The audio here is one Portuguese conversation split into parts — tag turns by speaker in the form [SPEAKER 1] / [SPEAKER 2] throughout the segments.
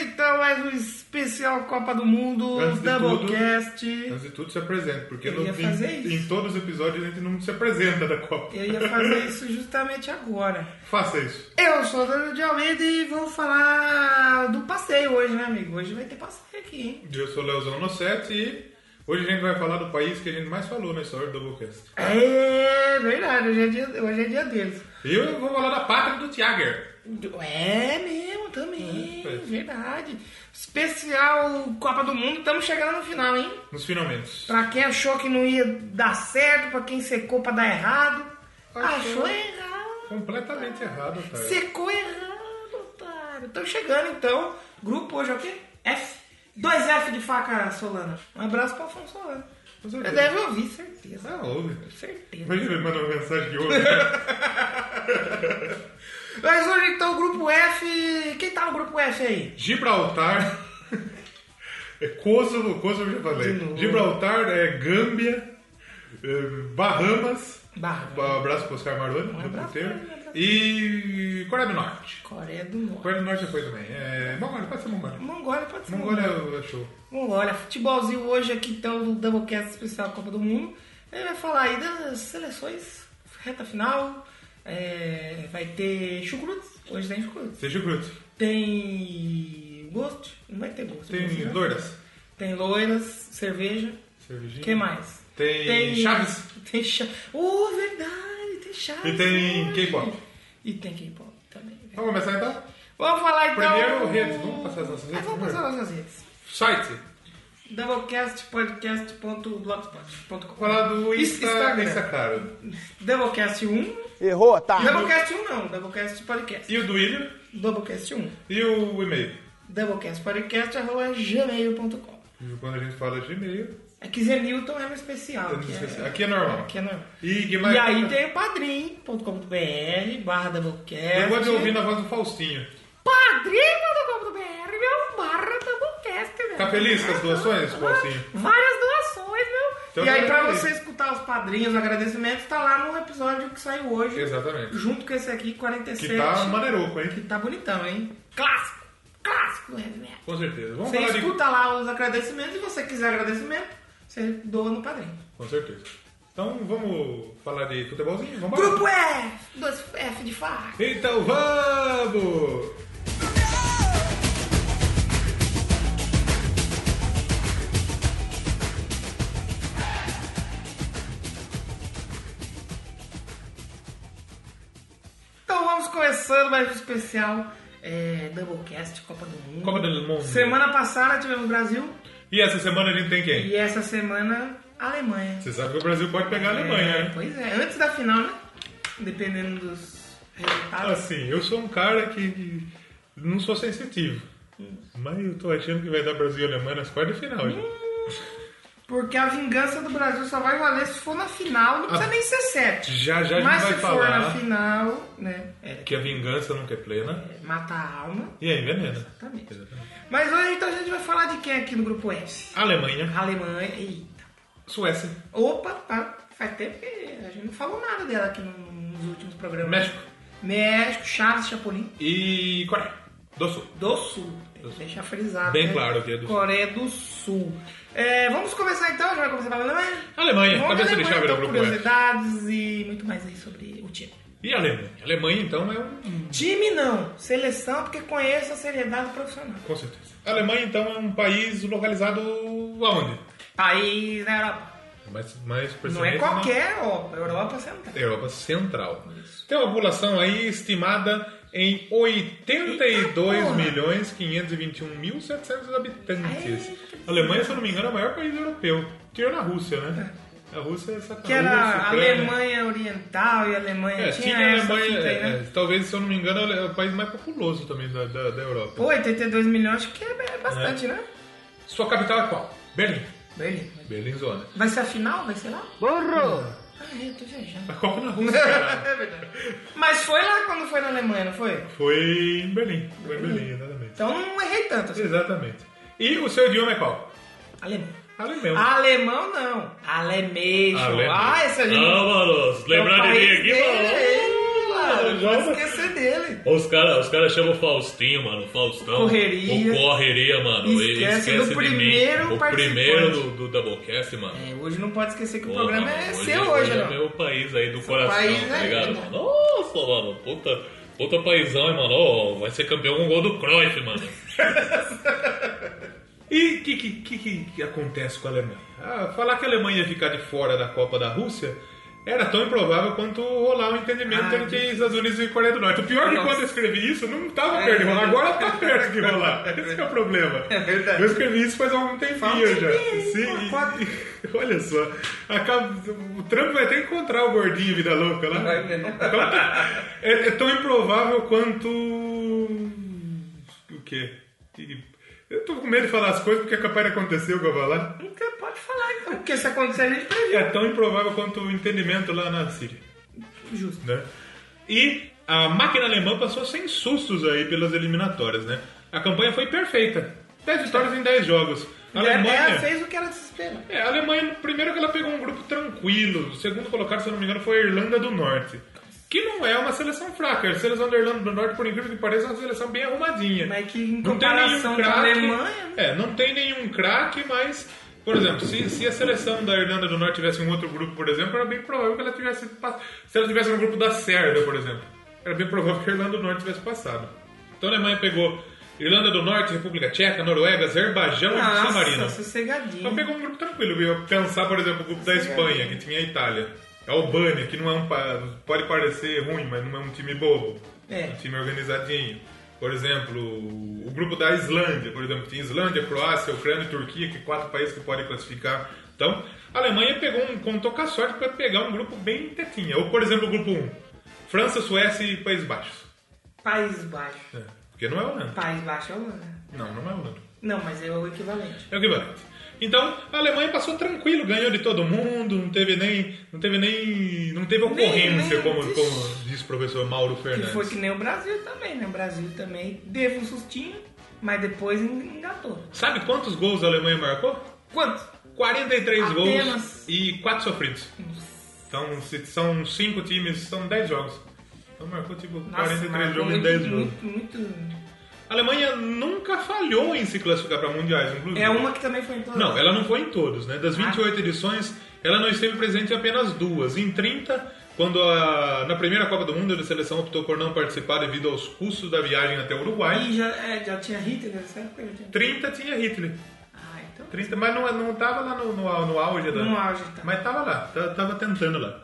[SPEAKER 1] então, um especial Copa do Mundo,
[SPEAKER 2] Antes de
[SPEAKER 1] Doublecast.
[SPEAKER 2] Antes de tudo, se apresenta, porque
[SPEAKER 1] Eu
[SPEAKER 2] no,
[SPEAKER 1] ia
[SPEAKER 2] em,
[SPEAKER 1] fazer isso.
[SPEAKER 2] em todos os episódios a gente não se apresenta da Copa.
[SPEAKER 1] Eu ia fazer isso justamente agora.
[SPEAKER 2] Faça isso.
[SPEAKER 1] Eu sou o Daniel de Almeida e vamos falar do passeio hoje, né, amigo? Hoje vai ter passeio aqui, hein?
[SPEAKER 2] Eu sou o Leozão no set e hoje a gente vai falar do país que a gente mais falou na história do Doublecast.
[SPEAKER 1] É verdade, hoje é dia, hoje é dia deles.
[SPEAKER 2] E eu vou falar da pátria do Tiager.
[SPEAKER 1] É mesmo, também,
[SPEAKER 2] É, pois.
[SPEAKER 1] verdade. Especial Copa do Mundo, estamos chegando no final, hein?
[SPEAKER 2] Nos finalmente.
[SPEAKER 1] Pra quem achou que não ia dar certo, pra quem secou pra dar errado,
[SPEAKER 2] Achou.
[SPEAKER 1] achou errado.
[SPEAKER 2] Completamente errado, tá? cara.
[SPEAKER 1] Secou errado, otário. Estamos chegando então. Grupo hoje é o quê? F. 2F de faca, Solana. Um abraço para Afonso Solana.
[SPEAKER 2] Com
[SPEAKER 1] Ele
[SPEAKER 2] certeza.
[SPEAKER 1] deve ouvir, certeza.
[SPEAKER 2] Ah, ouve.
[SPEAKER 1] Certeza.
[SPEAKER 2] Imagina ele manda uma mensagem de né? ouve.
[SPEAKER 1] Mas hoje então, grupo F. Quem tá no grupo F aí?
[SPEAKER 2] Gibraltar. É Kosovo, Kosovo eu já
[SPEAKER 1] De
[SPEAKER 2] falei.
[SPEAKER 1] novo.
[SPEAKER 2] Gibraltar é Gâmbia, é, Bahamas.
[SPEAKER 1] Barra.
[SPEAKER 2] Um abraço pro Oscar Maroni,
[SPEAKER 1] Um
[SPEAKER 2] do
[SPEAKER 1] abraço,
[SPEAKER 2] puteiro.
[SPEAKER 1] um abraço.
[SPEAKER 2] E Coreia do Norte.
[SPEAKER 1] Coreia do Norte.
[SPEAKER 2] Coreia do Norte já foi também. É... Mongólia, pode ser Mongólia.
[SPEAKER 1] Mongólia pode ser.
[SPEAKER 2] Mongólia é show.
[SPEAKER 1] Mongólia. Futebolzinho hoje aqui então do Doublecast Especial Copa do Mundo. Ele vai falar aí das seleções, reta final. É, vai ter chucrutes. Hoje tem chucrutes.
[SPEAKER 2] Seja Groot.
[SPEAKER 1] Tem gosto? Não vai ter gosto.
[SPEAKER 2] Tem
[SPEAKER 1] Gosto, né?
[SPEAKER 2] Lourdes.
[SPEAKER 1] Tem loiras, cerveja.
[SPEAKER 2] Cervejinha.
[SPEAKER 1] O que mais?
[SPEAKER 2] Tem Chaves.
[SPEAKER 1] Tem Chaves. Oh, verdade, tem Chaves.
[SPEAKER 2] E tem
[SPEAKER 1] hoje.
[SPEAKER 2] K-pop.
[SPEAKER 1] E tem K-pop também. velho.
[SPEAKER 2] Vamos começar então?
[SPEAKER 1] Vamos falar então.
[SPEAKER 2] Primeiro, redes. Vamos passar as nossas redes
[SPEAKER 1] Ah, vamos passar
[SPEAKER 2] primeiro?
[SPEAKER 1] as nossas redes.
[SPEAKER 2] Site.
[SPEAKER 1] Doublecastpodcast.blogspot.com
[SPEAKER 2] Falar do Insta,
[SPEAKER 1] Instagram.
[SPEAKER 2] Instacaro.
[SPEAKER 1] Doublecast 1.
[SPEAKER 3] Errou, otário.
[SPEAKER 1] Doublecast 1 não, Doublecast Podcast.
[SPEAKER 2] E o do William.
[SPEAKER 1] Doublecast 1.
[SPEAKER 2] E o e-mail.
[SPEAKER 1] Doublecastpodcast.gmail.com
[SPEAKER 2] Quando a gente fala de e-mail,
[SPEAKER 1] É que Zé Newton é um especial.
[SPEAKER 2] eu não
[SPEAKER 1] que
[SPEAKER 2] esqueci.
[SPEAKER 1] é-
[SPEAKER 2] aqui é normal. é.
[SPEAKER 1] que é normal.
[SPEAKER 2] E Guimarães.
[SPEAKER 1] E aí tem o padrim.com.br barra Doublecast.
[SPEAKER 2] Eu gosto de ouvir na voz do Faustinho.
[SPEAKER 1] Padrim.com.br meu barra Doublecast, velho.
[SPEAKER 2] Tá feliz com as doações, Faustinho?
[SPEAKER 1] Várias doações, meu.
[SPEAKER 2] Então
[SPEAKER 1] e aí
[SPEAKER 2] tá
[SPEAKER 1] pra
[SPEAKER 2] feliz.
[SPEAKER 1] você escutar os padrinhos, os agradecimentos, tá lá no episódio que saiu hoje.
[SPEAKER 2] Exatamente.
[SPEAKER 1] Junto com esse aqui, 47.
[SPEAKER 2] Que tá maneiroco, hein?
[SPEAKER 1] que tá bonitão, hein? Clássico. Clássico do heavy metal.
[SPEAKER 2] Com certeza. Vamos
[SPEAKER 1] Você
[SPEAKER 2] falar de...
[SPEAKER 1] escuta lá os agradecimentos e você quiser agradecimento, você doa no padrinho.
[SPEAKER 2] Com certeza. Então vamos falar de futebolzinho? Vamos lá.
[SPEAKER 1] Grupo F, dois F de faca.
[SPEAKER 2] Então vamos!
[SPEAKER 1] Então vamos começando mais um especial é, Doublecast Copa do Mundo.
[SPEAKER 2] Copa do Mundo.
[SPEAKER 1] Semana passada tivemos Brasil
[SPEAKER 2] E essa semana a gente tem quem?
[SPEAKER 1] e essa semana Alemanha.
[SPEAKER 2] Você sabe que o Brasil pode pegar a
[SPEAKER 1] É,
[SPEAKER 2] Alemanha, né?
[SPEAKER 1] Pois é, antes da final, né? Dependendo dos resultados.
[SPEAKER 2] Assim, eu sou um cara que não sou sensitivo. Mas eu tô achando que vai dar Brasil e Alemanha nas quartas de final. gente.
[SPEAKER 1] Porque a vingança do Brasil só vai valer se for na final, não precisa
[SPEAKER 2] Ah.
[SPEAKER 1] nem ser sete.
[SPEAKER 2] Já já a gente
[SPEAKER 1] Mas
[SPEAKER 2] vai
[SPEAKER 1] se for
[SPEAKER 2] falar
[SPEAKER 1] na final, né? É,
[SPEAKER 2] que a vingança nunca é plena
[SPEAKER 1] mata a alma.
[SPEAKER 2] e é envenena.
[SPEAKER 1] Exatamente.
[SPEAKER 2] Exatamente.
[SPEAKER 1] Mas hoje então a gente vai falar de quem aqui no grupo S?
[SPEAKER 2] Alemanha,
[SPEAKER 1] Alemanha. Eita.
[SPEAKER 2] Suécia,
[SPEAKER 1] Opa, tá. faz tempo que a gente não falou nada dela aqui no- nos últimos programas.
[SPEAKER 2] México
[SPEAKER 1] México, Chaves, Chapolin.
[SPEAKER 2] e Coreia do Sul.
[SPEAKER 1] Do Sul. Tem que deixar frisado.
[SPEAKER 2] Bem
[SPEAKER 1] né?
[SPEAKER 2] claro que é do Sul.
[SPEAKER 1] Coreia do Sul. É, vamos começar então, já vai começar pela Alemanha.
[SPEAKER 2] Alemanha,
[SPEAKER 1] Vamos
[SPEAKER 2] cabeça de
[SPEAKER 1] Alemanha,
[SPEAKER 2] chave do
[SPEAKER 1] então,
[SPEAKER 2] grupo é. F.
[SPEAKER 1] curiosidades e muito mais aí sobre o time.
[SPEAKER 2] E Alemanha. Alemanha, então, é um.
[SPEAKER 1] Time não, seleção, porque conheço a seriedade do profissional.
[SPEAKER 2] Com certeza. Alemanha, então, é um país localizado aonde?
[SPEAKER 1] País da Europa.
[SPEAKER 2] Mais, mais
[SPEAKER 1] Não é
[SPEAKER 2] precisamente
[SPEAKER 1] qualquer Europa, Europa Central.
[SPEAKER 2] na Europa Central. Tem uma população aí estimada em 82
[SPEAKER 1] Eita, porra.
[SPEAKER 2] milhões 521.700 habitantes. A Alemanha, se eu não me engano, é o maior país europeu. Tirando a Rússia, né? A Rússia é sacanagem.
[SPEAKER 1] Que era a Alemanha Oriental e a Alemanha.
[SPEAKER 2] É,
[SPEAKER 1] tinha
[SPEAKER 2] tinha a
[SPEAKER 1] essa
[SPEAKER 2] Alemanha,
[SPEAKER 1] fita aí, né?
[SPEAKER 2] é, é, talvez, se eu não me engano, é o país mais populoso também da, da, da Europa.
[SPEAKER 1] Pô, 82 milhões, acho que é bastante, né?
[SPEAKER 2] Sua capital é qual? Berlim.
[SPEAKER 1] Beleza.
[SPEAKER 2] Berlim Zona.
[SPEAKER 1] Vai ser a final? Vai ser lá?
[SPEAKER 3] Burro.
[SPEAKER 1] Ah, eu tô viajando.
[SPEAKER 2] A Copa na Rússia, cara.
[SPEAKER 1] é verdade. Mas foi lá quando foi na Alemanha, não foi?
[SPEAKER 2] Foi em Berlim. Foi em Berlim, exatamente.
[SPEAKER 1] Então não errei tanto. Assim.
[SPEAKER 2] Exatamente. E o seu idioma é qual?
[SPEAKER 1] Alemão.
[SPEAKER 2] Alemão.
[SPEAKER 1] Alemão não. Alemeixo. Ah, essa gente.
[SPEAKER 2] Vámonos.
[SPEAKER 1] É o
[SPEAKER 2] Lembrando de mim
[SPEAKER 1] país
[SPEAKER 2] aqui,
[SPEAKER 1] dele,
[SPEAKER 2] mano.
[SPEAKER 1] ele, lá. cara. Não pode
[SPEAKER 2] joga.
[SPEAKER 1] esquecer dele.
[SPEAKER 4] Os caras os cara chamam o Faustinho, mano. o Faustão.
[SPEAKER 1] Correria.
[SPEAKER 4] O correria, mano. e-
[SPEAKER 1] Esquece do
[SPEAKER 4] de
[SPEAKER 1] primeiro
[SPEAKER 4] mim. O
[SPEAKER 1] participante.
[SPEAKER 4] primeiro do, do Doublecast, mano.
[SPEAKER 1] É, hoje não pode esquecer que o
[SPEAKER 4] Pô,
[SPEAKER 1] programa
[SPEAKER 4] mano,
[SPEAKER 1] é seu hoje,
[SPEAKER 4] é
[SPEAKER 1] não.
[SPEAKER 4] meu país aí do coração,
[SPEAKER 1] país
[SPEAKER 4] tá
[SPEAKER 1] aí,
[SPEAKER 4] ligado?
[SPEAKER 1] né?
[SPEAKER 4] mano? Nossa, mano. Puta, puta paizão, hein, mano. Ô, vai ser campeão com o gol do Cruyff, mano.
[SPEAKER 2] E o que, que, que- que- que acontece com a Alemanha? Ah, falar que a Alemanha ia ficar de fora da Copa da Rússia era tão improvável quanto rolar um entendimento
[SPEAKER 1] Ah,
[SPEAKER 2] entre Estados Unidos e Coreia do Norte. O pior é que
[SPEAKER 1] Nossa.
[SPEAKER 2] quando eu escrevi isso, não estava
[SPEAKER 1] É,
[SPEAKER 2] perto de
[SPEAKER 1] é.
[SPEAKER 2] rolar. Agora tá perto de rolar. Esse que é o problema.
[SPEAKER 1] É verdade.
[SPEAKER 2] Eu escrevi isso faz algum tempinho
[SPEAKER 1] Faz um
[SPEAKER 2] já.
[SPEAKER 1] tempinho,
[SPEAKER 2] Sim. e-
[SPEAKER 1] quatro-
[SPEAKER 2] e- olha só. Acaba- o Trump vai até encontrar o gordinho vida louca lá.
[SPEAKER 1] Vai mesmo.
[SPEAKER 2] É, é tão improvável quanto. O quê? Que- Eu tô com medo de falar as coisas porque é capaz de acontecer o que eu vou falar.
[SPEAKER 1] Nunca pode falar, então. Porque se acontecer, a gente previu.
[SPEAKER 2] É tão improvável quanto o entendimento lá na Síria.
[SPEAKER 1] Justo.
[SPEAKER 2] né? E a máquina alemã passou sem sustos aí pelas eliminatórias, né? A campanha foi perfeita. 10 vitórias em 10 jogos.
[SPEAKER 1] É,
[SPEAKER 2] A
[SPEAKER 1] Ela
[SPEAKER 2] Alemanha,
[SPEAKER 1] fez o que ela se espera.
[SPEAKER 2] é, a Alemanha, primeiro que ela pegou um grupo tranquilo. O segundo colocado, se eu não me engano, foi a Irlanda do Norte. Que não é uma seleção fraca. A seleção da Irlanda do Norte, por incrível que pareça, é uma seleção bem arrumadinha.
[SPEAKER 1] Mas que em comparação com a Alemanha, né?
[SPEAKER 2] É, não tem nenhum craque, mas, por exemplo, se, se a seleção da Irlanda do Norte tivesse um outro grupo, por exemplo, era bem provável que ela tivesse pass- Se ela tivesse no grupo da Sérvia, por exemplo, era bem provável que a Irlanda do Norte tivesse passado. Então a Alemanha pegou Irlanda do Norte, República Tcheca, Noruega, Azerbaijão e San
[SPEAKER 1] Nossa,
[SPEAKER 2] Marino. Então
[SPEAKER 1] sossegadinho.
[SPEAKER 2] pegou um grupo tranquilo. Eu ia pensar, por exemplo, o grupo da Espanha, que tinha a Itália. A Albânia, que não é um. pa- Pode parecer ruim, mas não é um time bobo.
[SPEAKER 1] É.
[SPEAKER 2] Um time organizadinho. Por exemplo, o grupo da Islândia, por exemplo, tinha Islândia, Croácia, Ucrânia e Turquia, que é quatro países que podem classificar. Então, a Alemanha pegou um, contou com a sorte para pegar um grupo bem tetinha. Ou, por exemplo, o grupo 1. França, Suécia e Países Baixos.
[SPEAKER 1] País Baixo.
[SPEAKER 2] É, porque não é Holanda.
[SPEAKER 1] País Baixo é Holanda.
[SPEAKER 2] Não, não é Holanda.
[SPEAKER 1] Não, mas é o equivalente.
[SPEAKER 2] É o equivalente. Então, a Alemanha passou tranquilo, ganhou de todo mundo, não teve nem. não teve nem. não teve ocorrência,
[SPEAKER 1] nem-
[SPEAKER 2] como,
[SPEAKER 1] ixi.
[SPEAKER 2] como disse o professor Mauro
[SPEAKER 1] Que
[SPEAKER 2] Fernandes.
[SPEAKER 1] foi que nem o Brasil também, né? O Brasil também teve um sustinho, mas depois engatou.
[SPEAKER 2] Sabe quantos gols a Alemanha marcou?
[SPEAKER 1] Quantos?
[SPEAKER 2] 43 gols
[SPEAKER 1] Apenas.
[SPEAKER 2] e 4 sofridos. Então, se são 5 times, são 10 jogos. Então marcou tipo
[SPEAKER 1] Nossa,
[SPEAKER 2] 43
[SPEAKER 1] mas
[SPEAKER 2] jogos em
[SPEAKER 1] muito,
[SPEAKER 2] 10 jogos.
[SPEAKER 1] muito, muito,
[SPEAKER 2] A Alemanha nunca falhou em se classificar para mundiais, inclusive.
[SPEAKER 1] É uma que também foi em todas.
[SPEAKER 2] né? Não, ela não foi em todos, né?
[SPEAKER 1] Ah.
[SPEAKER 2] Das 28 edições, ela não esteve presente em apenas duas. Em 30, quando a, na primeira Copa do Mundo a seleção optou por não participar devido aos custos da viagem até o Uruguai.
[SPEAKER 1] E já, é, já tinha Hitler nessa época? Já tinha...
[SPEAKER 2] 30 tinha Hitler.
[SPEAKER 1] Ah, então.
[SPEAKER 2] 30, mas não, não tava lá no, no, au- no auge da.
[SPEAKER 1] No auge, tá.
[SPEAKER 2] Mas tava lá, ta- tava tentando lá.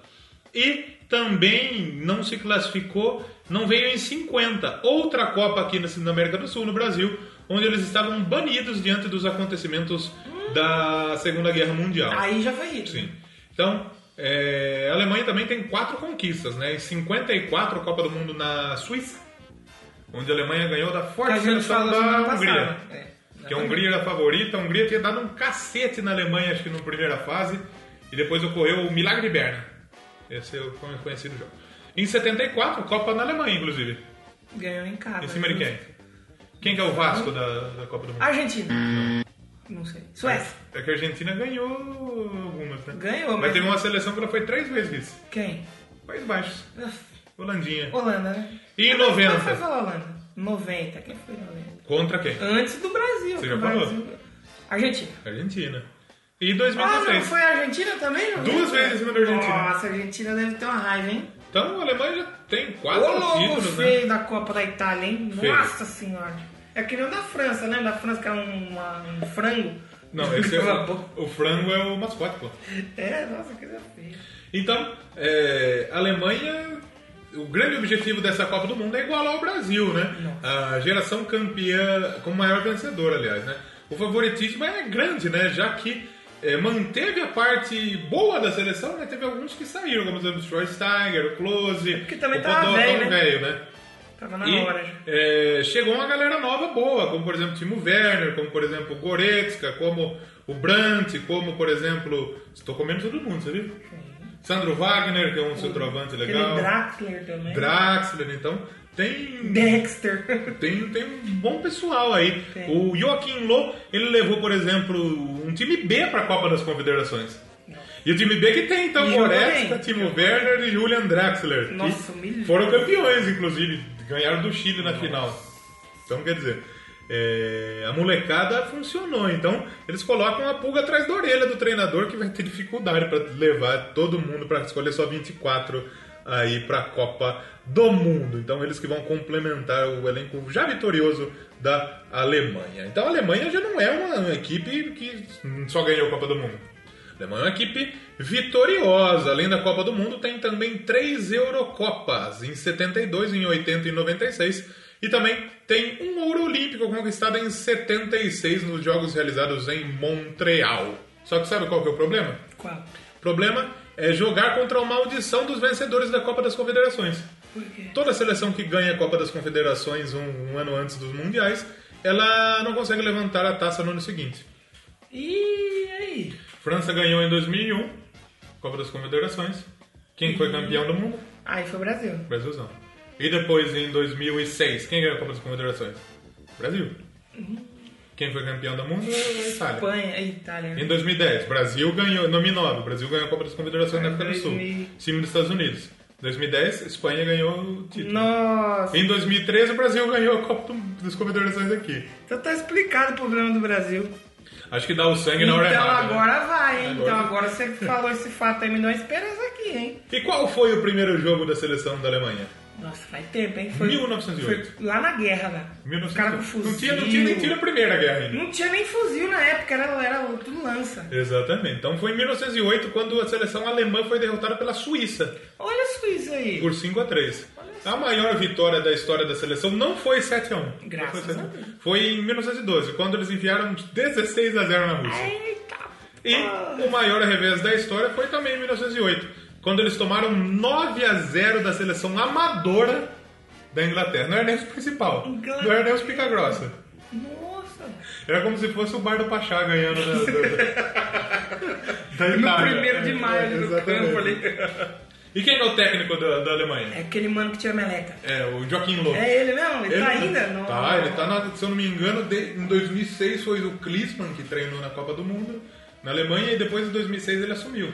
[SPEAKER 2] E também não se classificou, não veio em 50. Outra Copa aqui na, na América do Sul, no Brasil, onde eles estavam banidos diante dos acontecimentos
[SPEAKER 1] Hum.
[SPEAKER 2] da Segunda Guerra Mundial.
[SPEAKER 1] Aí já foi Hitler.
[SPEAKER 2] Sim. Então, é, a Alemanha também tem quatro conquistas, né? Em 54, a Copa do Mundo na Suíça, onde a Alemanha ganhou da
[SPEAKER 1] Que a
[SPEAKER 2] forte
[SPEAKER 1] gente
[SPEAKER 2] seleção
[SPEAKER 1] falou
[SPEAKER 2] da
[SPEAKER 1] semana
[SPEAKER 2] Hungria.
[SPEAKER 1] passada. É,
[SPEAKER 2] Que a Hungria era a favorita, a Hungria tinha dado um cacete na Alemanha, acho que na primeira fase, e depois ocorreu o Milagre de Berna. Esse é o como é conhecido jogo. Em 74, Copa na Alemanha, inclusive.
[SPEAKER 1] Ganhou em casa.
[SPEAKER 2] Em cima de quem? Quem que é o Vasco da, da Copa do Mundo?
[SPEAKER 1] Argentina. Não sei. Ah, Suécia.
[SPEAKER 2] É que a Argentina ganhou algumas, né?
[SPEAKER 1] Ganhou,
[SPEAKER 2] mas...
[SPEAKER 1] mas-
[SPEAKER 2] teve uma seleção que ela foi três vezes vice.
[SPEAKER 1] Quem? Ah,
[SPEAKER 2] Países Baixos.
[SPEAKER 1] Uf,
[SPEAKER 2] Holandinha.
[SPEAKER 1] Holanda, né?
[SPEAKER 2] E em
[SPEAKER 1] Quem foi
[SPEAKER 2] 90?
[SPEAKER 1] falar Holanda? 90. Quem foi 90?
[SPEAKER 2] Contra quem?
[SPEAKER 1] Antes do Brasil.
[SPEAKER 2] Você
[SPEAKER 1] que o
[SPEAKER 2] já falou?
[SPEAKER 1] Brasil- Argentina.
[SPEAKER 2] Argentina. E
[SPEAKER 1] Ah, não,
[SPEAKER 2] 2016.
[SPEAKER 1] foi a Argentina também? Não
[SPEAKER 2] Duas
[SPEAKER 1] lembro.
[SPEAKER 2] vezes em cima da Argentina.
[SPEAKER 1] Nossa, a Argentina deve ter uma raiva, hein?
[SPEAKER 2] Então a Alemanha já tem
[SPEAKER 1] O
[SPEAKER 2] quatro
[SPEAKER 1] logo
[SPEAKER 2] títulos, né?
[SPEAKER 1] feio da Copa da Itália, hein?
[SPEAKER 2] Feio.
[SPEAKER 1] Nossa senhora. É que nem o da França, lembra? Da França que era um, uma- um frango.
[SPEAKER 2] Não, esse é
[SPEAKER 1] Cala a
[SPEAKER 2] o,
[SPEAKER 1] boca.
[SPEAKER 2] o frango é o mascote, pô.
[SPEAKER 1] É, nossa, que coisa feia.
[SPEAKER 2] Então, é, a Alemanha, o grande objetivo dessa Copa do Mundo é igualar o Brasil, né? A geração campeã, como maior vencedora, aliás, né? O favoritismo é grande, né? Já que é, manteve a parte boa da seleção, né? Teve alguns que saíram, como por exemplo, o Schweinsteiger, o Klose,
[SPEAKER 1] porque também
[SPEAKER 2] o
[SPEAKER 1] tava
[SPEAKER 2] Podolski,
[SPEAKER 1] velho,
[SPEAKER 2] tava
[SPEAKER 1] né?
[SPEAKER 2] velho, né?
[SPEAKER 1] Tava Tá na
[SPEAKER 2] E,
[SPEAKER 1] hora já.
[SPEAKER 2] é, chegou uma galera nova boa, como por exemplo Timo Werner, como por exemplo o Goretzka, como o Brandt, como por exemplo. Estou comendo todo mundo, você viu? Sandro Wagner, que é um centroavante
[SPEAKER 1] Aquele
[SPEAKER 2] legal.
[SPEAKER 1] Draxler né? também.
[SPEAKER 2] Draxler, então. Tem,
[SPEAKER 1] Dexter.
[SPEAKER 2] tem, tem um bom pessoal aí.
[SPEAKER 1] Tem.
[SPEAKER 2] O Joaquim Low, ele levou, por exemplo, um time B para a Copa das Confederações. E o time B que tem, então,
[SPEAKER 1] E o também.
[SPEAKER 2] Goretzka, Timo Werner e Julian Draxler. que
[SPEAKER 1] Nossa, humilhante.
[SPEAKER 2] Foram campeões, inclusive. Ganharam do Chile na final. Então, quer dizer, é, a molecada funcionou. Então, eles colocam a pulga atrás da orelha do treinador que vai ter dificuldade para levar todo mundo para escolher só 24 aí para a Copa do Mundo. Então, eles que vão complementar o elenco já vitorioso da Alemanha. Então, a Alemanha já não é uma equipe que só ganhou a Copa do Mundo. A Alemanha é uma equipe vitoriosa. Além da Copa do Mundo, tem também três Eurocopas, em 72, em 80 e 96. E também tem um ouro olímpico conquistado em 76 nos Jogos realizados em Montreal. Só que sabe qual que é o problema?
[SPEAKER 1] Qual?
[SPEAKER 2] O problema é jogar contra a maldição dos vencedores da Copa das Confederações.
[SPEAKER 1] Por quê?
[SPEAKER 2] Toda seleção que ganha a Copa das Confederações um, um ano antes dos Mundiais, ela não consegue levantar a taça no ano seguinte.
[SPEAKER 1] E aí?
[SPEAKER 2] França ganhou em 2001, Copa das Confederações. Quem foi campeão do mundo?
[SPEAKER 1] Aí foi o Brasil.
[SPEAKER 2] Brasilzão. E depois, em 2006, quem ganhou a Copa das Confederações? Brasil. Quem foi campeão do mundo?
[SPEAKER 1] Hum,
[SPEAKER 2] Itália.
[SPEAKER 1] Espanha e Itália.
[SPEAKER 2] Em 2010, Brasil ganhou, nome 9, Brasil ganhou a Copa das Confederações na África do Sul,
[SPEAKER 1] 2000.
[SPEAKER 2] em cima dos Estados Unidos. Em 2010, Espanha ganhou o título.
[SPEAKER 1] Nossa,
[SPEAKER 2] Em 2013, o Brasil ganhou a Copa do- das Confederações aqui.
[SPEAKER 1] então tá explicado o problema do Brasil.
[SPEAKER 2] Acho que dá o sangue na
[SPEAKER 1] Então
[SPEAKER 2] hora errada. né?
[SPEAKER 1] agora vai, hein?
[SPEAKER 2] Agora-
[SPEAKER 1] Então agora você que falou esse fato aí, me deu uma esperança aqui, hein?
[SPEAKER 2] E qual foi o primeiro jogo da seleção da Alemanha?
[SPEAKER 1] Nossa, faz tempo, hein? Foi,
[SPEAKER 2] 1908.
[SPEAKER 1] Foi lá na guerra, lá. Os caras com fuzil.
[SPEAKER 2] 1900. Não tinha, não tinha nem tiro a primeira guerra né? ainda.
[SPEAKER 1] Não tinha nem fuzil na época, era, era tudo lança.
[SPEAKER 2] Exatamente. Então foi em 1908 quando a seleção alemã foi derrotada pela Suíça
[SPEAKER 1] Olha a Suíça aí.
[SPEAKER 2] por 5 a 3. A maior vitória da história da seleção não foi 7 a 1.
[SPEAKER 1] Graças
[SPEAKER 2] não foi, 7
[SPEAKER 1] a
[SPEAKER 2] a 1. Foi em 1912, quando eles enviaram 16 a 0 na Rússia.
[SPEAKER 1] Eita.
[SPEAKER 2] E o maior revés da história foi também em 1908, quando eles tomaram 9 a 0 da seleção amadora da Inglaterra. Não era nem os principal, não era nem os pica grossa.
[SPEAKER 1] Nossa.
[SPEAKER 2] Era É como se fosse o bar do Pachá ganhando da, da, da
[SPEAKER 1] No
[SPEAKER 2] Itália.
[SPEAKER 1] primeiro de
[SPEAKER 2] É,
[SPEAKER 1] maio, no
[SPEAKER 2] exatamente.
[SPEAKER 1] campo ali.
[SPEAKER 2] E quem é o técnico da, da Alemanha?
[SPEAKER 1] É aquele mano que tinha meleca.
[SPEAKER 2] É, o Joaquim Löw.
[SPEAKER 1] É ele mesmo? Ele, tá ainda? Não.
[SPEAKER 2] Tá, ele tá, na, se eu não me engano, de- em 2006 foi o Klinsmann que treinou na Copa do Mundo na Alemanha e depois em 2006 ele assumiu.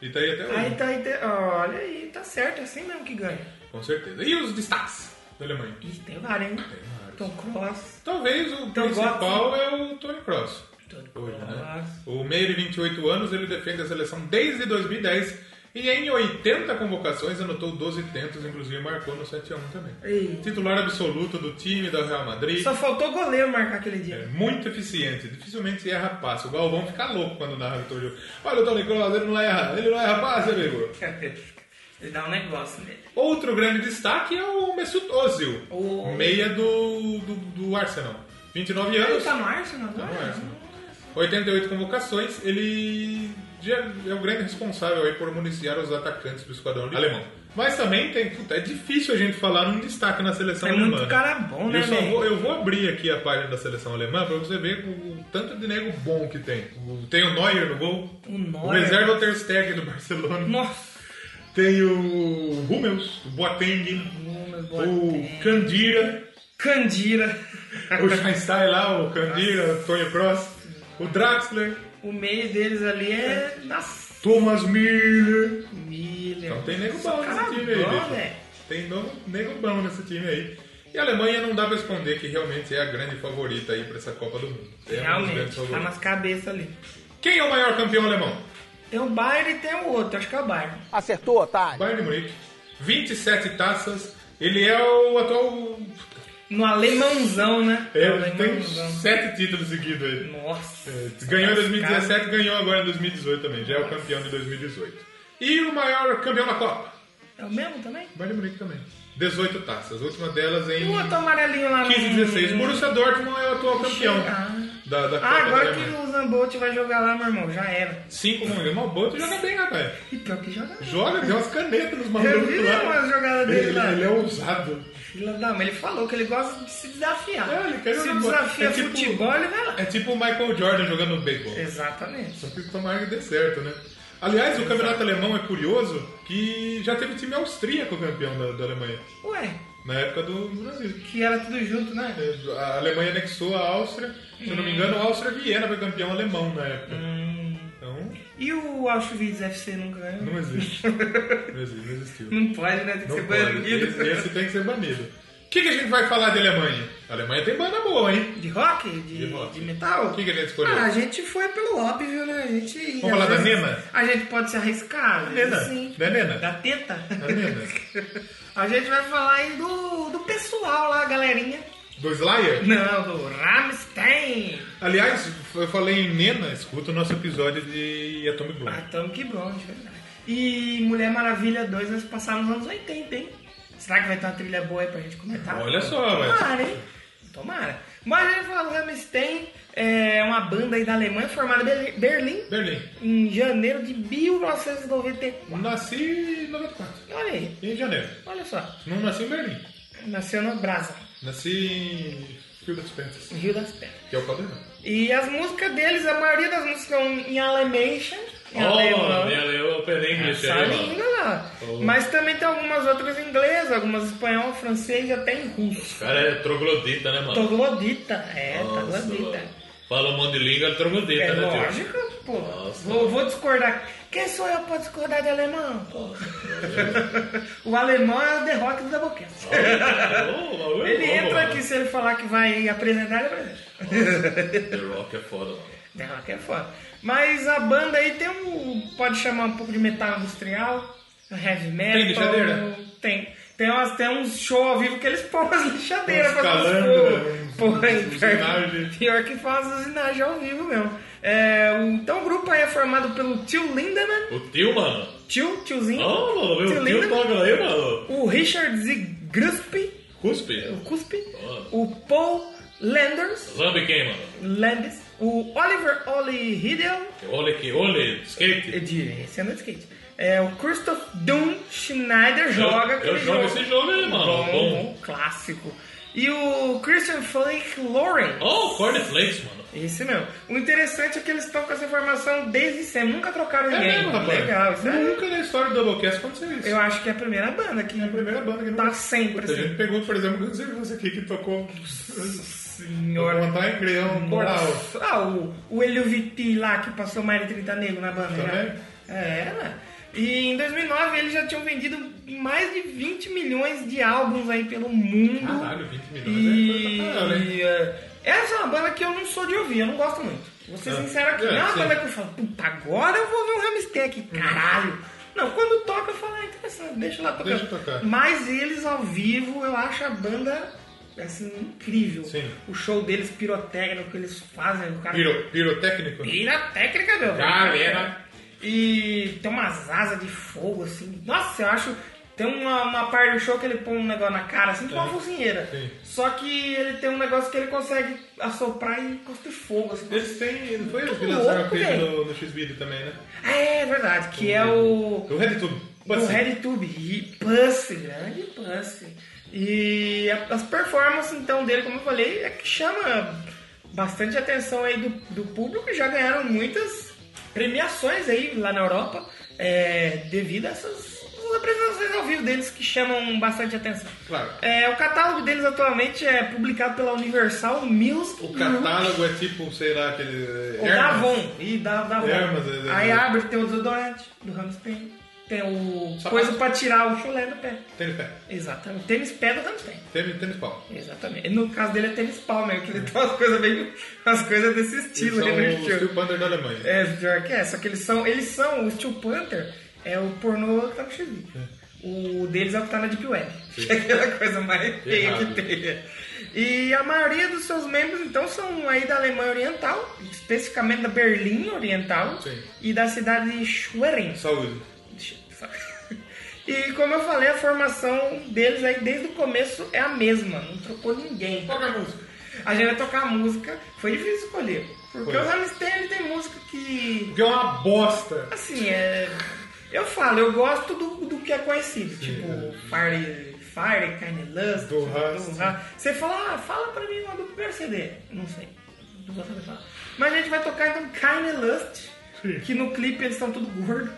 [SPEAKER 2] E tá aí até hoje,
[SPEAKER 1] Aí tá aí. tá- Olha aí, tá certo, é assim mesmo que ganha.
[SPEAKER 2] com certeza. E os destaques da Alemanha?
[SPEAKER 1] Ih, tem vários, hein?
[SPEAKER 2] vários.
[SPEAKER 1] Tom Cross.
[SPEAKER 2] Talvez o
[SPEAKER 1] Então,
[SPEAKER 2] principal é o Tony Cross.
[SPEAKER 1] Tom Cross.
[SPEAKER 2] Hoje, né? O meio de 28 anos, ele defende a seleção desde 2010 e em 80 convocações anotou 12 tentos, inclusive marcou no 7x1 também.
[SPEAKER 1] Ei.
[SPEAKER 2] Titular absoluto do time da Real Madrid.
[SPEAKER 1] Só faltou goleiro marcar aquele
[SPEAKER 2] É
[SPEAKER 1] dia.
[SPEAKER 2] muito eficiente, dificilmente erra passe. O Galvão fica louco quando narra o jogo. Olha o Tony Kroos, ele não erra, ele não erra passe, amigo.
[SPEAKER 1] Ele dá um negócio nele.
[SPEAKER 2] Outro grande destaque é o Mesut Ozil,
[SPEAKER 1] O-
[SPEAKER 2] meia do, do, do Arsenal. 29
[SPEAKER 1] Ele
[SPEAKER 2] anos,
[SPEAKER 1] tá no Arsenal agora?
[SPEAKER 2] no Arsenal. 88 convocações, ele já é o grande responsável aí por municiar os atacantes do esquadrão alemão. Mas também tem, puta, é difícil a gente falar um destaque na seleção
[SPEAKER 1] Tem
[SPEAKER 2] alemã.
[SPEAKER 1] é muito cara bom, né,
[SPEAKER 2] eu, só
[SPEAKER 1] velho?
[SPEAKER 2] vou, eu vou abrir aqui a página da seleção alemã pra você ver o, o tanto de nego bom que tem. O- tem o Neuer no gol.
[SPEAKER 1] O Neuer.
[SPEAKER 2] O reserva é o Ter Stegen do Barcelona.
[SPEAKER 1] Nossa.
[SPEAKER 2] Tem o Hummels, o Boateng, o Candira.
[SPEAKER 1] Candira.
[SPEAKER 2] O Schweinsteiger lá, o Candira, o Tony Cross, o Draxler,
[SPEAKER 1] O meio deles ali é. Nossa.
[SPEAKER 2] Thomas Miller.
[SPEAKER 1] Milha.
[SPEAKER 2] Então tem nego
[SPEAKER 1] Só
[SPEAKER 2] bom nesse
[SPEAKER 1] cara é
[SPEAKER 2] time aí,
[SPEAKER 1] bom, né?
[SPEAKER 2] bicho.
[SPEAKER 1] velho.
[SPEAKER 2] Tem novo, nego bom nesse time aí. E a Alemanha não dá pra esconder que realmente é a grande favorita aí pra essa Copa do Mundo. É uma das grandes
[SPEAKER 1] Realmente, tá
[SPEAKER 2] favoritas.
[SPEAKER 1] nas cabeças ali.
[SPEAKER 2] Quem é o maior campeão alemão?
[SPEAKER 1] Tem o Bayern e tem o outro, acho que é o Bayern.
[SPEAKER 3] Acertou, otário.
[SPEAKER 2] Bayern de Munique. 27 taças. Ele é o atual...
[SPEAKER 1] No alemãozão, né?
[SPEAKER 2] É,
[SPEAKER 1] No
[SPEAKER 2] ele tem
[SPEAKER 1] alemãozão.
[SPEAKER 2] sete títulos seguidos aí. É,
[SPEAKER 1] Nossa.
[SPEAKER 2] Ganhou em
[SPEAKER 1] Nossa,
[SPEAKER 2] 2017, ganhou agora em 2018 também. Já é o campeão de 2018. E o maior campeão da Copa?
[SPEAKER 1] cara. É o mesmo também?
[SPEAKER 2] Bayern de Munique também. 18 taças. A última delas
[SPEAKER 1] E
[SPEAKER 2] em
[SPEAKER 1] o outro amarelinho lá no...
[SPEAKER 2] 15 e 16. Borussia Dortmund é o atual campeão
[SPEAKER 1] Ah.
[SPEAKER 2] da, da Copa
[SPEAKER 1] Ah,
[SPEAKER 2] da
[SPEAKER 1] agora que
[SPEAKER 2] Alemanha.
[SPEAKER 1] o Zambolt vai jogar lá, meu irmão, já era.
[SPEAKER 2] 5 1 Mal Boto joga bem, rapaz.
[SPEAKER 1] E pior que joga.
[SPEAKER 2] Joga, deu umas canetas nos
[SPEAKER 1] Eu
[SPEAKER 2] malucos
[SPEAKER 1] vi
[SPEAKER 2] lá.
[SPEAKER 1] umas jogadas dele
[SPEAKER 2] ele,
[SPEAKER 1] lá.
[SPEAKER 2] ele é ousado.
[SPEAKER 1] Filha da mãe, ele falou que ele gosta de se desafiar.
[SPEAKER 2] É, ele quer
[SPEAKER 1] se
[SPEAKER 2] jogar
[SPEAKER 1] desafia
[SPEAKER 2] bola. É tipo-
[SPEAKER 1] futebol, ele vai lá.
[SPEAKER 2] É tipo o Michael Jordan jogando beisebol.
[SPEAKER 1] É. Exatamente.
[SPEAKER 2] Só que tomara que dê certo, né? Aliás, o campeonato alemão é curioso que já teve time austríaco campeão da, da Alemanha,
[SPEAKER 1] Ué,
[SPEAKER 2] na época do Brasil.
[SPEAKER 1] que era tudo junto, né?
[SPEAKER 2] A Alemanha anexou a
[SPEAKER 1] Hum.
[SPEAKER 2] Áustria, se eu não me engano, a Áustria Viena foi campeão alemão na época. Então,
[SPEAKER 1] E o o Auschwitz FC nunca ganhou?
[SPEAKER 2] Não existe. Não existe, não existiu.
[SPEAKER 1] Não pode, né? Tem que
[SPEAKER 2] Não
[SPEAKER 1] ser
[SPEAKER 2] pode.
[SPEAKER 1] banido.
[SPEAKER 2] Esse, esse tem que ser banido. O que, que a gente vai falar de Alemanha? A Alemanha tem banda boa, hein?
[SPEAKER 1] De rock? De,
[SPEAKER 2] De rock.
[SPEAKER 1] de metal?
[SPEAKER 2] O que que ele escolheu?
[SPEAKER 1] Ah, a gente foi pelo óbvio, né? A gente.
[SPEAKER 2] Vamos falar
[SPEAKER 1] às
[SPEAKER 2] da
[SPEAKER 1] vezes,
[SPEAKER 2] Nena?
[SPEAKER 1] A gente pode se arriscar. às vezes
[SPEAKER 2] Nena.
[SPEAKER 1] Sim. Tá.
[SPEAKER 2] Da Nena.
[SPEAKER 1] Da teta?
[SPEAKER 2] Da Nena.
[SPEAKER 1] a gente vai falar aí do, do pessoal lá, galerinha.
[SPEAKER 2] Do Slayer?
[SPEAKER 1] Não, do Rammstein.
[SPEAKER 2] Aliás, eu falei em Nena, escuta o nosso episódio de Atomic Blonde.
[SPEAKER 1] Atomic Blonde, verdade. né? E Mulher Maravilha 2 nós passamos nos anos 80, hein? Será que vai ter uma trilha boa aí pra gente comentar?
[SPEAKER 2] Olha só, velho.
[SPEAKER 1] Tomara, hein? Tomara. Mas ele falou, Rammstein é uma banda aí da Alemanha formada em Berlim- Berlim
[SPEAKER 2] Berlim.
[SPEAKER 1] em janeiro de 1994.
[SPEAKER 2] Nasci em 94,
[SPEAKER 1] Olha aí,
[SPEAKER 2] em janeiro.
[SPEAKER 1] olha só.
[SPEAKER 2] Não nasci em Berlim.
[SPEAKER 1] Nasceu na Brasa,
[SPEAKER 2] Nasci em Fio das Peças,
[SPEAKER 1] no Rio das Pedras.
[SPEAKER 2] que é o caldeirão.
[SPEAKER 1] E as músicas deles, a maioria das músicas são em alemão.
[SPEAKER 4] Oh,
[SPEAKER 1] Em alemão.
[SPEAKER 4] minha leu Open English
[SPEAKER 1] Essa
[SPEAKER 4] aí,
[SPEAKER 1] língua lá.
[SPEAKER 4] Oh.
[SPEAKER 1] Mas também tem algumas outras em inglês, algumas em espanhol, francês e até em russo.
[SPEAKER 4] ó. O cara é troglodita, né, mano?
[SPEAKER 1] Troglodita, é,
[SPEAKER 4] Nossa,
[SPEAKER 1] troglodita.
[SPEAKER 4] mano. Fala um monte de língua, é troglodita,
[SPEAKER 1] É
[SPEAKER 4] né, tio?
[SPEAKER 1] lógico, pô.
[SPEAKER 4] Nossa.
[SPEAKER 1] Vou, vou discordar. Quem sou eu pra discordar de alemão? pô? o alemão é a derrota do Doublecast.
[SPEAKER 4] Oh, oh, oh,
[SPEAKER 1] Ele
[SPEAKER 4] oh,
[SPEAKER 1] entra
[SPEAKER 4] mano.
[SPEAKER 1] aqui, se ele falar que vai apresentar, ele apresenta.
[SPEAKER 4] The Rock é foda, mano.
[SPEAKER 1] Derrota é foda. Mas a banda aí tem um. Pode chamar um pouco de metal industrial, heavy metal.
[SPEAKER 2] lixadeira?
[SPEAKER 1] Tem. Tem, umas, tem uns show ao vivo que eles põem as lixadeiras
[SPEAKER 2] Uns
[SPEAKER 1] pra fazer
[SPEAKER 2] calandra,
[SPEAKER 1] os
[SPEAKER 2] uns-
[SPEAKER 1] Pô,
[SPEAKER 2] uns
[SPEAKER 1] pior,
[SPEAKER 2] usinagem.
[SPEAKER 1] pior que faz usinagem ao vivo mesmo. É, o- então o grupo aí é formado pelo tio Lindemann,
[SPEAKER 4] O tio, mano.
[SPEAKER 1] tio, tiozinho.
[SPEAKER 4] Oh, mano, meu tio
[SPEAKER 1] Lindemann,
[SPEAKER 4] toca aí, mano.
[SPEAKER 1] o Richard Zigruspi, o
[SPEAKER 4] Cuspe.
[SPEAKER 1] Cuspe, o Paul Landers,
[SPEAKER 4] Zambi quem, mano?
[SPEAKER 1] Landis, o Oliver Oli Hidel,
[SPEAKER 4] Olha aqui, olha, skate.
[SPEAKER 1] de cena de skate. É, o Christoph Doom Schneider joga
[SPEAKER 4] eu
[SPEAKER 1] aquele
[SPEAKER 4] jogo esse jogo aí, mano.
[SPEAKER 1] Bom,
[SPEAKER 4] Bom.
[SPEAKER 1] bom, clássico. E o Christian Flake Lauren.
[SPEAKER 4] Oh, Corn Flakes, mano.
[SPEAKER 1] Esse mesmo. O interessante é que eles estão com essa informação desde sempre. Nunca trocaram
[SPEAKER 2] É
[SPEAKER 1] ninguém.
[SPEAKER 2] mesmo, rapaz.
[SPEAKER 1] Legal, isso é.
[SPEAKER 2] Nunca na história do Doublecast aconteceu isso.
[SPEAKER 1] Eu acho que é a primeira banda que. É a
[SPEAKER 2] primeira banda que não-
[SPEAKER 1] tá sempre
[SPEAKER 2] A gente
[SPEAKER 1] assim.
[SPEAKER 2] pegou, por exemplo, o Guns N' Roses aqui, que tocou
[SPEAKER 1] Senhora.
[SPEAKER 2] cantar em grego, um coral.
[SPEAKER 1] Nossa. Ah, o, o Elio Vitti lá que passou mais de 30 negros na banda.
[SPEAKER 2] Também?
[SPEAKER 1] né? É, era. E em 2009 eles já tinham vendido mais de 20 milhões de álbuns aí pelo mundo.
[SPEAKER 2] Caralho, 20
[SPEAKER 1] E,
[SPEAKER 2] milhões é coisa pra caralho, hein?
[SPEAKER 1] e, é, essa é uma banda que eu não sou de ouvir, eu não gosto muito. Vou ser
[SPEAKER 2] Ah,
[SPEAKER 1] sincero aqui.
[SPEAKER 2] é,
[SPEAKER 1] não é uma
[SPEAKER 2] sim. Hum.
[SPEAKER 1] banda que eu falo, puta, agora eu vou ver um Ramstein aqui, caralho. Não, quando toca eu falo, ah, interessante, deixa lá tocar.
[SPEAKER 2] Deixa tocar.
[SPEAKER 1] Mas eles ao vivo, eu acho a banda assim, incrível.
[SPEAKER 2] Sim.
[SPEAKER 1] O show deles pirotécnico que eles fazem, o cara.
[SPEAKER 2] Piro, pirotécnico.
[SPEAKER 1] Pirotécnica, meu.
[SPEAKER 2] Galera.
[SPEAKER 1] E tem umas asas de fogo, assim. Nossa, eu acho. Tem uma, uma parte do show que ele põe um negócio na cara, assim, tipo uma focinheira.
[SPEAKER 2] Sim.
[SPEAKER 1] Só que ele tem um negócio que ele consegue assoprar e cospe fogo, assim.
[SPEAKER 2] Eles têm. Não foi eles que
[SPEAKER 1] Muito
[SPEAKER 2] lançaram
[SPEAKER 1] louco,
[SPEAKER 2] aquele
[SPEAKER 1] velho.
[SPEAKER 2] no, no X-Video também, né?
[SPEAKER 1] Ah, é verdade, que é o.
[SPEAKER 2] O RedTube.
[SPEAKER 1] Do
[SPEAKER 2] assim.
[SPEAKER 1] RedTube. E Pussy, grande Pussy. E a- as performances, então, dele, como eu falei, é que chama bastante atenção aí do, do público. Já ganharam muitas premiações aí lá na Europa é, devido a essas essas apresentações ao vivo deles que chamam bastante atenção.
[SPEAKER 2] Claro.
[SPEAKER 1] É, o catálogo deles atualmente é publicado pela Universal Music
[SPEAKER 2] O
[SPEAKER 1] Group.
[SPEAKER 2] catálogo é tipo, sei lá, aquele.
[SPEAKER 1] O
[SPEAKER 2] Hermes.
[SPEAKER 1] Davon. E da, Davon.
[SPEAKER 2] É, mas é- é-
[SPEAKER 1] Aí
[SPEAKER 2] é.
[SPEAKER 1] abre, tem o desodorante do Ramstein. Tem o
[SPEAKER 2] Sapato.
[SPEAKER 1] coisa pra tirar o chulé do pé.
[SPEAKER 2] Tênis pé.
[SPEAKER 1] Exatamente. Tênis pé do Ramstein.
[SPEAKER 2] Tênis, tênis pau.
[SPEAKER 1] Exatamente. No caso dele é tênis pau mesmo, que ele tem umas coisas bem. umas coisas desse
[SPEAKER 2] Eles
[SPEAKER 1] estilo né,
[SPEAKER 2] são um
[SPEAKER 1] aí no
[SPEAKER 2] os
[SPEAKER 1] estilo.
[SPEAKER 2] Steel Panther da Alemanha.
[SPEAKER 1] É, pior que é, só que eles são. Eles são, o Steel Panther é o pornô que tá no X. O deles é o que tá na Deep Web. Que é aquela coisa mais feia que
[SPEAKER 2] Errado.
[SPEAKER 1] tem. E a maioria dos seus membros, então, são aí da Alemanha Oriental, especificamente da Berlim Oriental
[SPEAKER 2] Sim.
[SPEAKER 1] e da cidade de Schwerin.
[SPEAKER 2] Saúde.
[SPEAKER 1] E como eu falei, a formação deles aí desde o começo é a mesma, não trocou ninguém.
[SPEAKER 2] Toca a música.
[SPEAKER 1] A gente vai tocar a música, foi difícil escolher, porque
[SPEAKER 2] Foi.
[SPEAKER 1] o Rammstein ele tem música que
[SPEAKER 2] Porque é uma bosta.
[SPEAKER 1] Assim, é. Eu falo, eu gosto do, do que é conhecido, tipo Fire, Fire, Kind of Lust,
[SPEAKER 2] né? Do Rust.
[SPEAKER 1] do Rust. Você fala, ah, fala pra mim uma do primeiro CD. Não sei, não vou saber falar. Mas a gente vai tocar então Kind of Lust,
[SPEAKER 2] Sim.
[SPEAKER 1] que no clipe eles estão tudo gordo.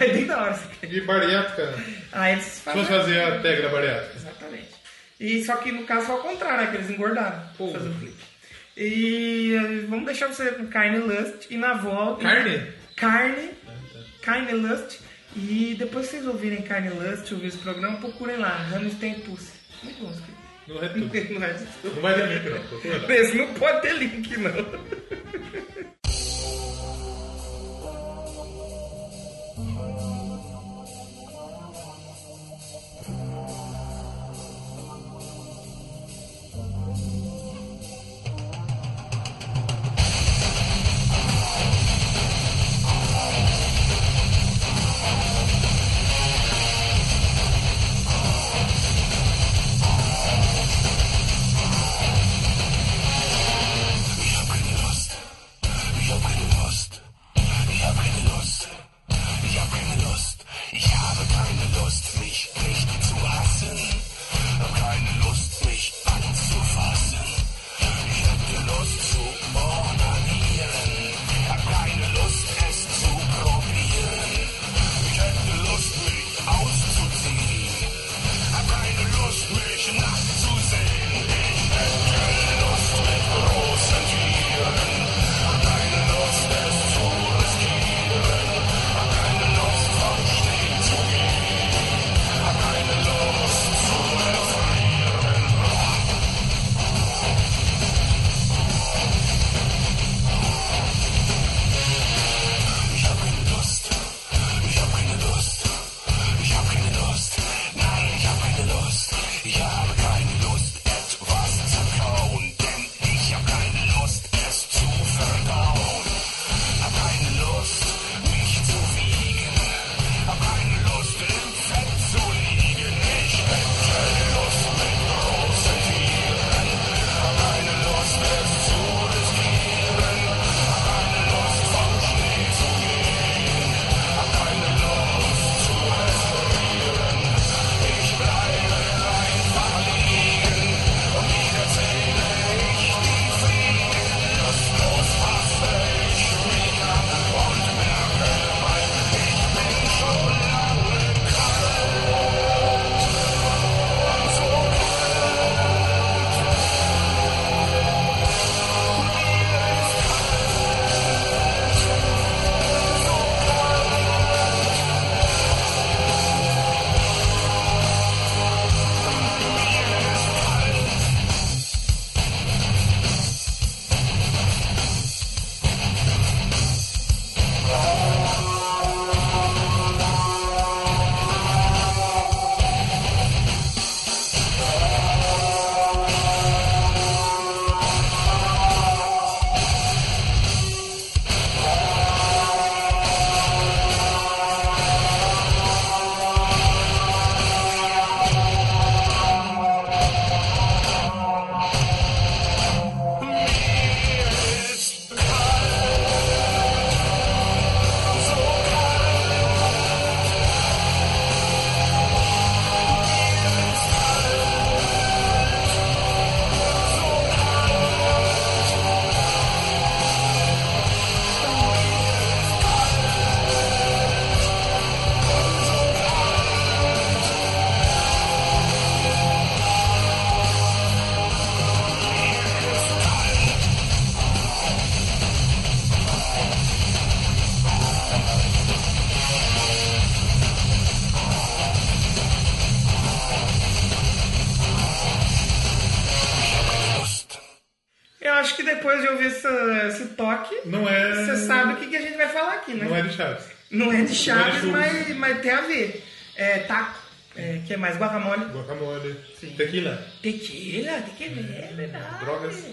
[SPEAKER 1] É bem da hora esse clipe.
[SPEAKER 2] de bariátrica.
[SPEAKER 1] Aí eles
[SPEAKER 2] Se
[SPEAKER 1] fazem.
[SPEAKER 2] fosse fazer a tag da bariátrica.
[SPEAKER 1] Exatamente. E só que no caso foi ao contrário, né? Que eles engordaram
[SPEAKER 2] Pô.
[SPEAKER 1] fazendo o clipe. E eh, vamos deixar você com Carne Lust e na volta.
[SPEAKER 2] Carne? É,
[SPEAKER 1] Carne Kine Lust. E depois que vocês ouvirem Kine Lust, ouvir esse programa, procurem lá, Hammerstein Pussy. Muito bom, escrito.
[SPEAKER 2] Não é tudo.
[SPEAKER 1] Não é isso.
[SPEAKER 2] Não vai ter link, não. Procura lá.
[SPEAKER 1] Esse não pode ter link, não. Eu acho que depois de ouvir essa- esse toque,
[SPEAKER 2] Não é.
[SPEAKER 1] você sabe o que, que a gente vai falar aqui, né?
[SPEAKER 2] Não é de Chaves.
[SPEAKER 1] Não é de Chaves,
[SPEAKER 2] Não é de
[SPEAKER 1] mas, mas tem a ver. É taco, é, que é mais guacamole,
[SPEAKER 2] Guacamole.
[SPEAKER 1] Sim.
[SPEAKER 2] Tequila.
[SPEAKER 1] tequila, tequila, é verdade.
[SPEAKER 2] Drogas.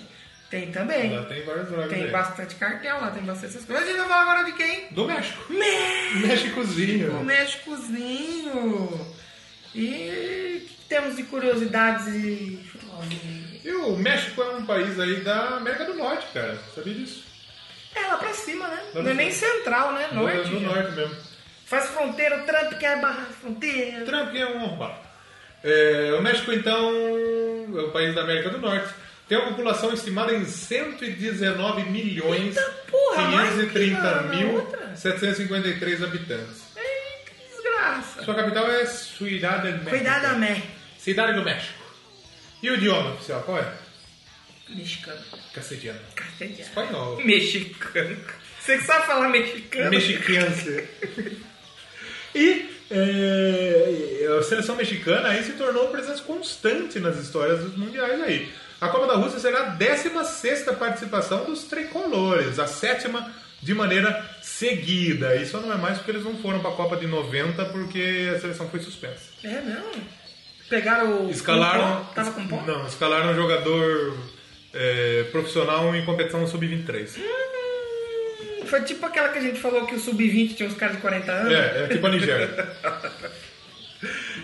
[SPEAKER 1] Tem também.
[SPEAKER 2] Lá tem várias drogas.
[SPEAKER 1] Tem
[SPEAKER 2] aí.
[SPEAKER 1] bastante cartel lá, tem bastante essas coisas. Mas a gente vai falar agora de quem?
[SPEAKER 2] Do México.
[SPEAKER 1] México! O
[SPEAKER 2] Méxicozinho.
[SPEAKER 1] Méxicozinho! E o que temos de curiosidades e futebolzinho?
[SPEAKER 2] E o México é um país aí da América do Norte, cara. Sabia disso?
[SPEAKER 1] É lá pra cima, né?
[SPEAKER 2] pra
[SPEAKER 1] Não é nem
[SPEAKER 2] cima.
[SPEAKER 1] central, né?
[SPEAKER 2] No-
[SPEAKER 1] Norte.
[SPEAKER 2] No,
[SPEAKER 1] já.
[SPEAKER 2] norte mesmo.
[SPEAKER 1] Faz fronteira, o Trump quer barrar a fronteira.
[SPEAKER 2] Trump é um opa. É, o México, então, é um país da América do Norte. Tem uma população estimada em 119 milhões
[SPEAKER 1] Eita porra, mais do que na- na
[SPEAKER 2] 530.753 habitantes.
[SPEAKER 1] Ei, que desgraça.
[SPEAKER 2] Sua capital é Ciudad del México.
[SPEAKER 1] Cuidado, Amé.
[SPEAKER 2] Cidade do México. E o idioma oficial, qual é?
[SPEAKER 1] Mexicano.
[SPEAKER 2] Castelhano.
[SPEAKER 1] Castelhano.
[SPEAKER 2] Espanhol.
[SPEAKER 1] Mexicano. Você que sabe falar mexicano.
[SPEAKER 2] Mexicanse. E é, a seleção mexicana aí se tornou presença constante nas histórias dos mundiais aí. A Copa da Rússia será a 16 participação dos tricolores, a sétima de maneira seguida. Isso não é mais porque eles não foram para a Copa de 90 porque a seleção foi suspensa.
[SPEAKER 1] É, não. Pegaram o.
[SPEAKER 2] Escalaram.
[SPEAKER 1] Compó, Tava com pó?
[SPEAKER 2] Não, escalaram um jogador é, profissional em competição sub-23.
[SPEAKER 1] Hum, Foi tipo aquela que a gente falou que o sub-20 tinha uns caras de 40 anos.
[SPEAKER 2] É, é tipo a Nigéria.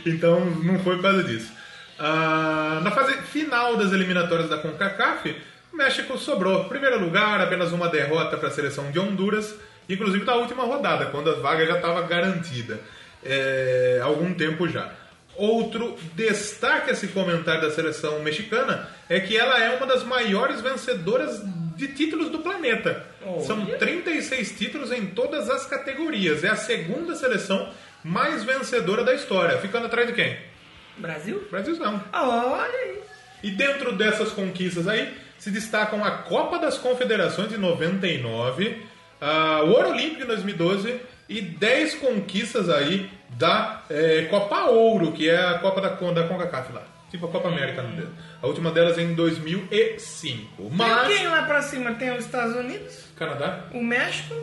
[SPEAKER 2] então não foi por causa disso. Ah, na fase final das eliminatórias da CONCACAF, o México sobrou. Primeiro lugar, apenas uma derrota para a seleção de Honduras, inclusive da última rodada, quando a vaga já estava garantida. É, há algum tempo já. Outro destaque a se comentar da seleção mexicana é que ela é uma das maiores vencedoras de títulos do planeta.
[SPEAKER 1] Olha.
[SPEAKER 2] São 36 títulos em todas as categorias. É a segunda seleção mais vencedora da história. Ficando atrás de quem?
[SPEAKER 1] Brasil?
[SPEAKER 2] Brasil não.
[SPEAKER 1] Ah, Olha aí.
[SPEAKER 2] E dentro dessas conquistas aí, se destacam a Copa das Confederações de 99, a- o Ouro Olímpico de 2012 e 10 conquistas aí da eh, Copa Ouro, que é a Copa da, Con- da CONCACAF lá. Tipo a Copa América. no dedo. A última delas em 2005.
[SPEAKER 1] Mas...
[SPEAKER 2] Mas...
[SPEAKER 1] Quem lá pra cima tem os Estados Unidos,
[SPEAKER 2] Canadá?
[SPEAKER 1] o México,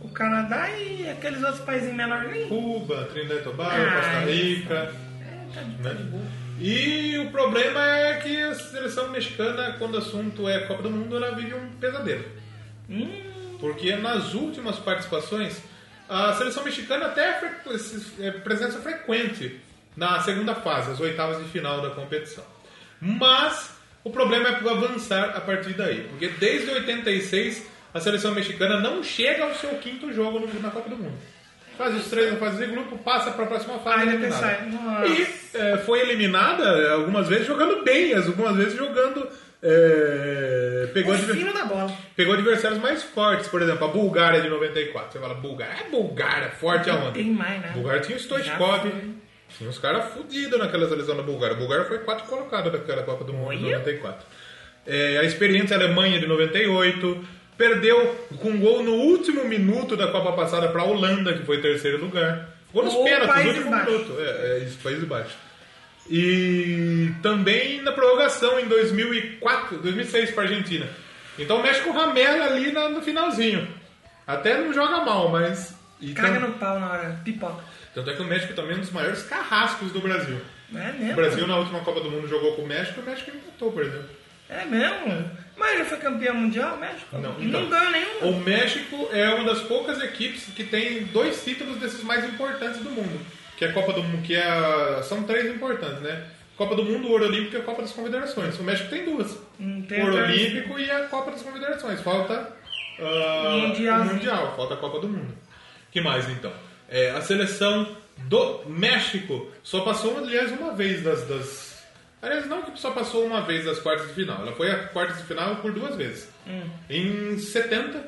[SPEAKER 1] o Canadá e aqueles outros países menorzinhos.
[SPEAKER 2] Cuba, Trinidad e Tobago,
[SPEAKER 1] Ah,
[SPEAKER 2] Costa Rica...
[SPEAKER 1] É, tá de
[SPEAKER 2] né?
[SPEAKER 1] tá de boa.
[SPEAKER 2] E o problema é que a seleção mexicana, quando o assunto é Copa do Mundo, ela vive um pesadelo.
[SPEAKER 1] Hum,
[SPEAKER 2] Porque nas últimas participações, a seleção mexicana até é, fre- é presença frequente na segunda fase, as oitavas de final da competição. Mas o problema é avançar a partir daí. Porque desde 86 a seleção mexicana não chega ao seu quinto jogo no- na Copa do Mundo. Faz os três na fase de grupo, passa para a próxima fase.
[SPEAKER 1] Ainda
[SPEAKER 2] eliminada.
[SPEAKER 1] pensar, nossa.
[SPEAKER 2] E é, foi eliminada é, algumas vezes jogando bem, algumas vezes jogando. é, pegou
[SPEAKER 1] o
[SPEAKER 2] adver-
[SPEAKER 1] fino da bola.
[SPEAKER 2] Pegou adversários mais fortes, por exemplo, a Bulgária de 94. Você fala, Bulgária? É Bulgária, forte
[SPEAKER 1] Não
[SPEAKER 2] aonde?
[SPEAKER 1] tem mais né? nada.
[SPEAKER 2] Bulgária tinha o
[SPEAKER 1] Já
[SPEAKER 2] Stoichkov,
[SPEAKER 1] foi.
[SPEAKER 2] tinha uns caras fudidos naquela seleção da Bulgária. A Bulgária foi quatro colocada daquela Copa do Mundo de
[SPEAKER 1] Olha.
[SPEAKER 2] 94. É, a experiência Alemanha de 98, perdeu com gol no último minuto da Copa passada para a Holanda, que foi terceiro lugar. Gol nos
[SPEAKER 1] Ou
[SPEAKER 2] pênaltis, no
[SPEAKER 1] Países
[SPEAKER 2] último
[SPEAKER 1] Baixos.
[SPEAKER 2] minuto. É, é isso, Países Baixos. E também na prorrogação em 2004, 2006 para a Argentina. Então o México ramela ali na- no finalzinho. Até não joga mal, mas. e
[SPEAKER 1] Caga
[SPEAKER 2] tam-
[SPEAKER 1] no pau na hora, pipoca.
[SPEAKER 2] Tanto é que o México também é um dos maiores carrascos do Brasil.
[SPEAKER 1] Não é
[SPEAKER 2] O
[SPEAKER 1] mesmo?
[SPEAKER 2] Brasil na última Copa do Mundo jogou com o México e o México empatou, por exemplo.
[SPEAKER 1] É mesmo? Mas já foi campeão mundial, o México?
[SPEAKER 2] Não,
[SPEAKER 1] E
[SPEAKER 2] então.
[SPEAKER 1] não ganhou nenhum.
[SPEAKER 2] O México é uma das poucas equipes que tem dois títulos desses mais importantes do mundo. Que é a Copa do Mundo, que é a- são três importantes, né? Copa do Mundo, Ouro Olímpico e a Copa das Confederações. O México tem duas.
[SPEAKER 1] Não tem
[SPEAKER 2] o Ouro
[SPEAKER 1] outra-
[SPEAKER 2] Olímpico e a Copa das Confederações. Falta ah,
[SPEAKER 1] Mundialzinho.
[SPEAKER 2] o Mundial, falta a Copa do Mundo. que mais então? É, a seleção do México só passou, aliás, uma vez das, das- Aliás, não que só passou uma vez das quartas de final. Ela foi a quartas de final por duas vezes. Em 70,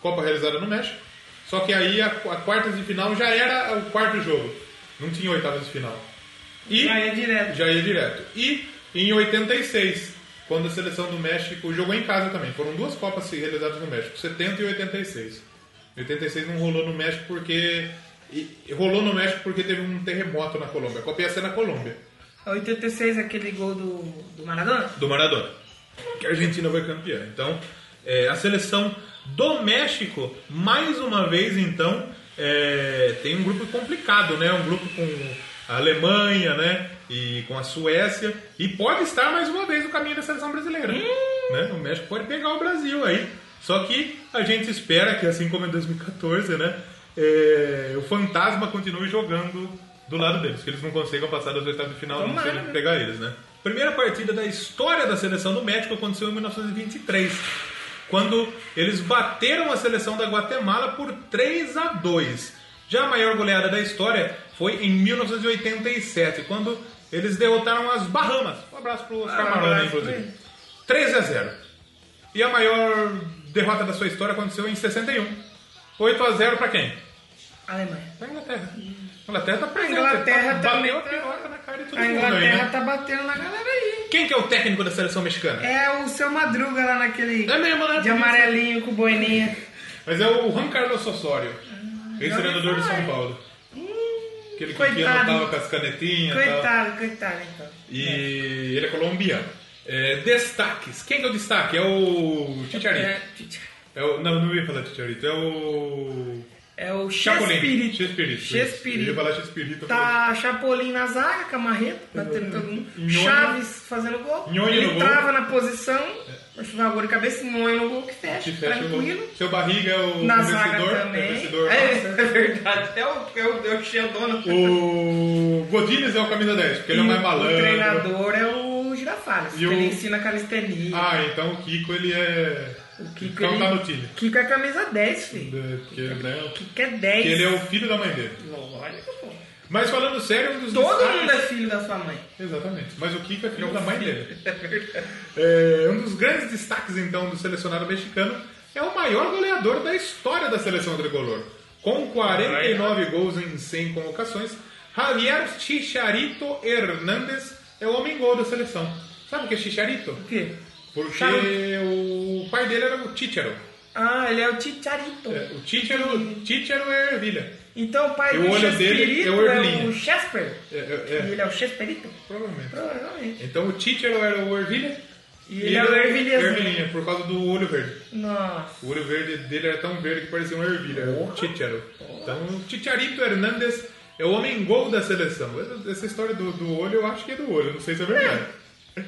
[SPEAKER 2] Copa realizada no México. Só que aí a, a quartas de final já era o quarto jogo. Não tinha oitavas de final. E
[SPEAKER 1] Já ia direto.
[SPEAKER 2] já ia direto. E em 86, quando a seleção do México jogou em casa também. Foram duas Copas realizadas no México, 70 e 86. 86 não rolou no México porque. e- rolou no México porque teve um terremoto na Colômbia. A Copa ia ser na Colômbia,
[SPEAKER 1] A 86 é aquele gol do, do Maradona?
[SPEAKER 2] do Maradona. Que a Argentina foi campeã. Então, é, a seleção do México, mais uma vez, então, é, tem um grupo complicado, né? Um grupo com a Alemanha, né? E com a Suécia. E pode estar mais uma vez no caminho da seleção brasileira. Né? O México pode pegar o Brasil aí. Só que a gente espera que, assim como em 2014, né? é, o fantasma continue jogando do lado deles, que eles não consigam passar das oitavas de final, não
[SPEAKER 1] Tomara,
[SPEAKER 2] sei
[SPEAKER 1] né?
[SPEAKER 2] pegar eles, né? Primeira partida da história da seleção do México aconteceu em 1923, quando eles bateram a seleção da Guatemala por 3 a 2. Já a maior goleada da história foi em 1987, quando eles derrotaram as Bahamas. Um abraço pro Oscar
[SPEAKER 1] Ah,
[SPEAKER 2] Marona,
[SPEAKER 1] abraço,
[SPEAKER 2] inclusive.
[SPEAKER 1] né?
[SPEAKER 2] 3 a 0. E a maior derrota da sua história aconteceu em 61. 8 a 0 pra quem?
[SPEAKER 1] Alemanha.
[SPEAKER 2] Pra Inglaterra. A Inglaterra tá presente.
[SPEAKER 1] Inglaterra
[SPEAKER 2] tá,
[SPEAKER 1] também
[SPEAKER 2] bateu a
[SPEAKER 1] tá-
[SPEAKER 2] piroca na cara de todo
[SPEAKER 1] A
[SPEAKER 2] mundo aí, né?
[SPEAKER 1] Inglaterra tá batendo na galera aí.
[SPEAKER 2] Quem que é o técnico da seleção mexicana?
[SPEAKER 1] É o seu Madruga lá naquele.
[SPEAKER 2] É mesmo, né?
[SPEAKER 1] De amarelinho com boininha.
[SPEAKER 2] Mas é o Juan Carlos Osório,
[SPEAKER 1] Hum,
[SPEAKER 2] ex-treinador de São Paulo. Aquele que que
[SPEAKER 1] Coitado.
[SPEAKER 2] anotava com as canetinhas e tal.
[SPEAKER 1] Coitado, coitado, então.
[SPEAKER 2] E ele é colombiano. É, destaques. Quem que é o destaque? É o Chicharito.
[SPEAKER 1] É, Chicha-
[SPEAKER 2] É o- não, não ia falar Chicharito. É o...
[SPEAKER 1] é o
[SPEAKER 2] Chapolin.
[SPEAKER 1] Chespirito.
[SPEAKER 2] Chespirito. Eu ia falar Chespirito.
[SPEAKER 1] Tá Chapolin na zaga, Camarreta, batendo todo mundo.
[SPEAKER 2] Nhonho.
[SPEAKER 1] Chaves fazendo gol.
[SPEAKER 2] Nhonho no
[SPEAKER 1] Ele
[SPEAKER 2] gol.
[SPEAKER 1] trava na posição, vai gol de cabeça, Nhonho no gol que fecha,
[SPEAKER 2] Que fecha o gol.
[SPEAKER 1] tranquilo.
[SPEAKER 2] Seu barriga é o
[SPEAKER 1] Na zaga
[SPEAKER 2] vencedor. É o
[SPEAKER 1] também.
[SPEAKER 2] vencedor.
[SPEAKER 1] É, é verdade, é o, é o, é o Xandona.
[SPEAKER 2] O Godinez é o camisa 10, porque ele é o mais
[SPEAKER 1] O
[SPEAKER 2] malandro.
[SPEAKER 1] treinador é o Girafales,
[SPEAKER 2] E
[SPEAKER 1] que
[SPEAKER 2] o-
[SPEAKER 1] ele ensina calistenia.
[SPEAKER 2] Ah, então o Kiko ele é.
[SPEAKER 1] o Kiko,
[SPEAKER 2] então
[SPEAKER 1] ele-
[SPEAKER 2] tá no time.
[SPEAKER 1] Kiko é camisa 10, filho.
[SPEAKER 2] É, Porque, né,
[SPEAKER 1] Kiko é
[SPEAKER 2] porque
[SPEAKER 1] 10.
[SPEAKER 2] ele é o filho da mãe dele.
[SPEAKER 1] Lógico, pô.
[SPEAKER 2] Mas falando sério, um dos
[SPEAKER 1] Todo
[SPEAKER 2] destaques-
[SPEAKER 1] mundo é filho da sua mãe.
[SPEAKER 2] Exatamente. Mas o Kiko é filho da mãe dele. É, um dos grandes destaques, então, do selecionado mexicano é o maior goleador da história da seleção tricolor. Com 49 gols em 100 convocações, Javier Chicharito Hernández é o homem-gol da seleção. Sabe o que é Chicharito?
[SPEAKER 1] Por quê?
[SPEAKER 2] Porque
[SPEAKER 1] Sabe?
[SPEAKER 2] o pai dele era o Chicharo.
[SPEAKER 1] Ah, ele é o Chicharito.
[SPEAKER 2] É, O Chicharo, Chicharo é ervilha.
[SPEAKER 1] Então o pai
[SPEAKER 2] E
[SPEAKER 1] do
[SPEAKER 2] o olho dele
[SPEAKER 1] Chespirito
[SPEAKER 2] é o
[SPEAKER 1] é
[SPEAKER 2] Erlinho.
[SPEAKER 1] o Chesper.
[SPEAKER 2] É, é,
[SPEAKER 1] E
[SPEAKER 2] é,
[SPEAKER 1] ele é o Chesperito?
[SPEAKER 2] provavelmente.
[SPEAKER 1] Provavelmente.
[SPEAKER 2] Então o Chicharo era o ervilha
[SPEAKER 1] E ele é o ervilhazinho.
[SPEAKER 2] ervilhinha, por causa do olho verde.
[SPEAKER 1] Nossa.
[SPEAKER 2] O olho verde dele era tão verde que parecia um ervilha, era um Chicharo. Então, o Chicharito Hernández é o homem gol da seleção. Essa- Essa história do, do olho, eu acho que é do olho, não sei se é verdade.
[SPEAKER 1] É.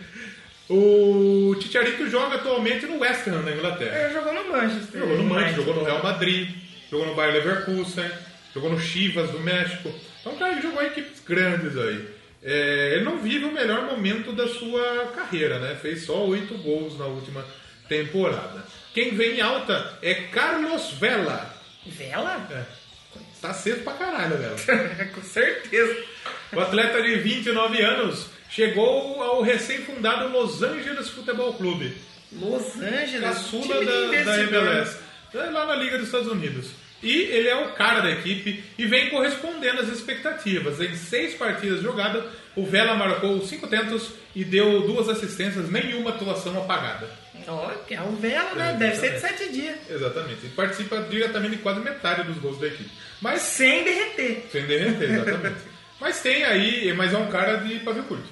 [SPEAKER 2] O Chicharito joga atualmente no West Ham, na Inglaterra.
[SPEAKER 1] Ele jogou no Manchester.
[SPEAKER 2] Jogou no Manchester,
[SPEAKER 1] United.
[SPEAKER 2] jogou no Real Madrid, jogou no Bayer Leverkusen, jogou no Chivas do México. Então, cara, ele jogou em equipes grandes aí. É, ele não vive o melhor momento da sua carreira, né? Fez só oito gols na última temporada. Quem vem em alta é Carlos Vela.
[SPEAKER 1] Vela?
[SPEAKER 2] É, tá cedo pra caralho, Vela.
[SPEAKER 1] Com certeza.
[SPEAKER 2] O atleta de 29 anos chegou ao recém-fundado Los Angeles Futebol Clube.
[SPEAKER 1] Los Angeles.
[SPEAKER 2] caçula
[SPEAKER 1] time de
[SPEAKER 2] da, da
[SPEAKER 1] investidor.
[SPEAKER 2] MLS. É Lá na Liga dos Estados Unidos. E ele é o cara da equipe e vem correspondendo às expectativas. Em seis partidas jogadas, o Vela marcou cinco tentos e deu duas assistências, nenhuma atuação apagada.
[SPEAKER 1] Ó, que é o Vela, né?
[SPEAKER 2] É,
[SPEAKER 1] Deve ser de
[SPEAKER 2] exatamente.
[SPEAKER 1] sete dias.
[SPEAKER 2] Exatamente. E participa diretamente de quase metade dos gols da equipe. Mas
[SPEAKER 1] Sem derreter.
[SPEAKER 2] sem derreter, exatamente. mas tem aí, mas é um cara de pavio curto.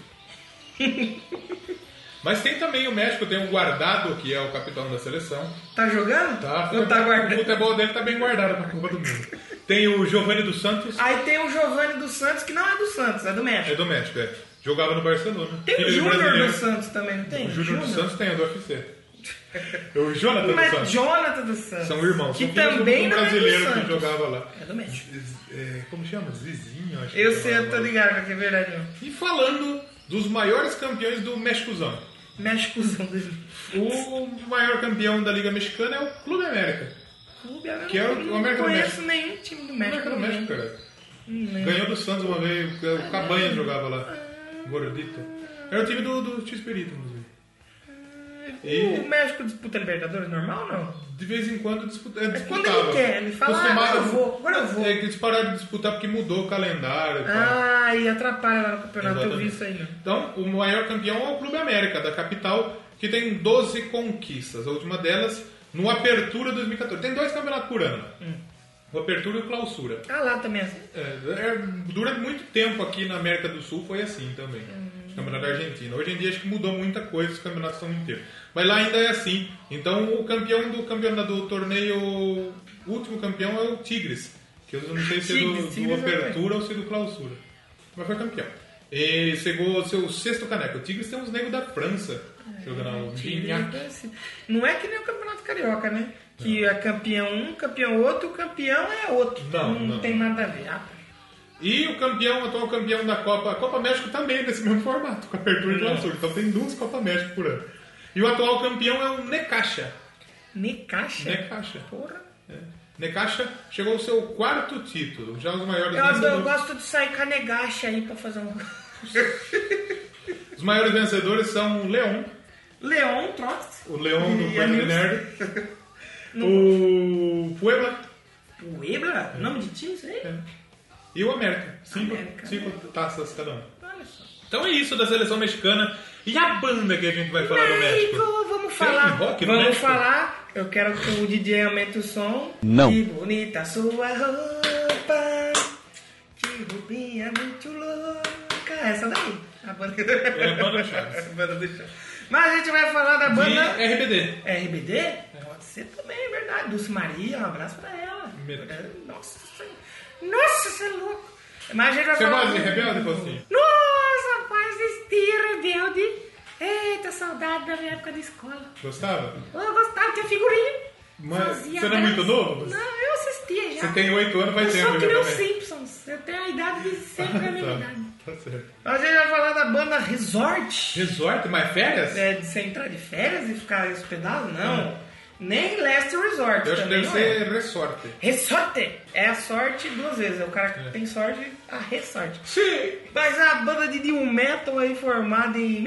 [SPEAKER 2] mas tem também o México, tem o Guardado, que é o capitão da seleção.
[SPEAKER 1] Tá jogando?
[SPEAKER 2] Tá,
[SPEAKER 1] Ou tá
[SPEAKER 2] O
[SPEAKER 1] guardando?
[SPEAKER 2] futebol dele tá bem guardado pra Copa do Mundo. Tem o Giovanni dos Santos,
[SPEAKER 1] Aí tem o Giovanni dos Santos, que não é do Santos, é do
[SPEAKER 2] é
[SPEAKER 1] México.
[SPEAKER 2] do México, é. Jogava no Barcelona.
[SPEAKER 1] Tem
[SPEAKER 2] Filho
[SPEAKER 1] o
[SPEAKER 2] de
[SPEAKER 1] Júnior
[SPEAKER 2] brasileiro.
[SPEAKER 1] dos Santos também, não tem?
[SPEAKER 2] O Júnior dos
[SPEAKER 1] Júnior?
[SPEAKER 2] Santos tem, é do UFC. É o Jonathan dos
[SPEAKER 1] Mas
[SPEAKER 2] Santos.
[SPEAKER 1] Jonathan dos Santos.
[SPEAKER 2] São irmãos.
[SPEAKER 1] Que
[SPEAKER 2] São filhos
[SPEAKER 1] também
[SPEAKER 2] de um
[SPEAKER 1] não é do
[SPEAKER 2] brasileiro que
[SPEAKER 1] Santos.
[SPEAKER 2] jogava lá.
[SPEAKER 1] É do México.
[SPEAKER 2] É, como chama? Zizinho, acho
[SPEAKER 1] Eu
[SPEAKER 2] que
[SPEAKER 1] sei, eu
[SPEAKER 2] chamava.
[SPEAKER 1] tô ligado que é verdade. não.
[SPEAKER 2] E falando dos maiores campeões do Méxicozão.
[SPEAKER 1] Méxicozão dele.
[SPEAKER 2] O maior campeão da Liga Mexicana é o Clube América.
[SPEAKER 1] Clube, eu
[SPEAKER 2] Que é o-
[SPEAKER 1] não,
[SPEAKER 2] o América do
[SPEAKER 1] conheço nenhum time do
[SPEAKER 2] O
[SPEAKER 1] México.
[SPEAKER 2] América do
[SPEAKER 1] não
[SPEAKER 2] México, é.
[SPEAKER 1] lembro.
[SPEAKER 2] cara.
[SPEAKER 1] Não lembro.
[SPEAKER 2] Ganhou do Santos uma vez, o Cabanha jogava lá. Gordito. Era o time do, do Chespirito, inclusive. E-
[SPEAKER 1] O México disputa Libertadores normal ou não?
[SPEAKER 2] De vez em quando disputa, é, disputava.
[SPEAKER 1] Quando ele quer, ele fala,
[SPEAKER 2] Costumava-
[SPEAKER 1] ah, agora eu vou, agora eu vou.
[SPEAKER 2] É que eles pararam de disputar porque mudou o calendário. e tal.
[SPEAKER 1] Ah, e atrapalha lá no campeonato, eu vi
[SPEAKER 2] Exatamente.
[SPEAKER 1] isso aí. né? não.
[SPEAKER 2] Então, o maior campeão é o Clube América, da capital, que tem 12 conquistas. A última delas no Apertura 2014. Tem dois campeonatos por ano.
[SPEAKER 1] Hum.
[SPEAKER 2] O Apertura e o Clausura.
[SPEAKER 1] Ah, lá também assim.
[SPEAKER 2] É, é, durante muito tempo aqui na América do Sul foi assim também.
[SPEAKER 1] Uhum.
[SPEAKER 2] Os campeonatos da Argentina. Hoje em dia acho que mudou muita coisa os campeonatos são inteiros. Mas lá ainda é assim. Então o campeão do campeonato do torneio, o último campeão é o Tigres. Que eu não sei se é do,
[SPEAKER 1] Tigres,
[SPEAKER 2] do
[SPEAKER 1] Tigres é
[SPEAKER 2] Apertura ou se é do Clausura. Mas foi campeão. E chegou ao seu sexto caneco. O Tigres tem uns negros da França
[SPEAKER 1] É.
[SPEAKER 2] jogando o Gignac.
[SPEAKER 1] Não é que nem o campeonato carioca, né? Que é campeão um, campeão outro, campeão é outro.
[SPEAKER 2] Não, não.
[SPEAKER 1] tem nada a ver. Ah, pá.
[SPEAKER 2] E o campeão, o atual campeão da Copa, a Copa México também é nesse mesmo formato, com apertura e clausura. Então tem duas Copa México por ano. E o atual campeão é o Necaxa.
[SPEAKER 1] Necaxa?
[SPEAKER 2] Necaxa.
[SPEAKER 1] Porra.
[SPEAKER 2] É. Necaxa chegou ao seu quarto título, já os maiores
[SPEAKER 1] Eu, adoro- eu
[SPEAKER 2] vencedores.
[SPEAKER 1] gosto de sair com a negacha aí pra fazer um.
[SPEAKER 2] Os maiores vencedores são o Leão,
[SPEAKER 1] Leon Trotsky.
[SPEAKER 2] o Leão do
[SPEAKER 1] E
[SPEAKER 2] Puebla
[SPEAKER 1] Anilson.
[SPEAKER 2] Nerd, o Puebla
[SPEAKER 1] Puebla? Nome de time, isso aí?
[SPEAKER 2] e o América. Cinco,
[SPEAKER 1] América.
[SPEAKER 2] cinco taças cada um.
[SPEAKER 1] Olha só.
[SPEAKER 2] Então é isso da seleção mexicana. E a banda que a gente vai falar no
[SPEAKER 1] México,
[SPEAKER 2] México?
[SPEAKER 1] vamos falar.
[SPEAKER 2] rock no
[SPEAKER 1] vamos
[SPEAKER 2] México?
[SPEAKER 1] falar Eu quero que o DJ aumente o som.
[SPEAKER 3] Não.
[SPEAKER 1] Que bonita sua roupa. Que roupinha muito louca. Essa daí. A banda,
[SPEAKER 2] É a banda Chaves.
[SPEAKER 1] A banda do Chaves. Mas a gente vai falar da banda
[SPEAKER 2] E RBD.
[SPEAKER 1] RBD? Pode ser também, é verdade. Dulce Maria, um abraço pra ela.
[SPEAKER 2] Meu Deus.
[SPEAKER 1] É, Nossa, você- nossa, você é louco. Mas a gente vai
[SPEAKER 2] Você
[SPEAKER 1] falar.
[SPEAKER 2] gosta de Rebelde, Faustinho?
[SPEAKER 1] Nossa, rapaz, esse rebelde. Eita, saudade da minha época de escola.
[SPEAKER 2] Gostava?
[SPEAKER 1] Eu gostava, tinha figurinha.
[SPEAKER 2] Mas
[SPEAKER 1] Fazia
[SPEAKER 2] você não é muito
[SPEAKER 1] graça.
[SPEAKER 2] novo?
[SPEAKER 1] Não, eu assistia já.
[SPEAKER 2] Você tem 8 anos,
[SPEAKER 1] Eu
[SPEAKER 2] faz tempo.
[SPEAKER 1] sou que
[SPEAKER 2] já
[SPEAKER 1] nem os
[SPEAKER 2] também.
[SPEAKER 1] Simpsons. Eu tenho a idade de sempre a minha idade.
[SPEAKER 2] Tá, tá certo.
[SPEAKER 1] A gente vai falar da banda Resort.
[SPEAKER 2] Resort, mais férias?
[SPEAKER 1] É, de você entrar de férias e ficar hospedado?
[SPEAKER 2] É.
[SPEAKER 1] Não. Nem Last Resort.
[SPEAKER 2] Eu acho que
[SPEAKER 1] também
[SPEAKER 2] deve
[SPEAKER 1] não é.
[SPEAKER 2] ser ressorte.
[SPEAKER 1] Ressorte! É a sorte duas vezes. É o cara que tem sorte, a ressorte.
[SPEAKER 2] Sim!
[SPEAKER 1] Mas a banda de New Metal aí formada em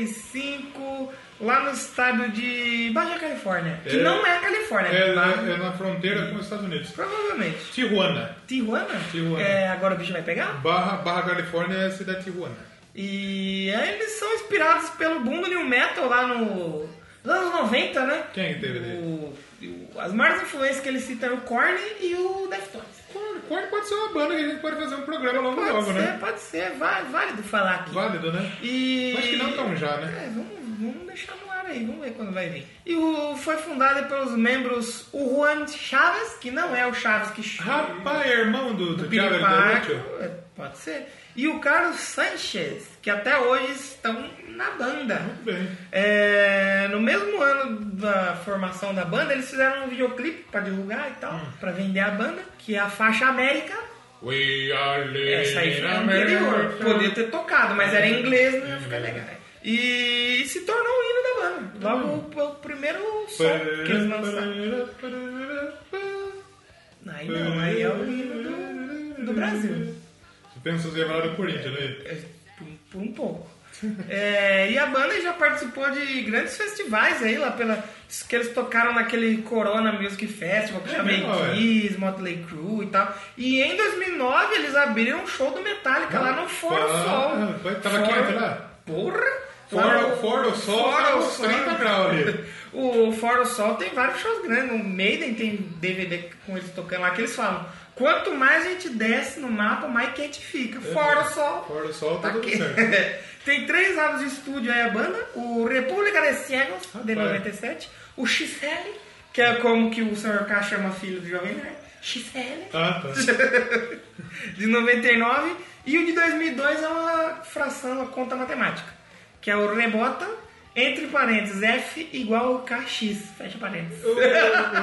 [SPEAKER 1] 1995, lá no estado de Baixa Califórnia. Que
[SPEAKER 2] É.
[SPEAKER 1] não é Califórnia,
[SPEAKER 2] É na,
[SPEAKER 1] mas-
[SPEAKER 2] é na fronteira com os Estados Unidos.
[SPEAKER 1] provavelmente.
[SPEAKER 2] Tijuana.
[SPEAKER 1] Tijuana?
[SPEAKER 2] Tijuana.
[SPEAKER 1] É, agora o bicho vai pegar?
[SPEAKER 2] Barra, Barra Califórnia é a cidade de Tijuana.
[SPEAKER 1] E aí eles são inspirados pelo boom do New Metal lá no... nos anos 90, né?
[SPEAKER 2] Quem que teve dele?
[SPEAKER 1] O- o- As maiores influências que eles citam é o Korn e o Deftones.
[SPEAKER 2] Corn pode ser uma banda que a gente pode fazer um programa logo
[SPEAKER 1] Pode
[SPEAKER 2] logo,
[SPEAKER 1] ser,
[SPEAKER 2] né?
[SPEAKER 1] pode ser, vá- válido falar aqui.
[SPEAKER 2] Válido, né?
[SPEAKER 1] E...
[SPEAKER 2] Acho que não tão já, né?
[SPEAKER 1] É, vamos, vamos deixar no ar aí, vamos ver quando vai vir. E o, foi fundada pelos membros o Juan Chaves, que não é o Chaves que chama.
[SPEAKER 2] Rapaz, é irmão do, do, Diabo Derucho.
[SPEAKER 1] é, Pode ser. E o Carlos Sanchez, que até hoje estão na banda.
[SPEAKER 2] Muito bem.
[SPEAKER 1] É, no mesmo ano da formação da banda, eles fizeram um videoclipe pra divulgar e tal,
[SPEAKER 2] Hum.
[SPEAKER 1] pra vender a banda, que é a faixa América,
[SPEAKER 2] We are living
[SPEAKER 1] essa aí foi
[SPEAKER 2] in
[SPEAKER 1] anterior. né?
[SPEAKER 2] America.
[SPEAKER 1] Podia ter tocado, mas era em inglês, não ia
[SPEAKER 2] É.
[SPEAKER 1] ficar legal. E se tornou o hino da banda.
[SPEAKER 2] Hum.
[SPEAKER 1] Logo o, o primeiro som que eles lançaram. Aí não, aí é o hino do, do Brasil.
[SPEAKER 2] Você pensa em levar do Corinthians, né?
[SPEAKER 1] É, Por, por um pouco. É, e a banda já participou de grandes festivais aí, lá pela. que eles tocaram naquele Corona Music Festival, que
[SPEAKER 2] É
[SPEAKER 1] chamei
[SPEAKER 2] mesmo, é?
[SPEAKER 1] Kiss, Motley Crue e tal. E em 2009 eles abriram um show do Metallica lá no Foro
[SPEAKER 2] Ah,
[SPEAKER 1] Sol.
[SPEAKER 2] tava
[SPEAKER 1] Foro-
[SPEAKER 2] quente lá?
[SPEAKER 1] Porra! Lá
[SPEAKER 2] Fora,
[SPEAKER 1] no-
[SPEAKER 2] fora o sol,
[SPEAKER 1] Fora
[SPEAKER 2] tava
[SPEAKER 1] o
[SPEAKER 2] uns
[SPEAKER 1] Sol.
[SPEAKER 2] 30 graus ali.
[SPEAKER 1] O Fora o Sol tem vários shows grandes. O Maiden tem DVD com eles tocando lá que eles falam. Quanto mais a gente desce no mapa, mais quente fica.
[SPEAKER 2] É.
[SPEAKER 1] Fora o sol.
[SPEAKER 2] Fora o sol, tá tudo
[SPEAKER 1] aqui.
[SPEAKER 2] certo.
[SPEAKER 1] tem três álbuns de estúdio aí a banda. O República de Ciegos, de 97. O XL, que é como que o Sr. K chama filho do Jovem Nerd. XL.
[SPEAKER 2] Ah, tá.
[SPEAKER 1] de 99 e o de 2002 é uma fração, uma conta matemática, que é o rebota entre parênteses f igual kx, fecha parênteses.
[SPEAKER 2] O, o, o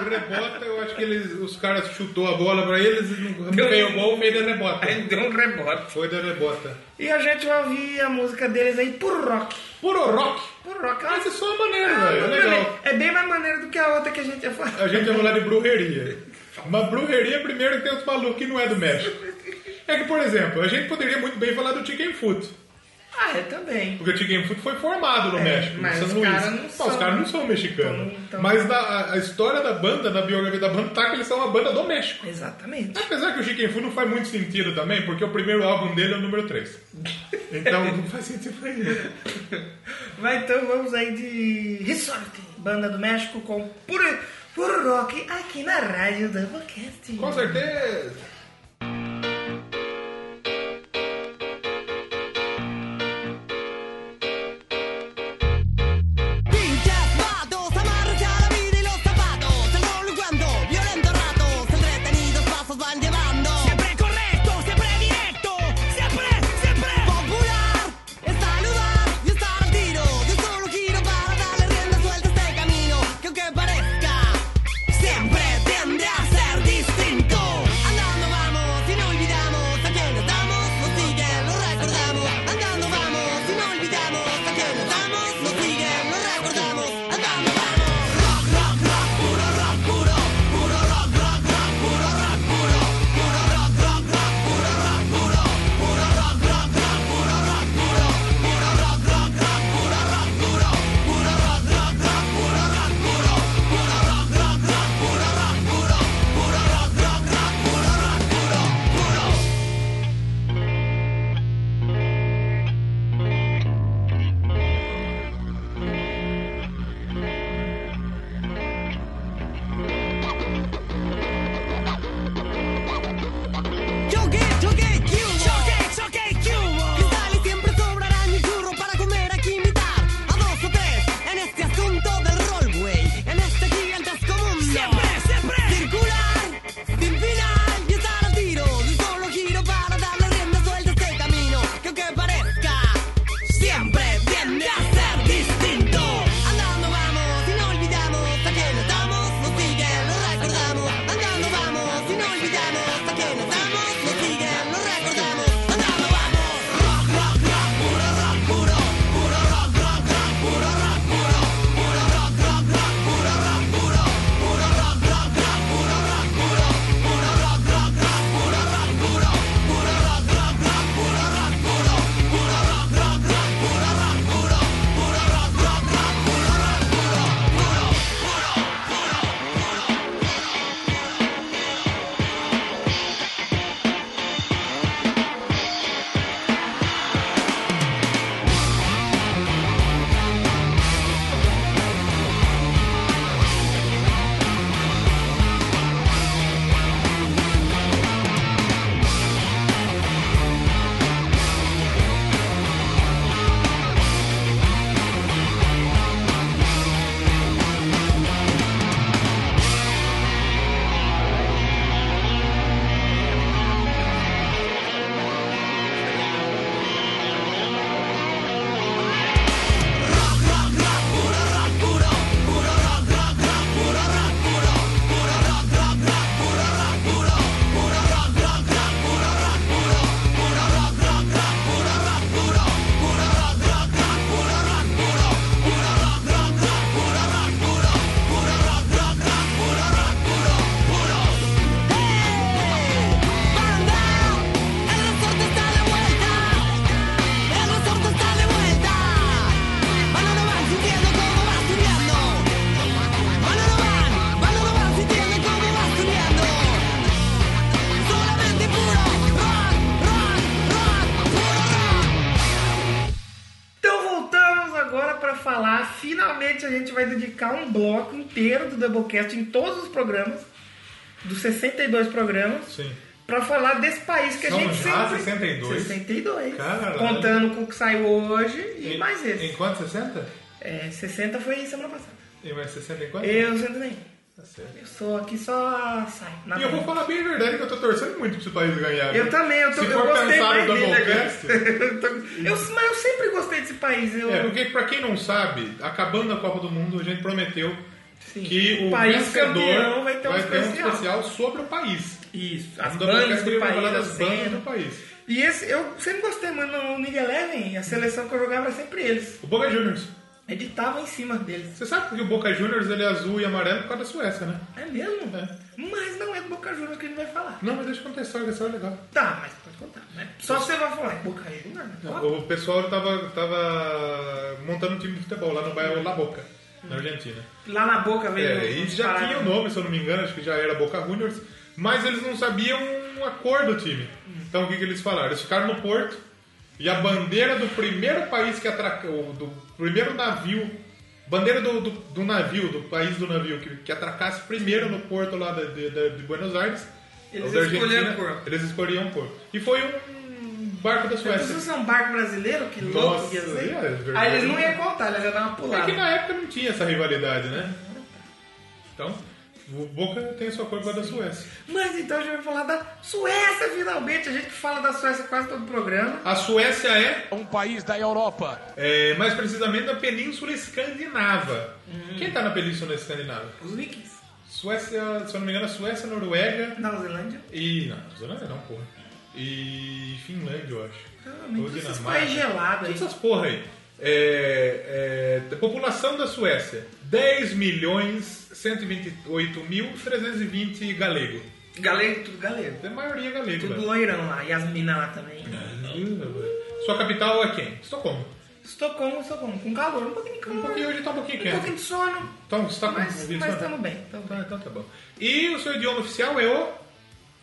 [SPEAKER 2] rebota, eu acho que eles, os caras chutou a bola pra eles, não não ganhou o gol, fez a rebota.
[SPEAKER 1] um- Aí deu um rebota.
[SPEAKER 2] Foi da rebota.
[SPEAKER 1] E a gente vai ouvir a música deles aí por rock.
[SPEAKER 2] Puro rock.
[SPEAKER 1] Por rock.
[SPEAKER 2] Mas
[SPEAKER 1] Ela-
[SPEAKER 2] isso é uma maneira,
[SPEAKER 1] Ah,
[SPEAKER 2] velho. É
[SPEAKER 1] não,
[SPEAKER 2] legal. É.
[SPEAKER 1] É bem mais maneiro do que a outra que a gente ia falar.
[SPEAKER 2] A gente ia falar de brujeria. Mas brujeria, primeiro, que tem os malucos que não é do México. É que, por exemplo, a gente poderia muito bem falar do Chicken Foot.
[SPEAKER 1] Ah, é também.
[SPEAKER 2] Porque o Chicken Foot foi formado no
[SPEAKER 1] É,
[SPEAKER 2] México,
[SPEAKER 1] mas
[SPEAKER 2] em
[SPEAKER 1] os
[SPEAKER 2] São Luís.
[SPEAKER 1] caras não
[SPEAKER 2] Mas
[SPEAKER 1] são.
[SPEAKER 2] os caras não são mexicanos.
[SPEAKER 1] Então, então-
[SPEAKER 2] Mas na- a, a história da banda, na biografia da banda, tá que eles são uma banda do México.
[SPEAKER 1] Exatamente.
[SPEAKER 2] Apesar que o Chicken Foot não faz muito sentido também, porque o primeiro álbum dele é o número 3. Então não faz sentido nenhum.
[SPEAKER 1] Vai então, vamos aí de Resort, banda do México com puro, puro rock aqui na rádio Doublecast.
[SPEAKER 2] Com certeza.
[SPEAKER 5] Pinches vatos, amarres a la vida y los zapatos. El doble cuando violento ratos, entretenidos pasos van llevando. Siempre correcto, siempre directo, siempre, siempre popular. Es saludar y estar al tiro. De un solo giro para darle rienda suelta a este camino. Que aunque parezca, siempre tiende a ser distinto. Andando más este este
[SPEAKER 1] Então, realmente a gente vai dedicar um bloco inteiro do Doublecast em todos os programas, dos 62 programas,
[SPEAKER 2] Sim.
[SPEAKER 1] pra falar desse país que
[SPEAKER 2] São
[SPEAKER 1] a gente
[SPEAKER 2] já
[SPEAKER 1] sempre...
[SPEAKER 2] 62?
[SPEAKER 1] 62.
[SPEAKER 2] Caralho.
[SPEAKER 1] Contando com o que saiu hoje e,
[SPEAKER 2] Em-
[SPEAKER 1] mais esse.
[SPEAKER 2] Em quanto? 60?
[SPEAKER 1] É, 60 foi semana passada.
[SPEAKER 2] Em mais 60 em quanto?
[SPEAKER 1] Eu sendo nem.
[SPEAKER 2] Tá certo.
[SPEAKER 1] Eu sou aqui só sai. na
[SPEAKER 2] E eu vou
[SPEAKER 1] frente.
[SPEAKER 2] falar bem a verdade que eu tô torcendo muito pra esse país ganhar.
[SPEAKER 1] Eu
[SPEAKER 2] viu?
[SPEAKER 1] também, eu, tô,
[SPEAKER 2] Se
[SPEAKER 1] eu
[SPEAKER 2] for
[SPEAKER 1] gostei
[SPEAKER 2] pensar
[SPEAKER 1] mais
[SPEAKER 2] no
[SPEAKER 1] dele agora.
[SPEAKER 2] Doublecast-
[SPEAKER 1] Eu tô- eu- mas eu sempre gostei desse país. Eu,
[SPEAKER 2] É, porque pra quem não sabe, acabando a Copa do Mundo, a gente prometeu
[SPEAKER 1] Sim.
[SPEAKER 2] que o
[SPEAKER 1] País
[SPEAKER 2] vencedor
[SPEAKER 1] campeão vai ter um especial.
[SPEAKER 2] sobre o país.
[SPEAKER 1] Isso, as
[SPEAKER 2] Um
[SPEAKER 1] bandas
[SPEAKER 2] Doublecast que
[SPEAKER 1] do
[SPEAKER 2] ele vai
[SPEAKER 1] país,
[SPEAKER 2] falar
[SPEAKER 1] as
[SPEAKER 2] das bandas do
[SPEAKER 1] cenas.
[SPEAKER 2] país.
[SPEAKER 1] E esse, eu sempre gostei, mano, no League Eleven, a seleção que eu jogava era sempre eles.
[SPEAKER 2] O Boca Juniors.
[SPEAKER 1] Editava em cima deles.
[SPEAKER 2] Você sabe que o Boca Juniors ele é azul e amarelo por causa da Suécia, né?
[SPEAKER 1] É mesmo? Mas não é do Boca Juniors que a gente vai falar.
[SPEAKER 2] Não, mas deixa eu contar a história, que a história é legal.
[SPEAKER 1] Tá, mas pode contar. né? Só você vai falar, é Boca Juniors? né? Fala.
[SPEAKER 2] O pessoal tava, tava montando um time de futebol lá no bairro La Boca, na Argentina.
[SPEAKER 1] Lá na boca veio.
[SPEAKER 2] É, e
[SPEAKER 1] uns
[SPEAKER 2] já
[SPEAKER 1] paradas.
[SPEAKER 2] tinha o nome, se eu não me engano, acho que já era Boca Juniors, mas eles não sabiam a cor do time. Então o que, que eles falaram? Eles ficaram no porto e a bandeira do primeiro país que atracou, do primeiro navio, bandeira do, do, do navio, do país do navio que, que atracasse primeiro no porto lá da- de, da- de Buenos Aires, é
[SPEAKER 1] Eles
[SPEAKER 2] o da Argentina,
[SPEAKER 1] escolheram o porto.
[SPEAKER 2] Eles escolhiam o porto. E foi um barco da
[SPEAKER 1] Mas se
[SPEAKER 2] Suécia.
[SPEAKER 1] fosse um barco brasileiro, que
[SPEAKER 2] Nossa,
[SPEAKER 1] louco que ia
[SPEAKER 2] é
[SPEAKER 1] ser.
[SPEAKER 2] verdade.
[SPEAKER 1] Aí eles não iam contar, eles iam dar uma
[SPEAKER 2] É
[SPEAKER 1] pulada.
[SPEAKER 2] que na época não tinha essa rivalidade, né? Então, o Boca tem a sua cor por causa da Suécia.
[SPEAKER 1] Mas então a gente vai falar da Suécia, finalmente. A gente fala da Suécia quase todo o programa.
[SPEAKER 2] A Suécia é,
[SPEAKER 6] Um país da Europa.
[SPEAKER 2] é, mais precisamente da Península Escandinava.
[SPEAKER 1] Hum.
[SPEAKER 2] Quem tá na Península Escandinava?
[SPEAKER 1] Os vikings.
[SPEAKER 2] Suécia, se eu não me engano, é Suécia, Noruega
[SPEAKER 1] Nova Zelândia.
[SPEAKER 2] e. Não, Zelândia não, porra. E Finlândia, eu acho.
[SPEAKER 1] Realmente,
[SPEAKER 2] Ou
[SPEAKER 1] todos esses
[SPEAKER 2] Dinamarca.
[SPEAKER 1] países gelados aí.
[SPEAKER 2] Todas essas porra aí. É, é, a população da Suécia: 10 milhões 128.320 galego.
[SPEAKER 1] Galego, tudo galego.
[SPEAKER 2] É a maioria galego.
[SPEAKER 1] Tudo
[SPEAKER 2] velho.
[SPEAKER 1] loirão lá. E as minas lá também.
[SPEAKER 2] né? Sua capital é quem? Estocolmo.
[SPEAKER 1] Estocolmo, Estocolmo. Com calor, um pouquinho de calor.
[SPEAKER 2] Um pouquinho hoje tá um pouquinho
[SPEAKER 1] um
[SPEAKER 2] quente.
[SPEAKER 1] pouquinho de sono.
[SPEAKER 2] Então, você tá com
[SPEAKER 1] Mas
[SPEAKER 2] ouvido
[SPEAKER 1] mas
[SPEAKER 2] só?
[SPEAKER 1] estamos bem. Tamo
[SPEAKER 2] Tá,
[SPEAKER 1] bem.
[SPEAKER 2] então tá bom. E o seu idioma oficial é o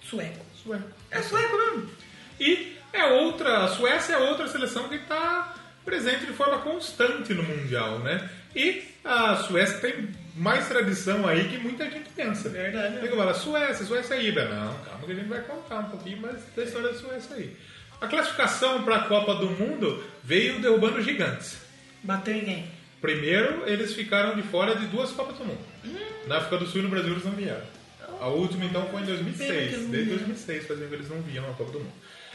[SPEAKER 1] Sueco.
[SPEAKER 2] sueco.
[SPEAKER 1] É sueco mesmo.
[SPEAKER 2] E é outra, a Suécia é outra seleção que está presente de forma constante no Mundial, né? E a Suécia tem mais tradição aí que muita gente pensa.
[SPEAKER 1] Verdade.
[SPEAKER 2] Tem que falar, Suécia, Suécia é Ibra. Não, calma que a gente vai contar um pouquinho mais da história da Suécia aí. A classificação para a Copa do Mundo veio derrubando gigantes.
[SPEAKER 1] Bateu ninguém.
[SPEAKER 2] Primeiro, eles ficaram de fora de duas Copas do Mundo. Na África do Sul e no Brasil eles não vieram. A última então foi em
[SPEAKER 1] Pena que
[SPEAKER 2] 2006.
[SPEAKER 1] eles não
[SPEAKER 2] Desde
[SPEAKER 1] vieram.
[SPEAKER 2] 2006 fazendo assim que eles não viam a Copa do Mundo.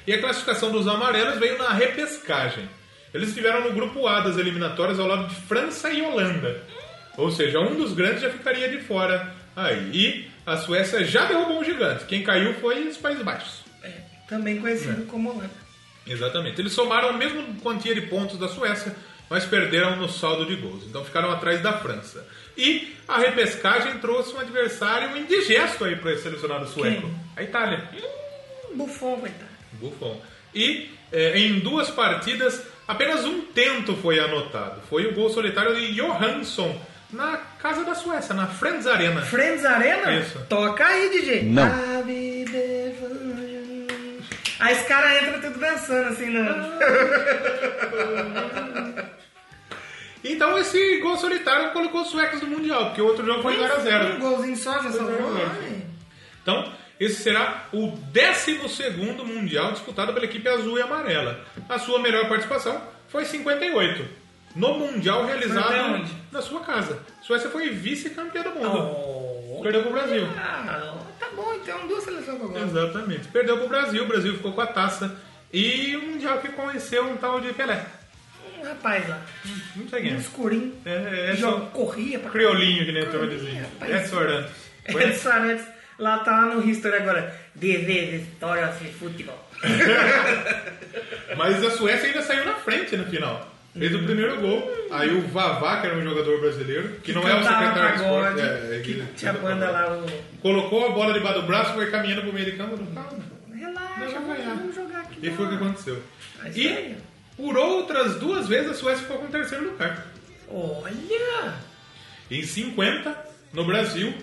[SPEAKER 2] E a classificação dos amarelos veio na repescagem. Eles estiveram no grupo A das eliminatórias ao lado de França e Holanda. Ou seja, um dos grandes já ficaria de fora. Aí, e a Suécia já derrubou um gigante. Quem caiu foi os Países Baixos.
[SPEAKER 1] É, também conhecido
[SPEAKER 2] É.
[SPEAKER 1] como Holanda.
[SPEAKER 2] Exatamente. Eles somaram a mesma quantia de pontos da Suécia, mas perderam no saldo de gols. Então ficaram atrás da França. E a repescagem trouxe um adversário indigesto aí para o selecionado sueco.
[SPEAKER 1] Quem?
[SPEAKER 2] A Itália.
[SPEAKER 1] Buffon, coitado.
[SPEAKER 2] Buffon. E eh, em duas partidas, apenas um tento foi anotado. Foi o gol solitário de Johansson na casa da Suécia, na Friends Arena.
[SPEAKER 1] Friends Arena?
[SPEAKER 2] Isso.
[SPEAKER 1] Toca aí, DJ.
[SPEAKER 3] Não.
[SPEAKER 1] I'll be there for you. é Aí os caras entram tudo dançando assim
[SPEAKER 2] Ah.
[SPEAKER 1] no.
[SPEAKER 2] Então esse gol solitário colocou os suecos no Mundial, porque o outro jogo foi 0x0.
[SPEAKER 1] Um golzinho só já salvou.
[SPEAKER 2] zero a zero.
[SPEAKER 1] ai.
[SPEAKER 2] Então, esse será o 12 Mundial disputado pela equipe azul e amarela. A sua melhor participação foi 58. No Mundial realizado
[SPEAKER 1] até onde?
[SPEAKER 2] na sua casa. Suécia foi vice-campeã do mundo.
[SPEAKER 1] Oh.
[SPEAKER 2] Perdeu pro Brasil.
[SPEAKER 1] Ah, tá bom, então duas seleções pra agora.
[SPEAKER 2] Exatamente. Perdeu pro Brasil, o Brasil ficou com a taça. E o Mundial que conheceu um tal de Pelé.
[SPEAKER 1] Um rapaz lá,
[SPEAKER 2] Não sei quem
[SPEAKER 1] um
[SPEAKER 2] é.
[SPEAKER 1] escurinho,
[SPEAKER 2] É, é
[SPEAKER 1] joga,
[SPEAKER 2] só
[SPEAKER 1] corria pra
[SPEAKER 2] criolinho que nem a turma
[SPEAKER 1] Ih,
[SPEAKER 2] dizia.
[SPEAKER 1] rapaz.
[SPEAKER 2] É Sorantos.
[SPEAKER 1] Ed Sarantes, lá tá lá no History agora. Dever, história, de futebol.
[SPEAKER 2] Mas a Suécia ainda saiu na frente no final. Fez
[SPEAKER 1] Hum.
[SPEAKER 2] o primeiro gol. Aí o Vavá, que era um jogador brasileiro, que, não é o
[SPEAKER 1] Cantava
[SPEAKER 2] secretário de esporte,
[SPEAKER 1] pagode,
[SPEAKER 2] é, é,
[SPEAKER 1] que tinha banda lá, o...
[SPEAKER 2] Colocou a bola debaixo do braço e foi caminhando pro meio de campo. Não, calma.
[SPEAKER 1] Relaxa,
[SPEAKER 2] Deixa eu ganhar.
[SPEAKER 1] vamos jogar aqui.
[SPEAKER 2] E foi o que aconteceu.
[SPEAKER 1] É isso
[SPEAKER 2] E
[SPEAKER 1] aí.
[SPEAKER 2] por outras duas vezes a Suécia ficou com o terceiro lugar.
[SPEAKER 1] Olha!
[SPEAKER 2] Em 50, no Brasil,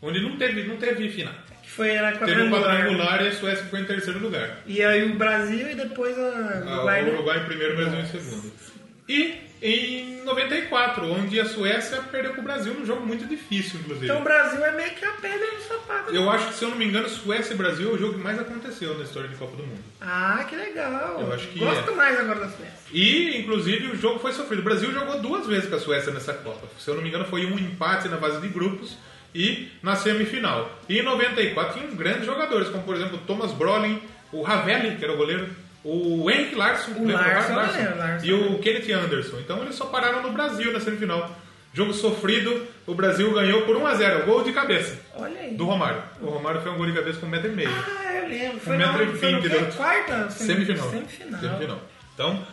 [SPEAKER 2] onde não teve, não teve final.
[SPEAKER 1] Que foi era
[SPEAKER 2] Teve um
[SPEAKER 1] quadrangular.
[SPEAKER 2] quadrangular e a Suécia ficou em terceiro lugar.
[SPEAKER 1] E né? aí o Brasil e depois a
[SPEAKER 2] Ah,
[SPEAKER 1] Uruguai,
[SPEAKER 2] o
[SPEAKER 1] né?
[SPEAKER 2] Uruguai em primeiro, o Brasil em segundo. E em 94, onde a Suécia perdeu pro Brasil num jogo muito difícil, inclusive.
[SPEAKER 1] Então o Brasil é meio que a pedra no sapato. né?
[SPEAKER 2] Eu acho que, se eu não me engano, Suécia e Brasil é o jogo que mais aconteceu na história de Copa do Mundo.
[SPEAKER 1] Ah, que legal.
[SPEAKER 2] Eu acho que
[SPEAKER 1] Gosto
[SPEAKER 2] é.
[SPEAKER 1] mais agora da Suécia.
[SPEAKER 2] E, inclusive, o jogo foi sofrido. O Brasil jogou duas vezes com a Suécia nessa Copa. Se eu não me engano, foi um empate na base de grupos e na semifinal. E em 94 tinha uns grandes jogadores, como, por exemplo, o Thomas Brolin, o Ravelli, que era o goleiro, o Henrik Larsson, que
[SPEAKER 1] O
[SPEAKER 2] lembra?
[SPEAKER 1] Larsson, eu lembro, Larsson.
[SPEAKER 2] e o Kenneth Anderson. Então, eles só pararam no Brasil na semifinal. Jogo sofrido, o Brasil ganhou por 1x0, gol de cabeça
[SPEAKER 1] Olha aí.
[SPEAKER 2] do Romário. O Romário foi um gol de cabeça com 1,5m.
[SPEAKER 1] Ah, eu lembro. Foi
[SPEAKER 2] Um
[SPEAKER 1] na
[SPEAKER 2] metro e
[SPEAKER 1] foi no
[SPEAKER 2] vinte
[SPEAKER 1] quê?
[SPEAKER 2] do-
[SPEAKER 1] quarta?
[SPEAKER 2] Semifinal.
[SPEAKER 1] Semifinal.
[SPEAKER 2] Semifinal. Então,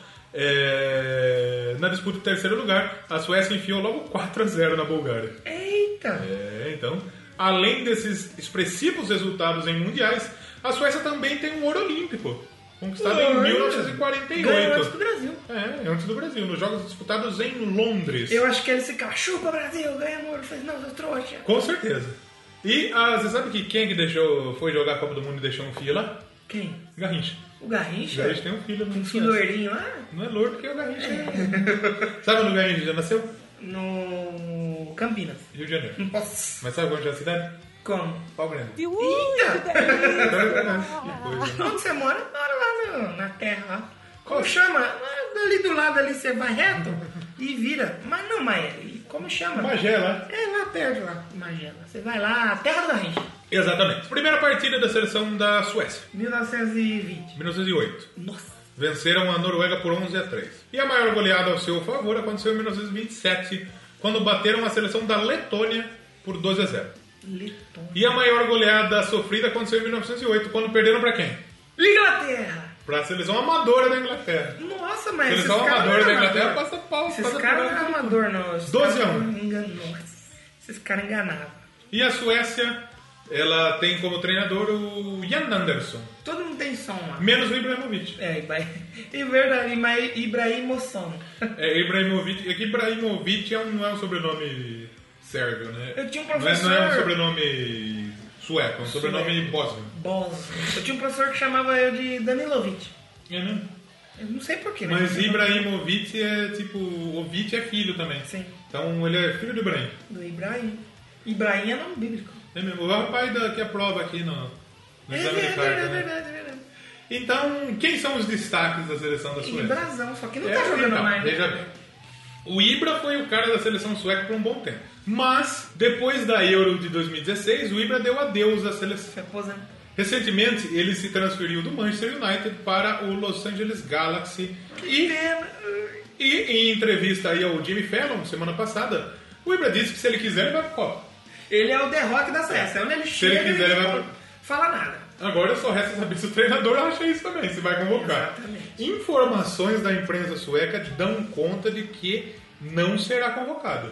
[SPEAKER 2] é, na disputa do terceiro lugar, a Suécia enfiou logo 4 a 0 na Bulgária.
[SPEAKER 1] Eita.
[SPEAKER 2] É, então, além desses expressivos resultados em mundiais, a Suécia também tem um ouro olímpico, conquistado em
[SPEAKER 1] Olha. Ganhou antes do
[SPEAKER 2] 1948.
[SPEAKER 1] Brasil.
[SPEAKER 2] É, antes do Brasil, nos jogos disputados em Londres.
[SPEAKER 1] Eu acho que ele se cachupa, Brasil, ganha amor. Fez, não, seu trouxa.
[SPEAKER 2] Com certeza. E ah, você sabe que quem que deixou, foi jogar a Copa do Mundo e deixou um filho lá?
[SPEAKER 1] Quem?
[SPEAKER 2] Garrincha.
[SPEAKER 1] O Garrincha?
[SPEAKER 2] Garrincha tem um filho. né?
[SPEAKER 1] Um filoirinho lá?
[SPEAKER 2] Não é louro porque o Garrincha é. sabe onde o Garrincha já nasceu?
[SPEAKER 1] No Campinas.
[SPEAKER 2] Rio de Janeiro.
[SPEAKER 1] Não posso.
[SPEAKER 2] Mas sabe onde é a cidade?
[SPEAKER 1] Como?
[SPEAKER 2] Palmeiras.
[SPEAKER 1] uh,
[SPEAKER 2] Tá
[SPEAKER 1] Eita!
[SPEAKER 2] Depois, né?
[SPEAKER 1] Onde você mora? Mora lá no- na terra lá. Como chama? Ah, Ali do lado ali você vai reto e vira. Mas não, mas é, e como chama?
[SPEAKER 2] Magela.
[SPEAKER 1] É lá perto lá, Magela. Você vai lá, terra do Garrincha.
[SPEAKER 2] Exatamente. Primeira partida da seleção da Suécia,
[SPEAKER 1] 1920.
[SPEAKER 2] 1908.
[SPEAKER 1] Nossa.
[SPEAKER 2] Venceram a Noruega por 11 a 3. E a maior goleada ao seu favor aconteceu em 1927, quando bateram a seleção da Letônia por 12 a 0.
[SPEAKER 1] Letônia.
[SPEAKER 2] E a maior goleada sofrida aconteceu em 1908, quando perderam pra quem?
[SPEAKER 1] Inglaterra.
[SPEAKER 2] Pra seleção amadora da Inglaterra.
[SPEAKER 1] Nossa, mas esses
[SPEAKER 2] Seleção
[SPEAKER 1] caras
[SPEAKER 2] amadora
[SPEAKER 1] não
[SPEAKER 2] da
[SPEAKER 1] é
[SPEAKER 2] Inglaterra
[SPEAKER 1] amador.
[SPEAKER 2] passa pau.
[SPEAKER 1] Esses
[SPEAKER 2] passa
[SPEAKER 1] caras
[SPEAKER 2] pau.
[SPEAKER 1] não eram amador, não. Esses
[SPEAKER 2] 12
[SPEAKER 1] caras
[SPEAKER 2] a um.
[SPEAKER 1] engan- Nossa, esses caras enganavam.
[SPEAKER 2] E a Suécia, ela tem como treinador o Jan Anderson,
[SPEAKER 1] Todo mundo tem som lá.
[SPEAKER 2] menos o Ibrahimovic.
[SPEAKER 1] É, Ibra... e verdade, Ibra... Ibrahimoção.
[SPEAKER 2] É, Ibrahimovic, é que Ibrahimovic é um, não é um sobrenome sérvio, né?
[SPEAKER 1] Eu tinha um
[SPEAKER 2] Não é-
[SPEAKER 1] professor-
[SPEAKER 2] Não é, um sobrenome sueco, é um sobrenome bósnio.
[SPEAKER 1] Boss. Eu tinha um professor que chamava eu de Danilovic.
[SPEAKER 2] É, né?
[SPEAKER 1] Eu não sei porquê, né?
[SPEAKER 2] Mas Ibrahimovic é tipo. Ovic é filho também.
[SPEAKER 1] Sim.
[SPEAKER 2] Então ele é filho do Ibrahim.
[SPEAKER 1] Do Ibrahim. Ibrahim é nome bíblico.
[SPEAKER 2] É mesmo. O rapaz da, que aprova aqui no, no
[SPEAKER 1] É
[SPEAKER 2] exame de
[SPEAKER 1] verdade,
[SPEAKER 2] carta.
[SPEAKER 1] é
[SPEAKER 2] né?
[SPEAKER 1] verdade, é verdade.
[SPEAKER 2] Então, quem são os destaques da seleção da
[SPEAKER 1] E
[SPEAKER 2] Suécia?
[SPEAKER 1] Brasão, só que não
[SPEAKER 2] É,
[SPEAKER 1] tá jogando
[SPEAKER 2] então,
[SPEAKER 1] mais. né?
[SPEAKER 2] Veja bem. O Ibra foi o cara da seleção sueca por um bom tempo. Mas, depois da Euro de 2016, o Ibra deu adeus à
[SPEAKER 1] Se
[SPEAKER 2] seleção.
[SPEAKER 1] aposenta.
[SPEAKER 2] Recentemente, ele se transferiu do Manchester United para o Los Angeles Galaxy. E, e em entrevista aí ao Jimmy Fallon, semana passada, o Ibra disse que se ele quiser, ele vai pro Copa.
[SPEAKER 1] Ele é o The Rock da Suécia. Onde ele chega,
[SPEAKER 2] ele quiser, ele vai
[SPEAKER 1] não
[SPEAKER 2] pro-
[SPEAKER 1] fala nada.
[SPEAKER 2] Agora só resta saber se o treinador acha isso também, se vai convocar.
[SPEAKER 1] Exatamente.
[SPEAKER 2] Informações da imprensa sueca dão conta de que não será convocado.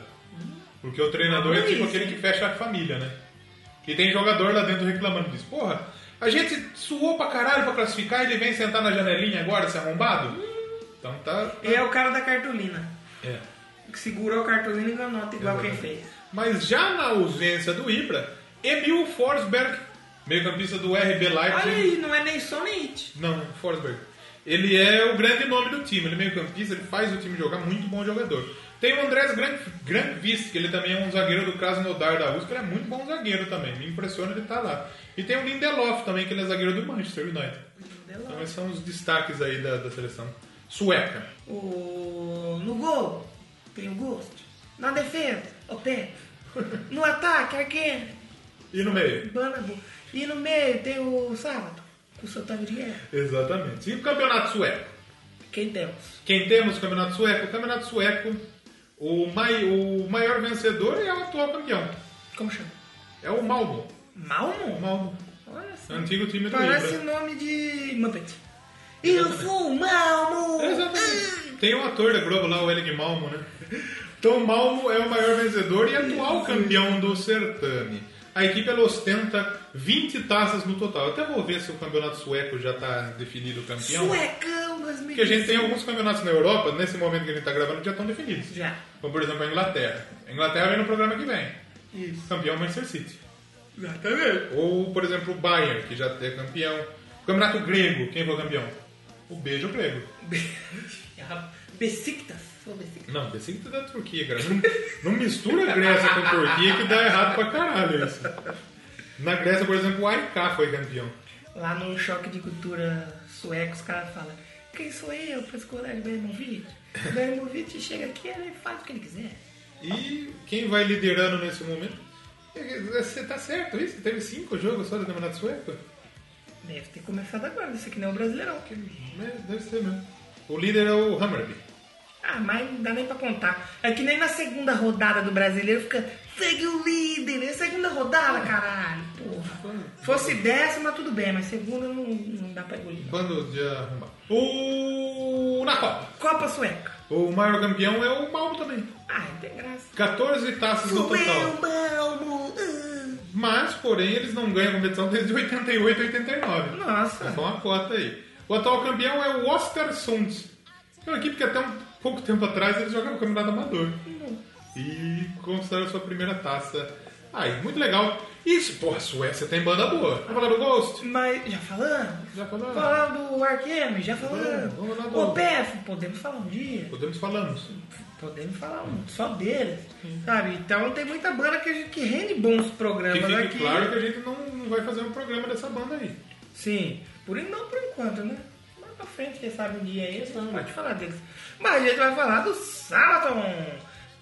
[SPEAKER 2] Porque o treinador é
[SPEAKER 1] Olha
[SPEAKER 2] tipo
[SPEAKER 1] isso,
[SPEAKER 2] aquele
[SPEAKER 1] hein?
[SPEAKER 2] que fecha a família, né? E tem jogador lá dentro reclamando disso. Porra, a gente suou pra caralho pra classificar e ele vem sentar na janelinha agora, se arrombado? Então tá. tá-
[SPEAKER 1] Ele é o cara da cartolina.
[SPEAKER 2] É.
[SPEAKER 1] Que segurou a cartolina e ganhou nota igual quem
[SPEAKER 2] Exatamente.
[SPEAKER 1] fez.
[SPEAKER 2] Mas já na ausência do Ibra, Emil Forsberg, meio-campista do RB Leipzig.
[SPEAKER 1] Olha aí, não é nem som nem hit.
[SPEAKER 2] Não, Forsberg. Ele é o grande nome do time. Ele é meio campista, ele faz o time jogar, muito bom jogador. Tem o Andrés Gran- Grankvist, que ele também é um zagueiro do Krasnodar da USP, ele é muito bom zagueiro também. Me impressiona ele estar lá. E tem o Lindelof também, que ele é zagueiro do Manchester United. Então esses são os destaques aí da, da seleção sueca.
[SPEAKER 1] O... No gol, tem o gosto. Na defesa, o pé. No ataque, arqueiro,
[SPEAKER 2] E no meio?
[SPEAKER 1] banabo. E no meio tem o sábado, com o seu tanque de guerra. é
[SPEAKER 2] Exatamente. E o campeonato sueco?
[SPEAKER 1] Quem temos?
[SPEAKER 2] Quem temos no campeonato sueco? O campeonato sueco, o, mai, o maior vencedor é o atual campeão.
[SPEAKER 1] Como chama?
[SPEAKER 2] É o Malmo. O
[SPEAKER 1] Malmo?
[SPEAKER 2] Malmo.
[SPEAKER 1] Olha só.
[SPEAKER 2] Antigo time do
[SPEAKER 1] Parece
[SPEAKER 2] Ibra.
[SPEAKER 1] nome de Muppet. Eu sou o Malmo! Ah,
[SPEAKER 2] Exatamente. Tem um ator da Globo lá, o Elig Malmo, né? Então Malmo é o maior vencedor e atual campeão do certame. A equipe ela ostenta 20 taças no total. Eu Até vou ver se o campeonato sueco já está definido o campeão.
[SPEAKER 1] Suecão 2015.
[SPEAKER 2] Porque a gente tem alguns campeonatos na Europa, nesse momento que a gente está gravando, que já estão definidos.
[SPEAKER 1] Já.
[SPEAKER 2] Como por exemplo a Inglaterra. A Inglaterra vem no programa que vem.
[SPEAKER 1] Isso.
[SPEAKER 2] Campeão é Manchester City.
[SPEAKER 1] Exatamente.
[SPEAKER 2] Ou, por exemplo, o Bayern, que já é campeão. O campeonato grego, quem foi campeão? O beijo prego.
[SPEAKER 1] Besiktas. Sou Besiktas.
[SPEAKER 2] Não, pensei que tu é da Turquia, cara. Não, não mistura Grécia com Turquia que dá errado pra caralho isso. Na Grécia, por exemplo, o AIK foi campeão.
[SPEAKER 1] Lá no choque de cultura sueco, os caras falam: Quem sou eu pra escolher o Ibrahimovic? O Ibrahimovic chega aqui ele faz o que ele quiser.
[SPEAKER 2] E quem vai liderando nesse momento? É- é- Você tá certo isso? Teve cinco jogos só do Campeonato Sueco?
[SPEAKER 1] Deve ter começado agora, isso aqui não é o Brasileirão. que-
[SPEAKER 2] É, Deve ser mesmo. O líder é o Hammerby.
[SPEAKER 1] Ah, mas não dá nem pra contar. É que nem na segunda rodada do brasileiro fica, segue o líder, é segunda rodada, caralho, porra. Fosse décima, tudo bem, mas segunda não, não dá pra engolir. não.
[SPEAKER 2] Quando de arrumar. O... Na Copa.
[SPEAKER 1] Copa Sueca.
[SPEAKER 2] O maior campeão é o Malmo também.
[SPEAKER 1] Ah, não tem graça.
[SPEAKER 2] 14 taças no
[SPEAKER 1] Sou
[SPEAKER 2] total.
[SPEAKER 1] eu, Malmo. ah.
[SPEAKER 2] Mas, porém, eles não ganham a competição desde 88 e 89.
[SPEAKER 1] Nossa.
[SPEAKER 2] É só uma cota aí. O atual campeão é o Ostersunds. É uma equipe que até um pouco tempo atrás eles jogavam campeonato amador. E conquistaram sua primeira taça. Aí, muito legal. Isso, porra, a Suécia tem banda boa. Vamos falar do Ghost?
[SPEAKER 1] Mas já falamos?
[SPEAKER 2] Já falamos.
[SPEAKER 1] Falamos do Arkham, já
[SPEAKER 2] Vamos lá,
[SPEAKER 1] falamos.
[SPEAKER 2] vamos.
[SPEAKER 1] O PF, podemos falar um dia.
[SPEAKER 2] Podemos falamos.
[SPEAKER 1] Podemos falar um, só deles, sabe? Então tem muita banda que, a gente- que rende bons
[SPEAKER 2] Que
[SPEAKER 1] programas
[SPEAKER 2] fique
[SPEAKER 1] aqui.
[SPEAKER 2] claro que a gente não, não vai fazer um programa dessa banda aí.
[SPEAKER 1] Sim, por en- não por enquanto, né? Mais pra frente, quem sabe um dia aí, a gente pode falar deles. Mas a gente vai falar do Sabaton.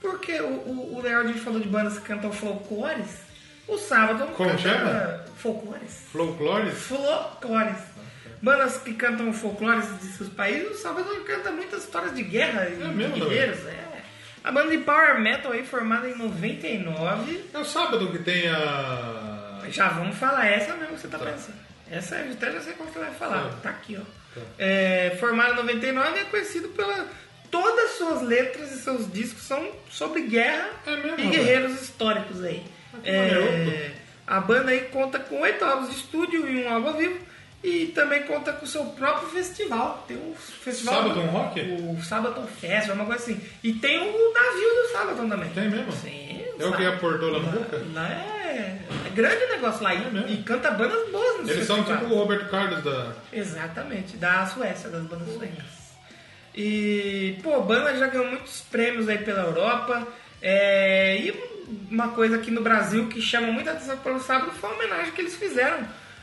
[SPEAKER 1] Porque o, o, o Leal Diniz falou de bandas que cantam folclores. O Sabaton
[SPEAKER 2] Como
[SPEAKER 1] canta
[SPEAKER 2] chama?
[SPEAKER 1] folclores.
[SPEAKER 2] Folclores?
[SPEAKER 1] Folclores. Bandas que cantam folclores de seus países, o Sabaton canta muitas histórias de guerra e
[SPEAKER 2] mesmo,
[SPEAKER 1] de guerreiros. É. A banda de Power Metal aí, formada em 99.
[SPEAKER 2] É o sábado que tem a.
[SPEAKER 1] Já vamos falar essa mesmo que você tá, pensando. Essa eu até já sei qual que vai falar. Tá, aqui, ó. É, formado em 99 é conhecido pela. Todas suas letras e seus discos são sobre guerra
[SPEAKER 2] É mesmo, Ah,
[SPEAKER 1] e guerreiros históricos aí.
[SPEAKER 2] que
[SPEAKER 1] É,
[SPEAKER 2] maneiro.
[SPEAKER 1] a banda aí conta com oito álbuns de estúdio e um álbum ao vivo. E também conta com o seu próprio festival. Tem um festival.
[SPEAKER 2] Sabaton Rock?
[SPEAKER 1] O Sabaton Fest, uma coisa assim. E tem o navio do Sabaton também.
[SPEAKER 2] Tem mesmo?
[SPEAKER 1] Sim.
[SPEAKER 2] É o que
[SPEAKER 1] Sabaton.
[SPEAKER 2] aportou lá no Boca?
[SPEAKER 1] Lá é, é grande o negócio lá. E,
[SPEAKER 2] É mesmo?
[SPEAKER 1] e canta bandas boas no
[SPEAKER 2] Eles são
[SPEAKER 1] festival.
[SPEAKER 2] tipo o Roberto Carlos da.
[SPEAKER 1] Exatamente, da Suécia, das bandas suecas. E, pô, a banda já ganhou muitos prêmios aí pela Europa. é, e uma coisa aqui no Brasil que chama muita atenção pelo sábado foi a homenagem que eles fizeram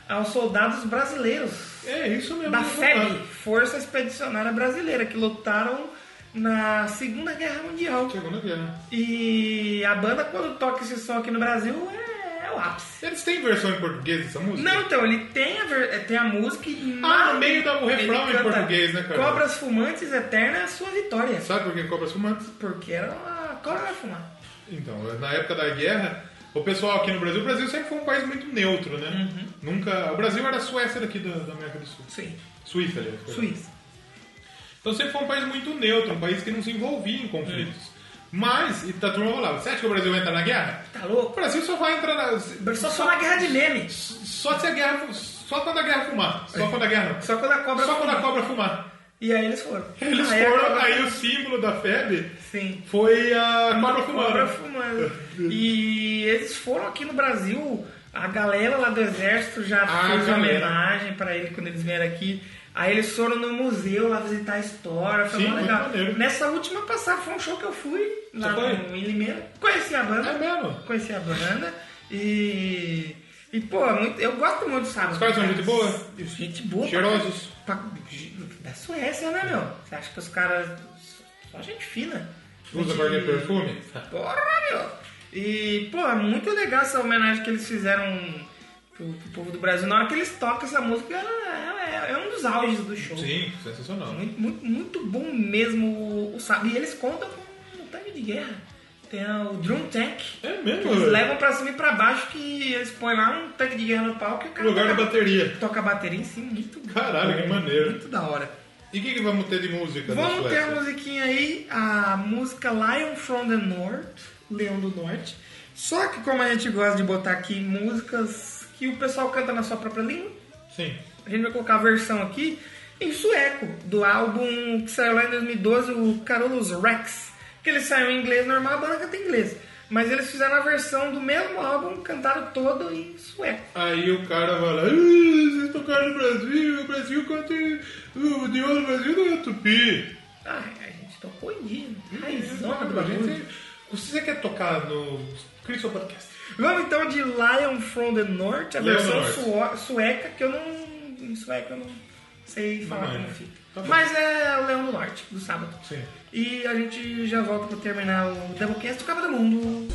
[SPEAKER 1] aos soldados brasileiros
[SPEAKER 2] É isso mesmo.
[SPEAKER 1] da
[SPEAKER 2] não
[SPEAKER 1] FEB,
[SPEAKER 2] dá.
[SPEAKER 1] Força Expedicionária Brasileira, que lutaram na Segunda Guerra Mundial.
[SPEAKER 2] Segunda guerra.
[SPEAKER 1] E a banda, quando toca esse som aqui no Brasil, é, é o ápice.
[SPEAKER 2] Eles têm versão em português dessa música?
[SPEAKER 1] Não, então, ele tem a, ver- tem a música e...
[SPEAKER 2] Ah,
[SPEAKER 1] na-
[SPEAKER 2] no meio dá o refrão
[SPEAKER 1] ele
[SPEAKER 2] em
[SPEAKER 1] canta
[SPEAKER 2] português, né, cara?
[SPEAKER 1] Cobras fumantes eterna é a sua vitória.
[SPEAKER 2] Sabe por que cobras fumantes?
[SPEAKER 1] Porque era uma cobra vai fumar.
[SPEAKER 2] Então, na época da guerra, o pessoal aqui no Brasil, o Brasil sempre foi um país muito neutro, né? Nunca. O Brasil era a Suécia daqui da, da América do Sul.
[SPEAKER 1] Sim.
[SPEAKER 2] Suíça, aliás. perdão.
[SPEAKER 1] Suíça.
[SPEAKER 2] Então sempre foi um país muito neutro, um país que não se envolvia em conflitos. Mas, e da turma falava, você acha que o Brasil vai entrar na guerra?
[SPEAKER 1] Tá
[SPEAKER 2] O
[SPEAKER 1] louco?
[SPEAKER 2] Brasil só vai entrar na.
[SPEAKER 1] Só só na guerra de meme.
[SPEAKER 2] Só se a guerra. fu- Só quando a guerra fumar. Só quando a guerra não.
[SPEAKER 1] Só quando a cobra
[SPEAKER 2] É. Só
[SPEAKER 1] fuma.
[SPEAKER 2] quando a Ah, é, cobra fumar.
[SPEAKER 1] E aí eles foram.
[SPEAKER 2] Eles
[SPEAKER 1] aí a
[SPEAKER 2] foram,
[SPEAKER 1] cobra-
[SPEAKER 2] aí o símbolo da FEB
[SPEAKER 1] Sim.
[SPEAKER 2] foi a cobra
[SPEAKER 1] Cobra
[SPEAKER 2] fumando.
[SPEAKER 1] fumando. E eles foram aqui no Brasil, a galera lá do exército já
[SPEAKER 2] Ah,
[SPEAKER 1] fez uma
[SPEAKER 2] galera.
[SPEAKER 1] homenagem pra ele quando eles vieram aqui. Aí eles foram no museu lá visitar a história, foi
[SPEAKER 2] Sim,
[SPEAKER 1] mó
[SPEAKER 2] muito
[SPEAKER 1] legal.
[SPEAKER 2] maneiro.
[SPEAKER 1] Nessa última passada foi um show que eu fui lá
[SPEAKER 2] Você foi?
[SPEAKER 1] no, em Limeira. Conheci a banda.
[SPEAKER 2] É mesmo?
[SPEAKER 1] Conheci a banda. E. E, pô, é muito- eu gosto muito, sabe?
[SPEAKER 2] Os caras são gente boa?
[SPEAKER 1] Gente boa. pra
[SPEAKER 2] Cheirosos?
[SPEAKER 1] Pra- da Suécia, né, meu? Você acha que os caras. Só gente fina.
[SPEAKER 2] Usa
[SPEAKER 1] Gente-
[SPEAKER 2] qualquer perfume?
[SPEAKER 1] Porra, meu! E, pô, é muito legal essa homenagem que eles fizeram pro, pro povo do Brasil. Na hora que eles tocam essa música, ela- ela- é, é um dos auges do show.
[SPEAKER 2] Sim, sensacional.
[SPEAKER 1] Muito, muito, muito bom mesmo o, o sabe. E eles contam com um tanque de guerra. Tem o Drum Tank.
[SPEAKER 2] É
[SPEAKER 1] Que
[SPEAKER 2] mesmo?
[SPEAKER 1] eles
[SPEAKER 2] velho?
[SPEAKER 1] levam pra cima e pra baixo que eles põem lá um tanque de guerra no palco e o
[SPEAKER 2] O
[SPEAKER 1] cara
[SPEAKER 2] lugar da
[SPEAKER 1] toca,
[SPEAKER 2] bateria.
[SPEAKER 1] toca a bateria em cima, muito
[SPEAKER 2] Caralho, que maneiro.
[SPEAKER 1] muito da hora.
[SPEAKER 2] E o que, que vamos ter de música da
[SPEAKER 1] Vamos ter
[SPEAKER 2] Suécia?
[SPEAKER 1] a musiquinha aí, a música Lion from the North, Leão do Norte. Só que como a gente gosta de botar aqui músicas que o pessoal canta na sua própria língua,
[SPEAKER 2] Sim.
[SPEAKER 1] a gente vai colocar a versão aqui em sueco, do álbum que saiu lá em 2012, o Carolus Rex. Que ele saiu em inglês normal, a banda canta em inglês. Mas eles fizeram a versão do mesmo álbum, cantaram todo em sueco.
[SPEAKER 2] Aí o cara vai lá, "Ih, vocês tocaram no Brasil, o Brasil Brasil quanto o de ouro do Brasil não é tupi.
[SPEAKER 1] Ah, a gente tocou em raizona do bagulho.
[SPEAKER 2] Uhum. Gente, se você quer tocar no Crystal Podcast,
[SPEAKER 1] Vamos então de Lion from the North, a
[SPEAKER 2] Lion
[SPEAKER 1] versão
[SPEAKER 2] North.
[SPEAKER 1] suo- sueca, que eu não. Em sueca eu não sei falar
[SPEAKER 2] manja.
[SPEAKER 1] como fica.
[SPEAKER 2] Tá bom.
[SPEAKER 1] Mas é o Leão do Norte, do sábado.
[SPEAKER 2] Sim.
[SPEAKER 1] E a gente já volta pra terminar o Doublecast do Cabo do Mundo.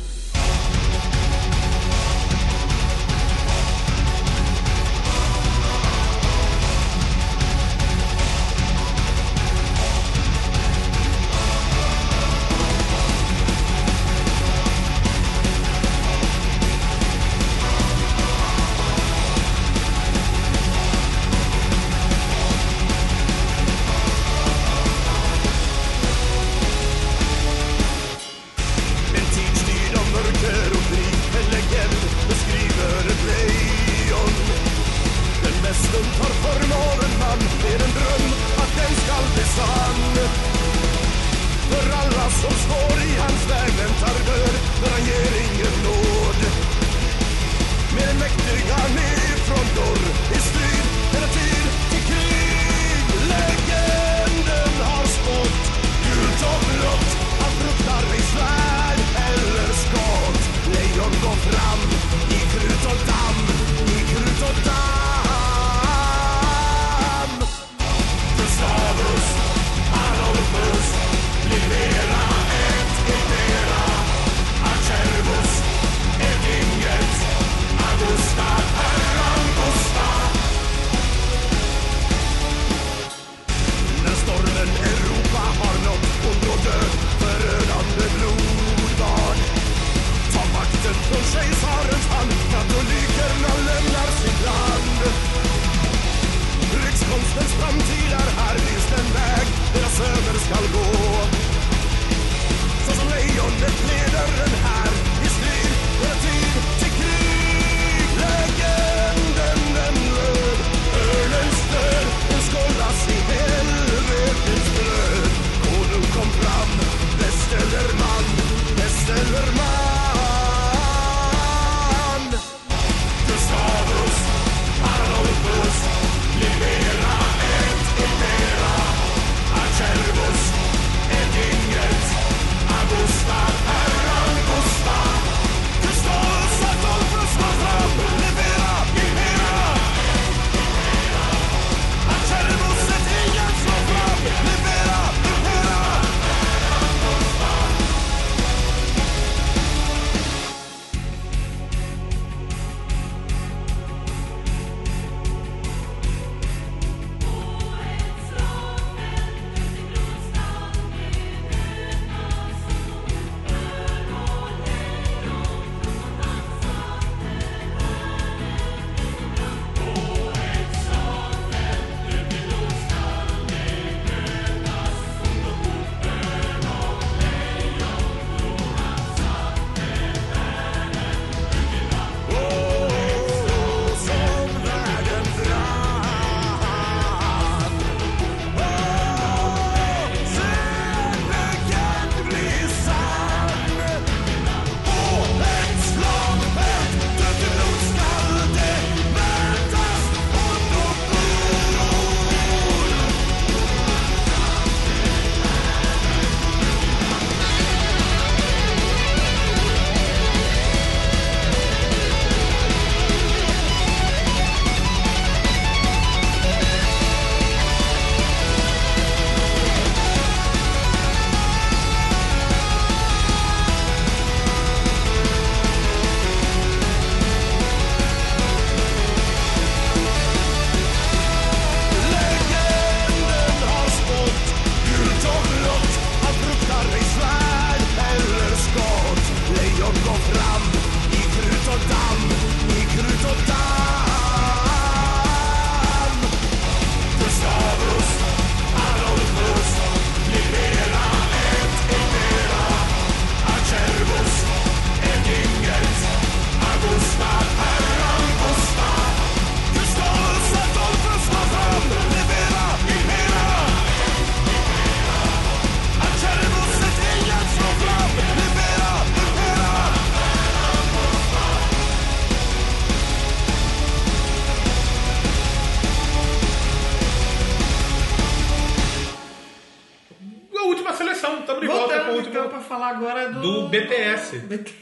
[SPEAKER 6] and teach the dumb
[SPEAKER 2] Continuação, estamos de volta com o
[SPEAKER 1] Voltamos
[SPEAKER 2] último.
[SPEAKER 1] então pra falar agora do.
[SPEAKER 2] do BTS.
[SPEAKER 1] BT.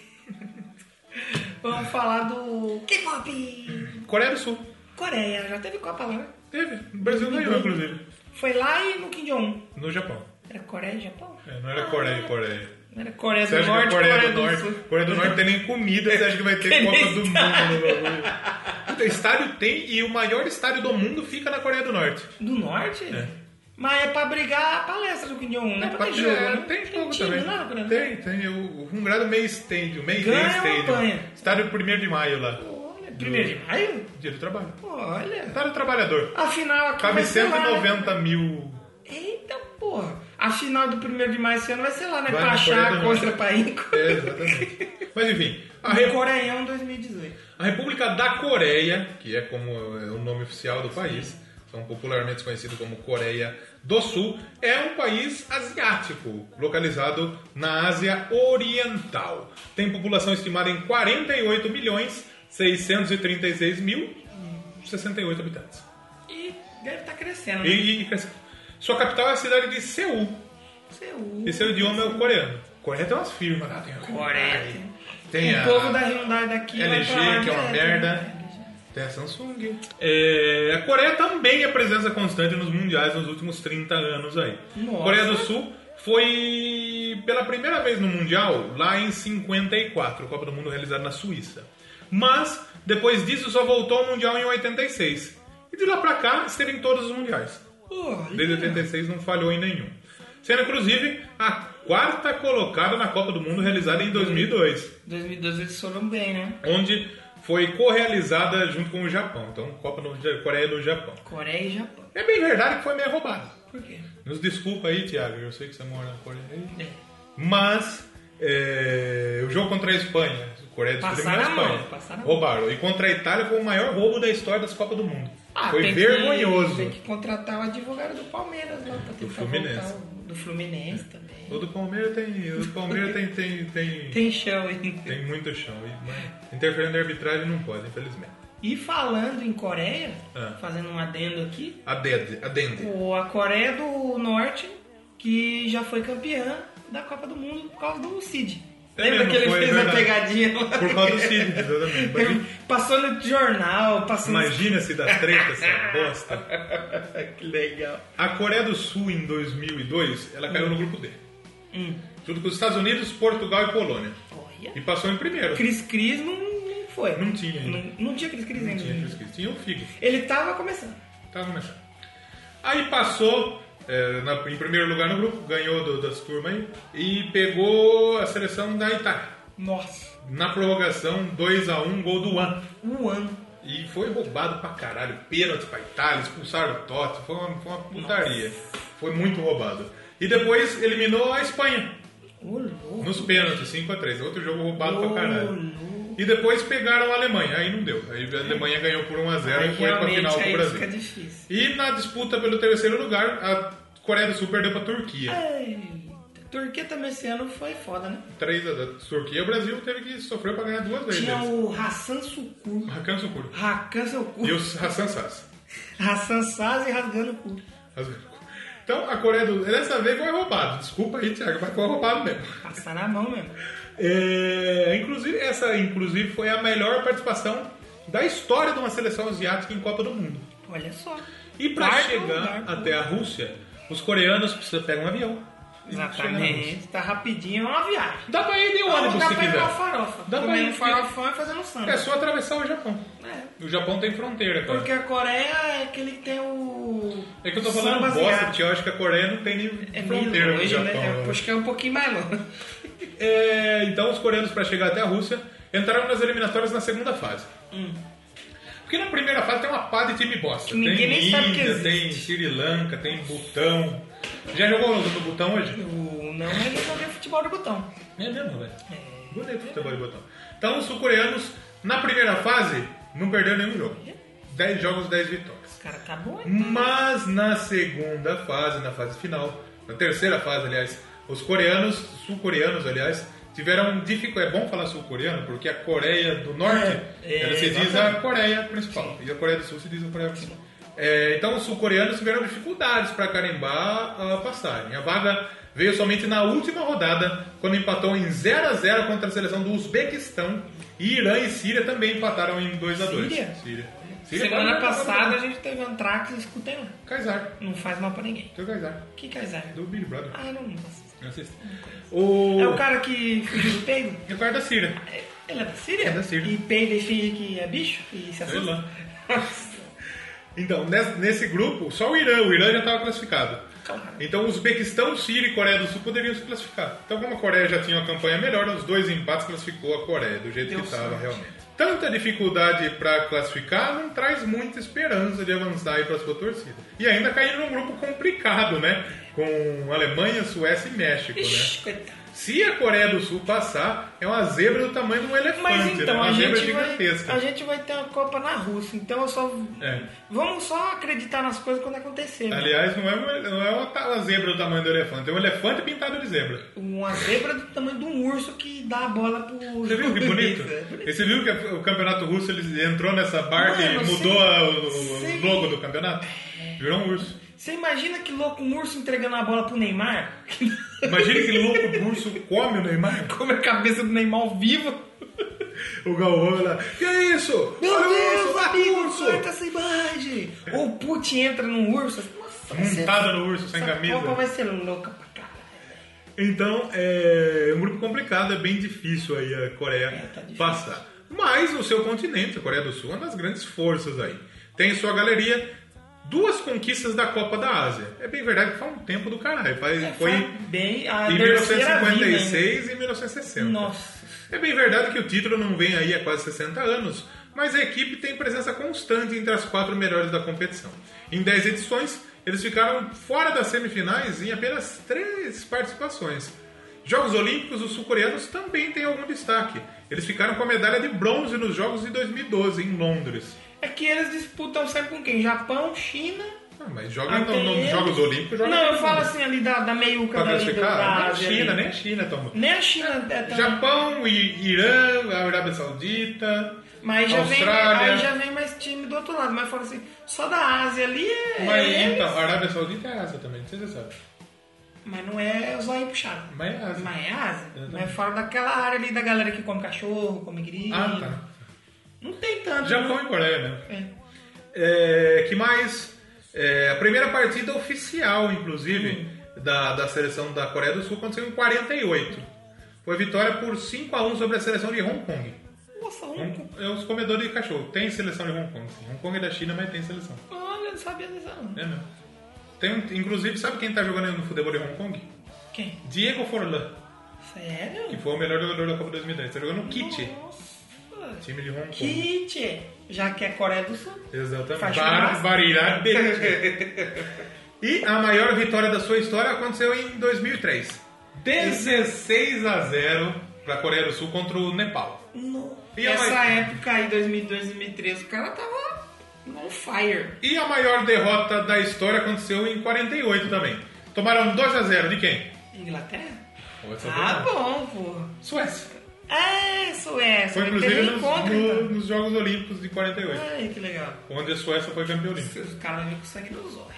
[SPEAKER 1] Vamos falar do K-pop.
[SPEAKER 2] Coreia do Sul.
[SPEAKER 1] Coreia, já teve Copa lá. né?
[SPEAKER 2] Teve. O Brasil ganhou, inclusive.
[SPEAKER 1] Foi lá e no Kim Jong-un.
[SPEAKER 2] No Japão.
[SPEAKER 1] Era Coreia e Japão?
[SPEAKER 2] É, não era
[SPEAKER 1] Ah.
[SPEAKER 2] Coreia, Coreia.
[SPEAKER 1] Não Era Coreia do
[SPEAKER 2] Você acha que a
[SPEAKER 1] Norte, Coreia,
[SPEAKER 2] Coreia do
[SPEAKER 1] do,
[SPEAKER 2] Norte.
[SPEAKER 1] Sul.
[SPEAKER 2] Coreia do Norte tem nem comida, você acha que vai ter
[SPEAKER 1] Tem
[SPEAKER 2] Copa
[SPEAKER 1] nem
[SPEAKER 2] do Mundo no bagulho. Puta, Estádio tem e o maior estádio do mundo fica na Coreia do Norte.
[SPEAKER 1] Do Norte? Mas é pra brigar a palestra do Kim Jong-un, não é pra ter jogo,
[SPEAKER 2] É,
[SPEAKER 1] né?
[SPEAKER 2] Tem jogo
[SPEAKER 1] time
[SPEAKER 2] também.
[SPEAKER 1] lá, né?
[SPEAKER 2] tem, tem. O o Hungrado Meio Stadium. Meio
[SPEAKER 1] Ganha ou
[SPEAKER 2] Stadium.
[SPEAKER 1] apanha?
[SPEAKER 2] Estádio 1 de maio lá.
[SPEAKER 1] Olha, primeiro de maio?
[SPEAKER 2] Dia do trabalho.
[SPEAKER 1] Olha.
[SPEAKER 2] Estádio Trabalhador.
[SPEAKER 1] A final aqui
[SPEAKER 2] Cabe
[SPEAKER 1] vai ser lá, né?
[SPEAKER 2] 190 mil.
[SPEAKER 1] Eita porra. A final do primeiro de maio esse ano vai ser lá, né?
[SPEAKER 2] Vai na Coreia
[SPEAKER 1] Pachá
[SPEAKER 2] do
[SPEAKER 1] contra
[SPEAKER 2] Norte.
[SPEAKER 1] Painco.
[SPEAKER 2] É, exatamente. Mas enfim, a,
[SPEAKER 1] No
[SPEAKER 2] Re-
[SPEAKER 1] Coreião 2018.
[SPEAKER 2] a República da Coreia, que é como é o nome oficial do país, são popularmente conhecido como Coreia do Sul, é um país asiático, localizado na Ásia Oriental. Tem população estimada em 48 milhões 636 mil 68 habitantes.
[SPEAKER 1] E deve estar crescendo, né?
[SPEAKER 2] E, e cresce- sua capital é a cidade de Seul.
[SPEAKER 1] Seul.
[SPEAKER 2] E seu idioma é o coreano. Coreia tem umas firmas lá, tem a
[SPEAKER 1] Coreia.
[SPEAKER 2] Tem
[SPEAKER 1] o
[SPEAKER 2] a-
[SPEAKER 1] povo da Hyundai daqui vai
[SPEAKER 2] LG,
[SPEAKER 1] pra lá
[SPEAKER 2] que é uma
[SPEAKER 1] direto,
[SPEAKER 2] merda.
[SPEAKER 1] né?
[SPEAKER 2] Tem a Samsung. É, a Coreia também é presença constante nos mundiais nos últimos 30 anos aí.
[SPEAKER 1] Nossa.
[SPEAKER 2] Coreia do Sul foi pela primeira vez no mundial lá em 54, Copa do Mundo realizada na Suíça. Mas depois disso só voltou ao mundial em 86. E de lá pra cá esteve em todos os mundiais.
[SPEAKER 1] Olha.
[SPEAKER 2] Desde 86 não falhou em nenhum. Sendo inclusive a quarta colocada na Copa do Mundo realizada em 2002
[SPEAKER 1] 2012 eles foram bem, né?
[SPEAKER 2] onde foi correalizada junto com o Japão. Então, Copa do Ja- Coreia do Japão.
[SPEAKER 1] Coreia e Japão.
[SPEAKER 2] É bem verdade que foi meio roubado.
[SPEAKER 1] Por quê?
[SPEAKER 2] Nos desculpa aí, Thiago, eu sei que você mora na Coreia.
[SPEAKER 1] É.
[SPEAKER 2] Mas é, o jogo contra a Espanha, a Coreia do Sul eliminou a
[SPEAKER 1] Passaram a mão,
[SPEAKER 2] Espanha.
[SPEAKER 1] passaram a mão.
[SPEAKER 2] Roubaram. E contra a Itália foi o maior roubo da história das Copas do Mundo.
[SPEAKER 1] Ah,
[SPEAKER 2] foi
[SPEAKER 1] tem que-
[SPEAKER 2] vergonhoso.
[SPEAKER 1] tem que contratar o advogado do Palmeiras lá pra tentar
[SPEAKER 2] Fluminense. É.
[SPEAKER 1] voltar o- do Fluminense também.
[SPEAKER 2] O do Palmeiras tem. O do Palmeiras tem, tem, tem, tem...
[SPEAKER 1] Tem chão ainda.
[SPEAKER 2] muito chão. E, mas, interferindo na arbitragem não pode, infelizmente.
[SPEAKER 1] E falando em Coreia,
[SPEAKER 2] Ah.
[SPEAKER 1] fazendo um adendo aqui,
[SPEAKER 2] Adende. Adende.
[SPEAKER 1] o- a Coreia do Norte, que já foi campeã da Copa do Mundo por causa do Cid.
[SPEAKER 2] É
[SPEAKER 1] Lembra
[SPEAKER 2] mesmo,
[SPEAKER 1] que ele
[SPEAKER 2] foi,
[SPEAKER 1] fez
[SPEAKER 2] verdade.
[SPEAKER 1] a pegadinha lá?
[SPEAKER 2] Por causa do Cid, exatamente. Porque-
[SPEAKER 1] Passou no jornal, passou
[SPEAKER 2] Imagina se dá treta essa bosta.
[SPEAKER 1] no... que legal.
[SPEAKER 2] A Coreia do Sul em 2002, ela caiu no grupo D.
[SPEAKER 1] Hum.
[SPEAKER 2] Junto com os Estados Unidos, Portugal e Polônia.
[SPEAKER 1] Olha.
[SPEAKER 2] E passou em primeiro.
[SPEAKER 1] Cris Cris não não foi.
[SPEAKER 2] Não tinha ainda.
[SPEAKER 1] Não, não tinha Cris Cris ainda.
[SPEAKER 2] Tinha, esqueci. tinha um filho.
[SPEAKER 1] Ele tava começando.
[SPEAKER 2] Tava começando. Aí passou é, na- em primeiro lugar no grupo, ganhou do- das turmas aí. E pegou a seleção da Itália.
[SPEAKER 1] Nossa.
[SPEAKER 2] Na prorrogação, 2x1, gol do One.
[SPEAKER 1] Um ano.
[SPEAKER 2] E foi roubado pra caralho. Pênalti pra Itália, expulsaram o Totti. Foi uma, foi uma putaria. Foi muito roubado. E depois eliminou a Espanha
[SPEAKER 1] Ô, louco.
[SPEAKER 2] nos pênaltis, 5x3. Outro jogo roubado pra
[SPEAKER 1] Ô,
[SPEAKER 2] caralho.
[SPEAKER 1] louco.
[SPEAKER 2] E depois pegaram a Alemanha. Aí não deu. Aí a Alemanha ganhou por 1x0 e
[SPEAKER 1] Aí,
[SPEAKER 2] foi pra
[SPEAKER 1] É, realmente,
[SPEAKER 2] final com o
[SPEAKER 1] aí fica
[SPEAKER 2] Brasil.
[SPEAKER 1] é difícil.
[SPEAKER 2] E na disputa pelo terceiro lugar, a Coreia do Sul perdeu pra Turquia.
[SPEAKER 1] Eita, Turquia também esse ano foi foda, né?
[SPEAKER 2] 3x0. Turquia, o Brasil teve que sofrer pra ganhar duas vezes.
[SPEAKER 1] Tinha um o Hassan Sukur.
[SPEAKER 2] Rakan Sukuro.
[SPEAKER 1] Rakan seu cu.
[SPEAKER 2] E o Hassan Sass.
[SPEAKER 1] Hassan Sazi rasgando o cu.
[SPEAKER 2] As- Então a Coreia do dessa vez foi roubado. Desculpa aí, Thiago, mas foi roubado mesmo.
[SPEAKER 1] Passar na mão mesmo.
[SPEAKER 2] É, inclusive, essa inclusive foi a melhor participação da história de uma seleção asiática em Copa do Mundo.
[SPEAKER 1] Olha só.
[SPEAKER 2] E pra
[SPEAKER 1] Quarto
[SPEAKER 2] chegar
[SPEAKER 1] lugar, pô.
[SPEAKER 2] até a Rússia, os coreanos precisam pegar um avião. E chegar na Rússia.
[SPEAKER 1] Exatamente. Tá rapidinho, é uma viagem.
[SPEAKER 2] Dá pra ir de ônibus
[SPEAKER 1] dá
[SPEAKER 2] se
[SPEAKER 1] pra ir uma
[SPEAKER 2] quiser.
[SPEAKER 1] farofa.
[SPEAKER 2] Dá pra
[SPEAKER 1] Comendo
[SPEAKER 2] ir.
[SPEAKER 1] um farofão e fazendo samba.
[SPEAKER 2] É só atravessar o Japão.
[SPEAKER 1] É.
[SPEAKER 2] O Japão tem fronteira, cara.
[SPEAKER 1] Porque a Coreia é aquele que tem o.
[SPEAKER 2] É que eu tô
[SPEAKER 1] samba
[SPEAKER 2] falando bosta,
[SPEAKER 1] asiático.
[SPEAKER 2] porque eu acho que a Coreia não tem nem
[SPEAKER 1] É meio
[SPEAKER 2] fronteira com o
[SPEAKER 1] longe,
[SPEAKER 2] Japão.
[SPEAKER 1] né?
[SPEAKER 2] eu
[SPEAKER 1] É,
[SPEAKER 2] acho.
[SPEAKER 1] Acho que é um pouquinho mais longe.
[SPEAKER 2] É, então, os coreanos, para chegar até a Rússia, entraram nas eliminatórias na segunda fase.
[SPEAKER 1] Hum.
[SPEAKER 2] Porque na primeira fase tem uma pá de time bosta.
[SPEAKER 1] Que ninguém
[SPEAKER 2] tem
[SPEAKER 1] nem sabe que
[SPEAKER 2] Índia,
[SPEAKER 1] existe.
[SPEAKER 2] tem Sri Lanka, tem Butão. Já jogou no Butão hoje?
[SPEAKER 1] O- Não, mas ele só vê futebol do botão.
[SPEAKER 2] É mesmo, velho.
[SPEAKER 1] É.
[SPEAKER 2] Bonito o futebol de Butão. Então, os sul-coreanos, na primeira fase, não perderam nenhum jogo. 10 jogos, 10 vitórias.
[SPEAKER 1] Esse cara tá bom, hein?
[SPEAKER 2] Hum, Mas na segunda fase, na fase final, na terceira fase, aliás, os coreanos, sul-coreanos, aliás, tiveram dificuldade. É bom falar sul-coreano, porque a Coreia do Norte,
[SPEAKER 1] É, é,
[SPEAKER 2] ela se diz a
[SPEAKER 1] exatamente.
[SPEAKER 2] Coreia principal. E a Coreia do Sul se diz a Coreia principal. É, então os sul-coreanos tiveram dificuldades para carimbar a passagem. A vaga veio somente na última rodada, quando empatou em 0 a 0 contra a seleção do Uzbequistão. E Irã e Síria também empataram em 2 a 2.
[SPEAKER 1] Síria?
[SPEAKER 2] Síria. Síria
[SPEAKER 1] Semana
[SPEAKER 2] quase matou
[SPEAKER 1] passada
[SPEAKER 2] todo
[SPEAKER 1] a gente teve Antrax e escutei lá.
[SPEAKER 2] mundo. Kaysar.
[SPEAKER 1] Não faz mal pra ninguém.
[SPEAKER 2] Teu Kaysar.
[SPEAKER 1] Que casar?
[SPEAKER 2] é Do Big Brother.
[SPEAKER 1] Ah, não. não.
[SPEAKER 2] Não assisto. O...
[SPEAKER 1] É o cara que fugiu do peido?
[SPEAKER 2] É o cara da Síria.
[SPEAKER 1] É- Ele é da Síria?
[SPEAKER 2] É da Síria.
[SPEAKER 1] E peida e finge que é bicho? E se
[SPEAKER 2] Sei
[SPEAKER 1] assusta?
[SPEAKER 2] lá. Então, nes- nesse grupo, só o Irã. O Irã já estava classificado.
[SPEAKER 1] Claro.
[SPEAKER 2] Então, o Uzbequistão, Síria e Coreia do Sul poderiam se classificar. Então, como a Coreia já tinha uma campanha melhor, os dois empates classificou a Coreia, do jeito
[SPEAKER 1] Deu
[SPEAKER 2] que estava
[SPEAKER 1] sorte.
[SPEAKER 2] realmente. Tanta dificuldade para classificar não traz muita esperança de avançar aí para a sua torcida. E ainda caindo num grupo complicado, né? Com Alemanha, Suécia e México, né?
[SPEAKER 1] Ixi, coitado.
[SPEAKER 2] Se a Coreia do Sul passar, é uma zebra do tamanho de um elefante,
[SPEAKER 1] Mas
[SPEAKER 2] né?
[SPEAKER 1] então,
[SPEAKER 2] uma
[SPEAKER 1] a
[SPEAKER 2] zebra
[SPEAKER 1] gente, vai,
[SPEAKER 2] gigantesca.
[SPEAKER 1] a gente vai ter uma Copa na Rússia, então eu só.
[SPEAKER 2] É.
[SPEAKER 1] Vamos só acreditar nas coisas quando acontecer. né?
[SPEAKER 2] Aliás, não é, uma, não é uma ta- uma zebra do tamanho do elefante, é um elefante pintado de zebra.
[SPEAKER 1] Uma zebra do tamanho de um urso que dá a bola pro.
[SPEAKER 2] Você viu que bonito?
[SPEAKER 1] é
[SPEAKER 2] E você viu que o campeonato russo ele entrou nessa barca e
[SPEAKER 1] Mano,
[SPEAKER 2] mudou
[SPEAKER 1] você-
[SPEAKER 2] a- o, o
[SPEAKER 1] você-
[SPEAKER 2] logo do campeonato? Virou um urso.
[SPEAKER 1] Você imagina que louco um urso entregando a bola pro Neymar?
[SPEAKER 2] Imagina que louco urso come o Neymar.
[SPEAKER 1] Come a cabeça do Neymar ao vivo.
[SPEAKER 2] O Galvão lá. Que é isso?
[SPEAKER 1] Meu
[SPEAKER 2] Olha o
[SPEAKER 1] Deus,
[SPEAKER 2] olha o
[SPEAKER 1] amigo, corta essa imagem. Ou o Putin entra num urso. assim, Nossa, vai ser-
[SPEAKER 2] Montada no urso, sem
[SPEAKER 1] essa
[SPEAKER 2] camisa.
[SPEAKER 1] Copa vai ser louca pra caralho.
[SPEAKER 2] Então, é um grupo complicado, é bem difícil aí a Coreia
[SPEAKER 1] tá difícil.
[SPEAKER 2] passar. Mas no seu continente, a Coreia do Sul é uma das grandes forças aí. Tem em sua galeria duas conquistas da Copa da Ásia. É bem verdade que faz um tempo do caralho. Faz, foi
[SPEAKER 1] Foi bem É, a
[SPEAKER 2] em
[SPEAKER 1] terceira vida, hein?
[SPEAKER 2] 1956 e 1960.
[SPEAKER 1] Nossa.
[SPEAKER 2] É bem verdade que o título não vem aí há quase 60 anos, mas a equipe tem presença constante entre as quatro melhores da competição. Em 10 edições, eles ficaram fora das semifinais em apenas três participações. Jogos Olímpicos, os sul-coreanos também têm algum destaque. Eles ficaram com a medalha de bronze nos Jogos de 2012, em Londres.
[SPEAKER 1] É que eles disputam sempre com quem? Japão, China.
[SPEAKER 2] Ah, mas joga
[SPEAKER 1] até
[SPEAKER 2] no, nos
[SPEAKER 1] eles.
[SPEAKER 2] Jogos Olímpicos, joga
[SPEAKER 1] Não,
[SPEAKER 2] todo
[SPEAKER 1] eu falo
[SPEAKER 2] mundo.
[SPEAKER 1] assim ali da, da meiuca
[SPEAKER 2] Pra
[SPEAKER 1] da, da, da
[SPEAKER 2] classificar? Nem a
[SPEAKER 1] Ásia
[SPEAKER 2] China,
[SPEAKER 1] ali.
[SPEAKER 2] nem a China toma.
[SPEAKER 1] Nem a China é tão...
[SPEAKER 2] Japão, I- Irã, a Arábia Saudita,
[SPEAKER 1] Mas já vem,
[SPEAKER 2] Austrália.
[SPEAKER 1] aí já vem mais time do outro lado. Mas fala assim, só da Ásia ali é...
[SPEAKER 2] Mas
[SPEAKER 1] é-
[SPEAKER 2] então, a Arábia Saudita é Ásia também, não sei se você sabe.
[SPEAKER 1] mas não é os olhos puxados.
[SPEAKER 2] Mas é Ásia.
[SPEAKER 1] Mas é Ásia.
[SPEAKER 2] Exatamente.
[SPEAKER 1] Mas é fora daquela área ali da galera que come cachorro, come grilo.
[SPEAKER 2] Ah, tá.
[SPEAKER 1] Não tem tanto.
[SPEAKER 2] Japão e Coreia, né?
[SPEAKER 1] É.
[SPEAKER 2] É, que mais? É, a primeira partida oficial, inclusive, da, da seleção da Coreia do Sul aconteceu em 48. Foi vitória por 5x1 sobre a seleção de Hong Kong.
[SPEAKER 1] Nossa, um...
[SPEAKER 2] Hong- é os comedores de cachorro. Tem seleção de Hong Kong. sim. Hong Kong é da China, mas tem seleção.
[SPEAKER 1] Olha, Ah, não sabia dessa não.
[SPEAKER 2] É mesmo. Tem, um- inclusive, sabe quem tá jogando no futebol de Hong Kong?
[SPEAKER 1] Quem?
[SPEAKER 2] Diego Forlan, que
[SPEAKER 1] Sério?
[SPEAKER 2] foi o melhor jogador da Copa 2010. Tá jogando no Kit, Tipo,
[SPEAKER 1] Nossa.
[SPEAKER 2] time de Hong Kong.
[SPEAKER 1] Kit, já que é Coreia do Sul. Faz
[SPEAKER 2] Exatamente.
[SPEAKER 1] churrasco.
[SPEAKER 2] Barbaridade. e a maior vitória da sua história aconteceu em 2003. 16 a 0 para a Coreia do Sul contra o Nepal.
[SPEAKER 1] No-
[SPEAKER 2] E a
[SPEAKER 1] Essa
[SPEAKER 2] mãe?
[SPEAKER 1] época aí, 2002, 2013, o cara tava on fire.
[SPEAKER 2] E a maior derrota da história aconteceu em 48 também. Tomaram 2 a 0 de quem?
[SPEAKER 1] Inglaterra?
[SPEAKER 2] Pode saber,
[SPEAKER 1] Ah,
[SPEAKER 2] não.
[SPEAKER 1] bom, pô.
[SPEAKER 2] Suécia.
[SPEAKER 1] É, Suécia.
[SPEAKER 2] Foi
[SPEAKER 1] vai
[SPEAKER 2] inclusive
[SPEAKER 1] ter
[SPEAKER 2] nos,
[SPEAKER 1] reencontro,
[SPEAKER 2] no-
[SPEAKER 1] então.
[SPEAKER 2] nos Jogos Olímpicos de 48,
[SPEAKER 1] Ai, que legal.
[SPEAKER 2] onde a Suécia foi campeã olímpica.
[SPEAKER 1] Os caras vêm com sangue nos olhos.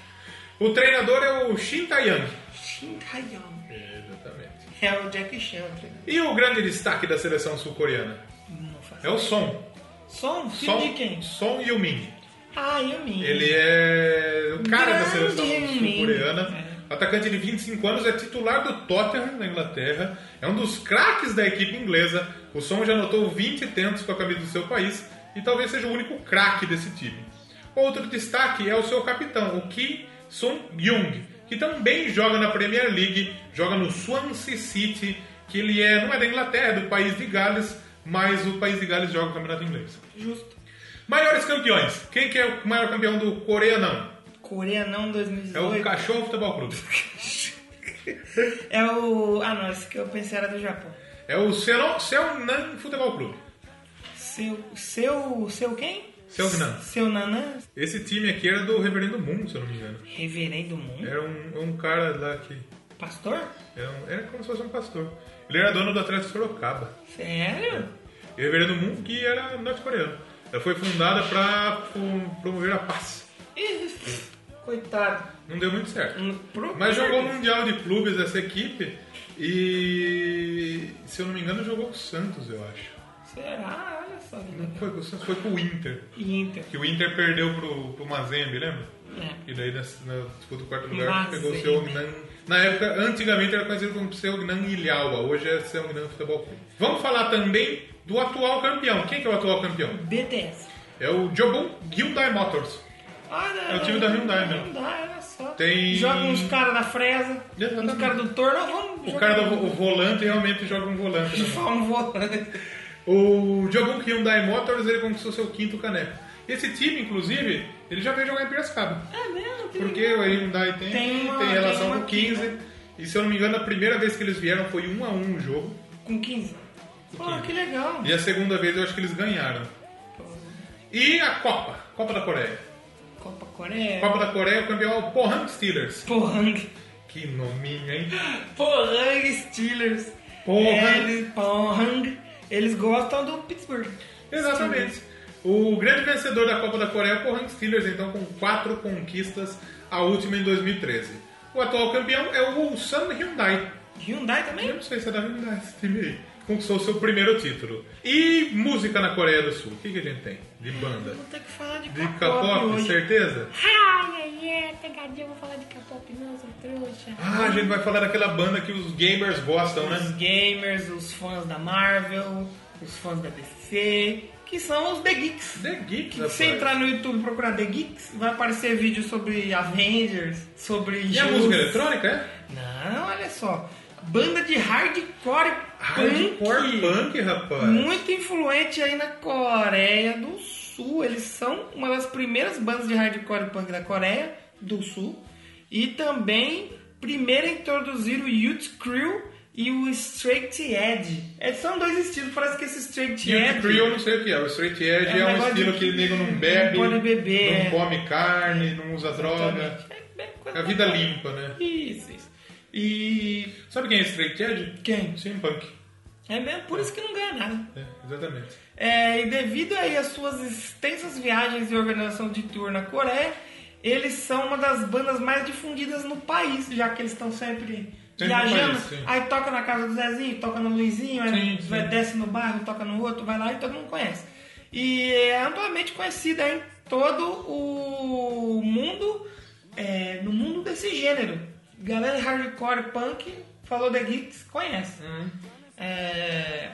[SPEAKER 2] O treinador é o Shin Tae-yang.
[SPEAKER 1] Shin Tae-yong.
[SPEAKER 2] Exatamente.
[SPEAKER 1] É o Jack Chan, né?
[SPEAKER 2] E o grande destaque da seleção sul-coreana
[SPEAKER 1] Não faz.
[SPEAKER 2] é o Son.
[SPEAKER 1] Som? Filho de
[SPEAKER 2] Son,
[SPEAKER 1] quem?
[SPEAKER 2] Son Heung-min.
[SPEAKER 1] Ah, Yumin.
[SPEAKER 2] um Ele é o cara da
[SPEAKER 1] Grande
[SPEAKER 2] seleção
[SPEAKER 1] Heung-min. É.
[SPEAKER 2] sul-coreana. Atacante de 25 anos, é titular do Tottenham na Inglaterra. É um dos craques da equipe inglesa. O Son já anotou 20 tentos com a camisa do seu país e talvez seja o único craque desse time. Outro destaque é o seu capitão, o Ki Sung-young, que também joga na Premier League, joga no Swansea City, que ele é, não é da Inglaterra, é do país de Gales, mas o país de Gales joga o campeonato inglês.
[SPEAKER 1] Justo.
[SPEAKER 2] Maiores campeões. Quem que é o maior campeão do Coreia não?
[SPEAKER 1] Coreia não
[SPEAKER 2] É o
[SPEAKER 1] 2018.
[SPEAKER 2] Cachorro Futebol Clube.
[SPEAKER 1] É o. Ah, não, esse que eu pensei era do Japão.
[SPEAKER 2] É o Seon- Seonan Futebol Clube.
[SPEAKER 1] Seu. Seu. Seu quem?
[SPEAKER 2] Seu Nanã.
[SPEAKER 1] Seu né? Nanã?
[SPEAKER 2] Esse time aqui era do Reverendo Moon, se eu não me engano.
[SPEAKER 1] Reverendo Mundo?
[SPEAKER 2] Era um, um cara lá que...
[SPEAKER 1] Pastor?
[SPEAKER 2] Era, um- era como se fosse um pastor. Ele era dono do Atlético Sorocaba.
[SPEAKER 1] Sério?
[SPEAKER 2] E o Reverendo Moon, que era norte-coreano. Ela foi fundada para promover a paz.
[SPEAKER 1] Ih, Coitado.
[SPEAKER 2] Não deu muito certo.
[SPEAKER 1] Hum, pro-
[SPEAKER 2] Mas jogou o Mundial de Clubes essa equipe e, se eu não me engano, jogou com o Santos, eu acho.
[SPEAKER 1] Será? Olha só. que
[SPEAKER 2] Não
[SPEAKER 1] legal.
[SPEAKER 2] foi com o Santos, foi com o Inter.
[SPEAKER 1] E Inter.
[SPEAKER 2] Que o Inter perdeu pro, pro Mazembe, lembra?
[SPEAKER 1] É.
[SPEAKER 2] E daí na, na disputa do quarto lugar pegou o
[SPEAKER 1] Mazembe.
[SPEAKER 2] seu Ognan. Na época, antigamente era conhecido como seu Ognan Ilhaua, hoje é seu Ognan Futebol Clube. Vamos falar também do atual campeão. Quem que é o atual campeão?
[SPEAKER 1] BTS.
[SPEAKER 2] É o Jobon Hyundai Motors.
[SPEAKER 1] Olha,
[SPEAKER 2] É o time da Hyundai mesmo.
[SPEAKER 1] Ah, Hyundai, olha só.
[SPEAKER 2] Tem-
[SPEAKER 1] Joga uns caras da Fresa,
[SPEAKER 2] Exatamente.
[SPEAKER 1] uns caras do Torno. ah, Vamos
[SPEAKER 2] O cara do o volante realmente joga um volante. né?
[SPEAKER 1] Só um volante.
[SPEAKER 2] O Diogo Hyundai Motors ele conquistou seu quinto caneco. Esse time, inclusive, ele já veio jogar em Piracicaba.
[SPEAKER 1] É mesmo? que
[SPEAKER 2] Porque o Hyundai tem,
[SPEAKER 1] Tem uma-
[SPEAKER 2] tem relação
[SPEAKER 1] tem uma
[SPEAKER 2] com o 15.
[SPEAKER 1] aqui, né?
[SPEAKER 2] E se eu não me engano, a primeira vez que eles vieram foi 1 a 1 o jogo.
[SPEAKER 1] Com 15. Pô, que legal.
[SPEAKER 2] E a segunda vez eu acho que eles ganharam. E a Copa, Copa da Coreia.
[SPEAKER 1] Copa Coreia.
[SPEAKER 2] Copa da Coreia, o campeão é o Pohang Steelers.
[SPEAKER 1] Pohang.
[SPEAKER 2] Que nominho, hein?
[SPEAKER 1] Pohang Steelers.
[SPEAKER 2] Pohang.
[SPEAKER 1] Eles, Pohang. Eles gostam do Pittsburgh.
[SPEAKER 2] Exatamente. O grande vencedor da Copa da Coreia é o Pohang Steelers, então com quatro conquistas, a última em 2013. O atual campeão é o Ulsan Hyundai.
[SPEAKER 1] Hyundai
[SPEAKER 2] Eu
[SPEAKER 1] também?
[SPEAKER 2] não sei se é da Hyundai esse time aí. Conquistou o seu primeiro título. E música na Coreia do Sul? O que, que a gente tem de banda?
[SPEAKER 1] Vou ter que falar de,
[SPEAKER 2] De
[SPEAKER 1] K-pop
[SPEAKER 2] K-pop,
[SPEAKER 1] hoje.
[SPEAKER 2] certeza?
[SPEAKER 6] Ai, ai, ai, pegadinha, eu vou falar de K-pop, não, seu trouxa.
[SPEAKER 2] Ah, a gente vai falar daquela banda que os gamers gostam,
[SPEAKER 1] Os
[SPEAKER 2] né?
[SPEAKER 1] gamers, os fãs da Marvel, os fãs da DC, que são os The Geeks.
[SPEAKER 2] The Geeks, é
[SPEAKER 1] Que se você entrar no YouTube e procurar The Geeks, vai aparecer vídeo sobre Avengers, sobre
[SPEAKER 2] E a
[SPEAKER 1] jogos.
[SPEAKER 2] música eletrônica, é?
[SPEAKER 1] Não, olha só. Banda de hardcore,
[SPEAKER 2] Hardcore
[SPEAKER 1] punk,
[SPEAKER 2] punk, rapaz.
[SPEAKER 1] muito influente aí na Coreia do Sul. Eles são uma das primeiras bandas de hardcore punk da Coreia do Sul e também primeira a introduzir o Youth Crew e o Straight Edge. É, são dois estilos, parece que esse Straight
[SPEAKER 2] E o
[SPEAKER 1] Edge
[SPEAKER 2] Creole eu não sei o que é. O Straight Edge é,
[SPEAKER 1] É um
[SPEAKER 2] um
[SPEAKER 1] negócio
[SPEAKER 2] estilo
[SPEAKER 1] de-
[SPEAKER 2] que o nego não bebe,
[SPEAKER 1] não pode beber,
[SPEAKER 2] não
[SPEAKER 1] é.
[SPEAKER 2] come carne, não usa droga.
[SPEAKER 1] É, é
[SPEAKER 2] É
[SPEAKER 1] coisa
[SPEAKER 2] a vida
[SPEAKER 1] da-
[SPEAKER 2] limpa, né?
[SPEAKER 1] Isso, isso. E
[SPEAKER 2] Sabe quem é Straight Edge?
[SPEAKER 1] Quem?
[SPEAKER 2] Sim, punk.
[SPEAKER 1] é mesmo por isso que não ganha nada.
[SPEAKER 2] É, exatamente.
[SPEAKER 1] É, e devido aí às suas extensas viagens e organização de tour na Coreia, eles são uma das bandas mais difundidas no país, já que eles estão sempre
[SPEAKER 2] Sempre
[SPEAKER 1] viajando.
[SPEAKER 2] no país, sim.
[SPEAKER 1] aí toca na casa do Zezinho, toca no Luizinho, aí
[SPEAKER 2] Sim,
[SPEAKER 1] vai-
[SPEAKER 2] sim.
[SPEAKER 1] desce no bairro, toca no outro, vai lá e todo mundo conhece. E é amplamente conhecida em todo o mundo, é, no mundo desse gênero. Galera hardcore punk, falou The Geeks, conhece. É,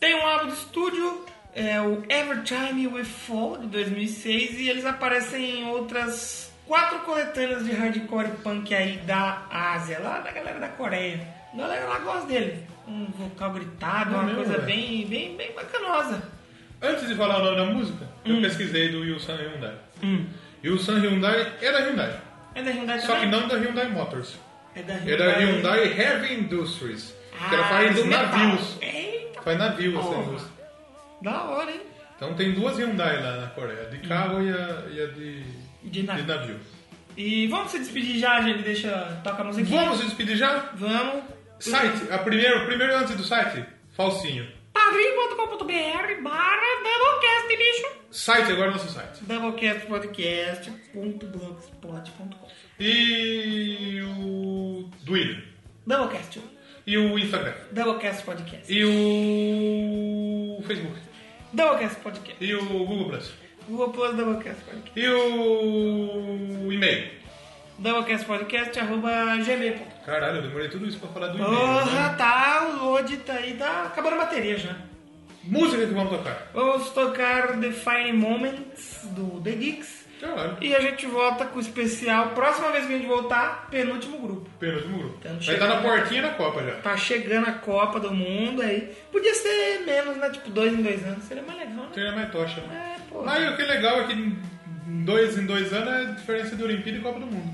[SPEAKER 1] tem um álbum de estúdio, é o Evertime We Fall, de 2006, e eles aparecem em outras quatro coletâneas de hardcore punk aí da Ásia, lá da galera da Coreia. A galera lá gosta dele. Um vocal gritado,
[SPEAKER 2] É
[SPEAKER 1] uma
[SPEAKER 2] mesmo,
[SPEAKER 1] coisa
[SPEAKER 2] velho?
[SPEAKER 1] bem, bem, bem bacanosa.
[SPEAKER 2] Antes de falar o nome da música, eu
[SPEAKER 1] Hum.
[SPEAKER 2] pesquisei do Yulsan Hyundai. Yulsan Hyundai é da Hyundai,
[SPEAKER 1] É da Hyundai
[SPEAKER 2] só que
[SPEAKER 1] também?
[SPEAKER 2] não da Hyundai Motors.
[SPEAKER 1] É da
[SPEAKER 2] É
[SPEAKER 1] Hyundai.
[SPEAKER 2] da Hyundai Heavy Industries,
[SPEAKER 1] Ah,
[SPEAKER 2] que ela faz
[SPEAKER 1] os metal.
[SPEAKER 2] navios.
[SPEAKER 1] Eita,
[SPEAKER 2] Faz navio essa
[SPEAKER 1] Porra.
[SPEAKER 2] indústria.
[SPEAKER 1] da hora, hein?
[SPEAKER 2] Então tem duas Hyundai lá na Coreia, a de carro e a, e a de,
[SPEAKER 1] De navio.
[SPEAKER 2] de navio.
[SPEAKER 1] E vamos se despedir já, gente. Deixa. Toca a musiquinha.
[SPEAKER 2] Vamos se despedir já?
[SPEAKER 1] Vamos.
[SPEAKER 2] Site, a primeiro, primeiro antes do site, falsinho.
[SPEAKER 1] Padrim.com.br barra Doublecast, bicho.
[SPEAKER 2] Site agora é nosso site.
[SPEAKER 1] Doublecastpodcast.blogspot.com
[SPEAKER 2] E o Twitter.
[SPEAKER 1] Doublecast.
[SPEAKER 2] E o Instagram.
[SPEAKER 1] Doublecast Podcast.
[SPEAKER 2] E o Facebook.
[SPEAKER 1] Doublecast Podcast.
[SPEAKER 2] E o Google Plus.
[SPEAKER 1] Google Plus Doublecast Podcast.
[SPEAKER 2] E o e-mail.
[SPEAKER 1] Doublecast Podcast arroba gmail.com.
[SPEAKER 2] Caralho, eu demorei tudo isso pra falar do e-mail.
[SPEAKER 1] Porra,
[SPEAKER 2] né?
[SPEAKER 1] tá, o load tá aí, tá acabando a bateria já.
[SPEAKER 2] Música que vamos tocar.
[SPEAKER 1] Vamos tocar Define Moments do The Geeks.
[SPEAKER 2] Caralho.
[SPEAKER 1] E a gente volta com o especial. Próxima vez que a gente voltar, penúltimo grupo.
[SPEAKER 2] Penúltimo grupo.
[SPEAKER 1] Então,
[SPEAKER 2] Vai
[SPEAKER 1] chega-
[SPEAKER 2] estar tá na portinha da Copa já.
[SPEAKER 1] Tá chegando a Copa do Mundo aí. Podia ser menos, né? Tipo, dois em dois anos. Seria mais legal, né?
[SPEAKER 2] Seria mais tocha, né?
[SPEAKER 1] É, pô.
[SPEAKER 2] Mas o que é legal é que em dois em dois anos é a diferença de Olimpíada e Copa do Mundo.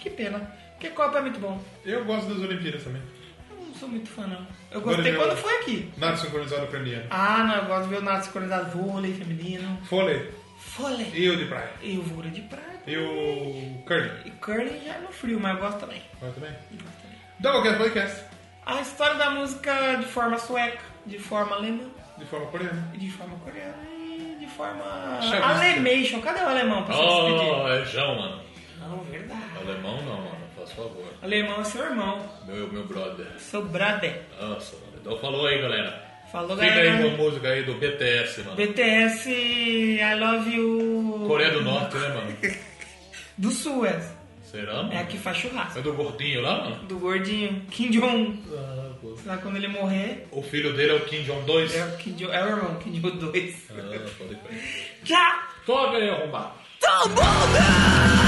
[SPEAKER 1] Que pena. Porque Copa é muito bom.
[SPEAKER 2] Eu gosto das Olimpíadas também.
[SPEAKER 1] Eu não sou muito fã, não. Eu
[SPEAKER 2] Agora
[SPEAKER 1] gostei
[SPEAKER 2] eu-
[SPEAKER 1] quando foi aqui.
[SPEAKER 2] Nada sincronizado ucraniano.
[SPEAKER 1] Ah, não, eu gosto de ver o Nato sincronizado vôlei feminino.
[SPEAKER 2] Foley.
[SPEAKER 1] Vôlei.
[SPEAKER 2] E o de praia.
[SPEAKER 1] E o vôlei de praia.
[SPEAKER 2] E o Curly.
[SPEAKER 1] E curling já é no frio, mas eu gosto também.
[SPEAKER 2] Vai também?
[SPEAKER 1] Gosto também.
[SPEAKER 2] Doublecast Podcast.
[SPEAKER 1] A história da música de forma sueca, de forma alemã,
[SPEAKER 2] De forma coreana.
[SPEAKER 1] e de forma coreana e de forma...
[SPEAKER 2] Chavista.
[SPEAKER 1] Alemation. Cadê o alemão pra se despedir?
[SPEAKER 4] Oh, é João, mano.
[SPEAKER 1] Não, verdade. Alemão é seu irmão,
[SPEAKER 2] Meu, meu brother.
[SPEAKER 1] seu brother.
[SPEAKER 2] Nossa, mano. Então falou aí, galera.
[SPEAKER 1] Falou,
[SPEAKER 2] Fica aí com
[SPEAKER 1] galera.
[SPEAKER 2] a música aí do BTS, mano.
[SPEAKER 1] BTS, I love you.
[SPEAKER 2] Coreia do Norte, né, mano?
[SPEAKER 1] Do Sul, essa.
[SPEAKER 2] Será, mano?
[SPEAKER 1] É a que faz churrasco.
[SPEAKER 2] É do gordinho lá, mano?
[SPEAKER 1] Do gordinho, Kim Jong. Lá quando ele morrer,
[SPEAKER 2] O filho dele é o Kim Jong 2?
[SPEAKER 1] é o, Kim Jong, é o irmão, Kim Jong 2.
[SPEAKER 2] Ah, pode crer.
[SPEAKER 1] Tchau!
[SPEAKER 2] Toca aí, arrombado.
[SPEAKER 7] Todo mundo!